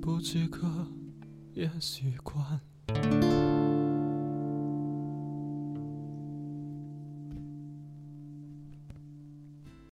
Speaker 6: 不及格也习惯。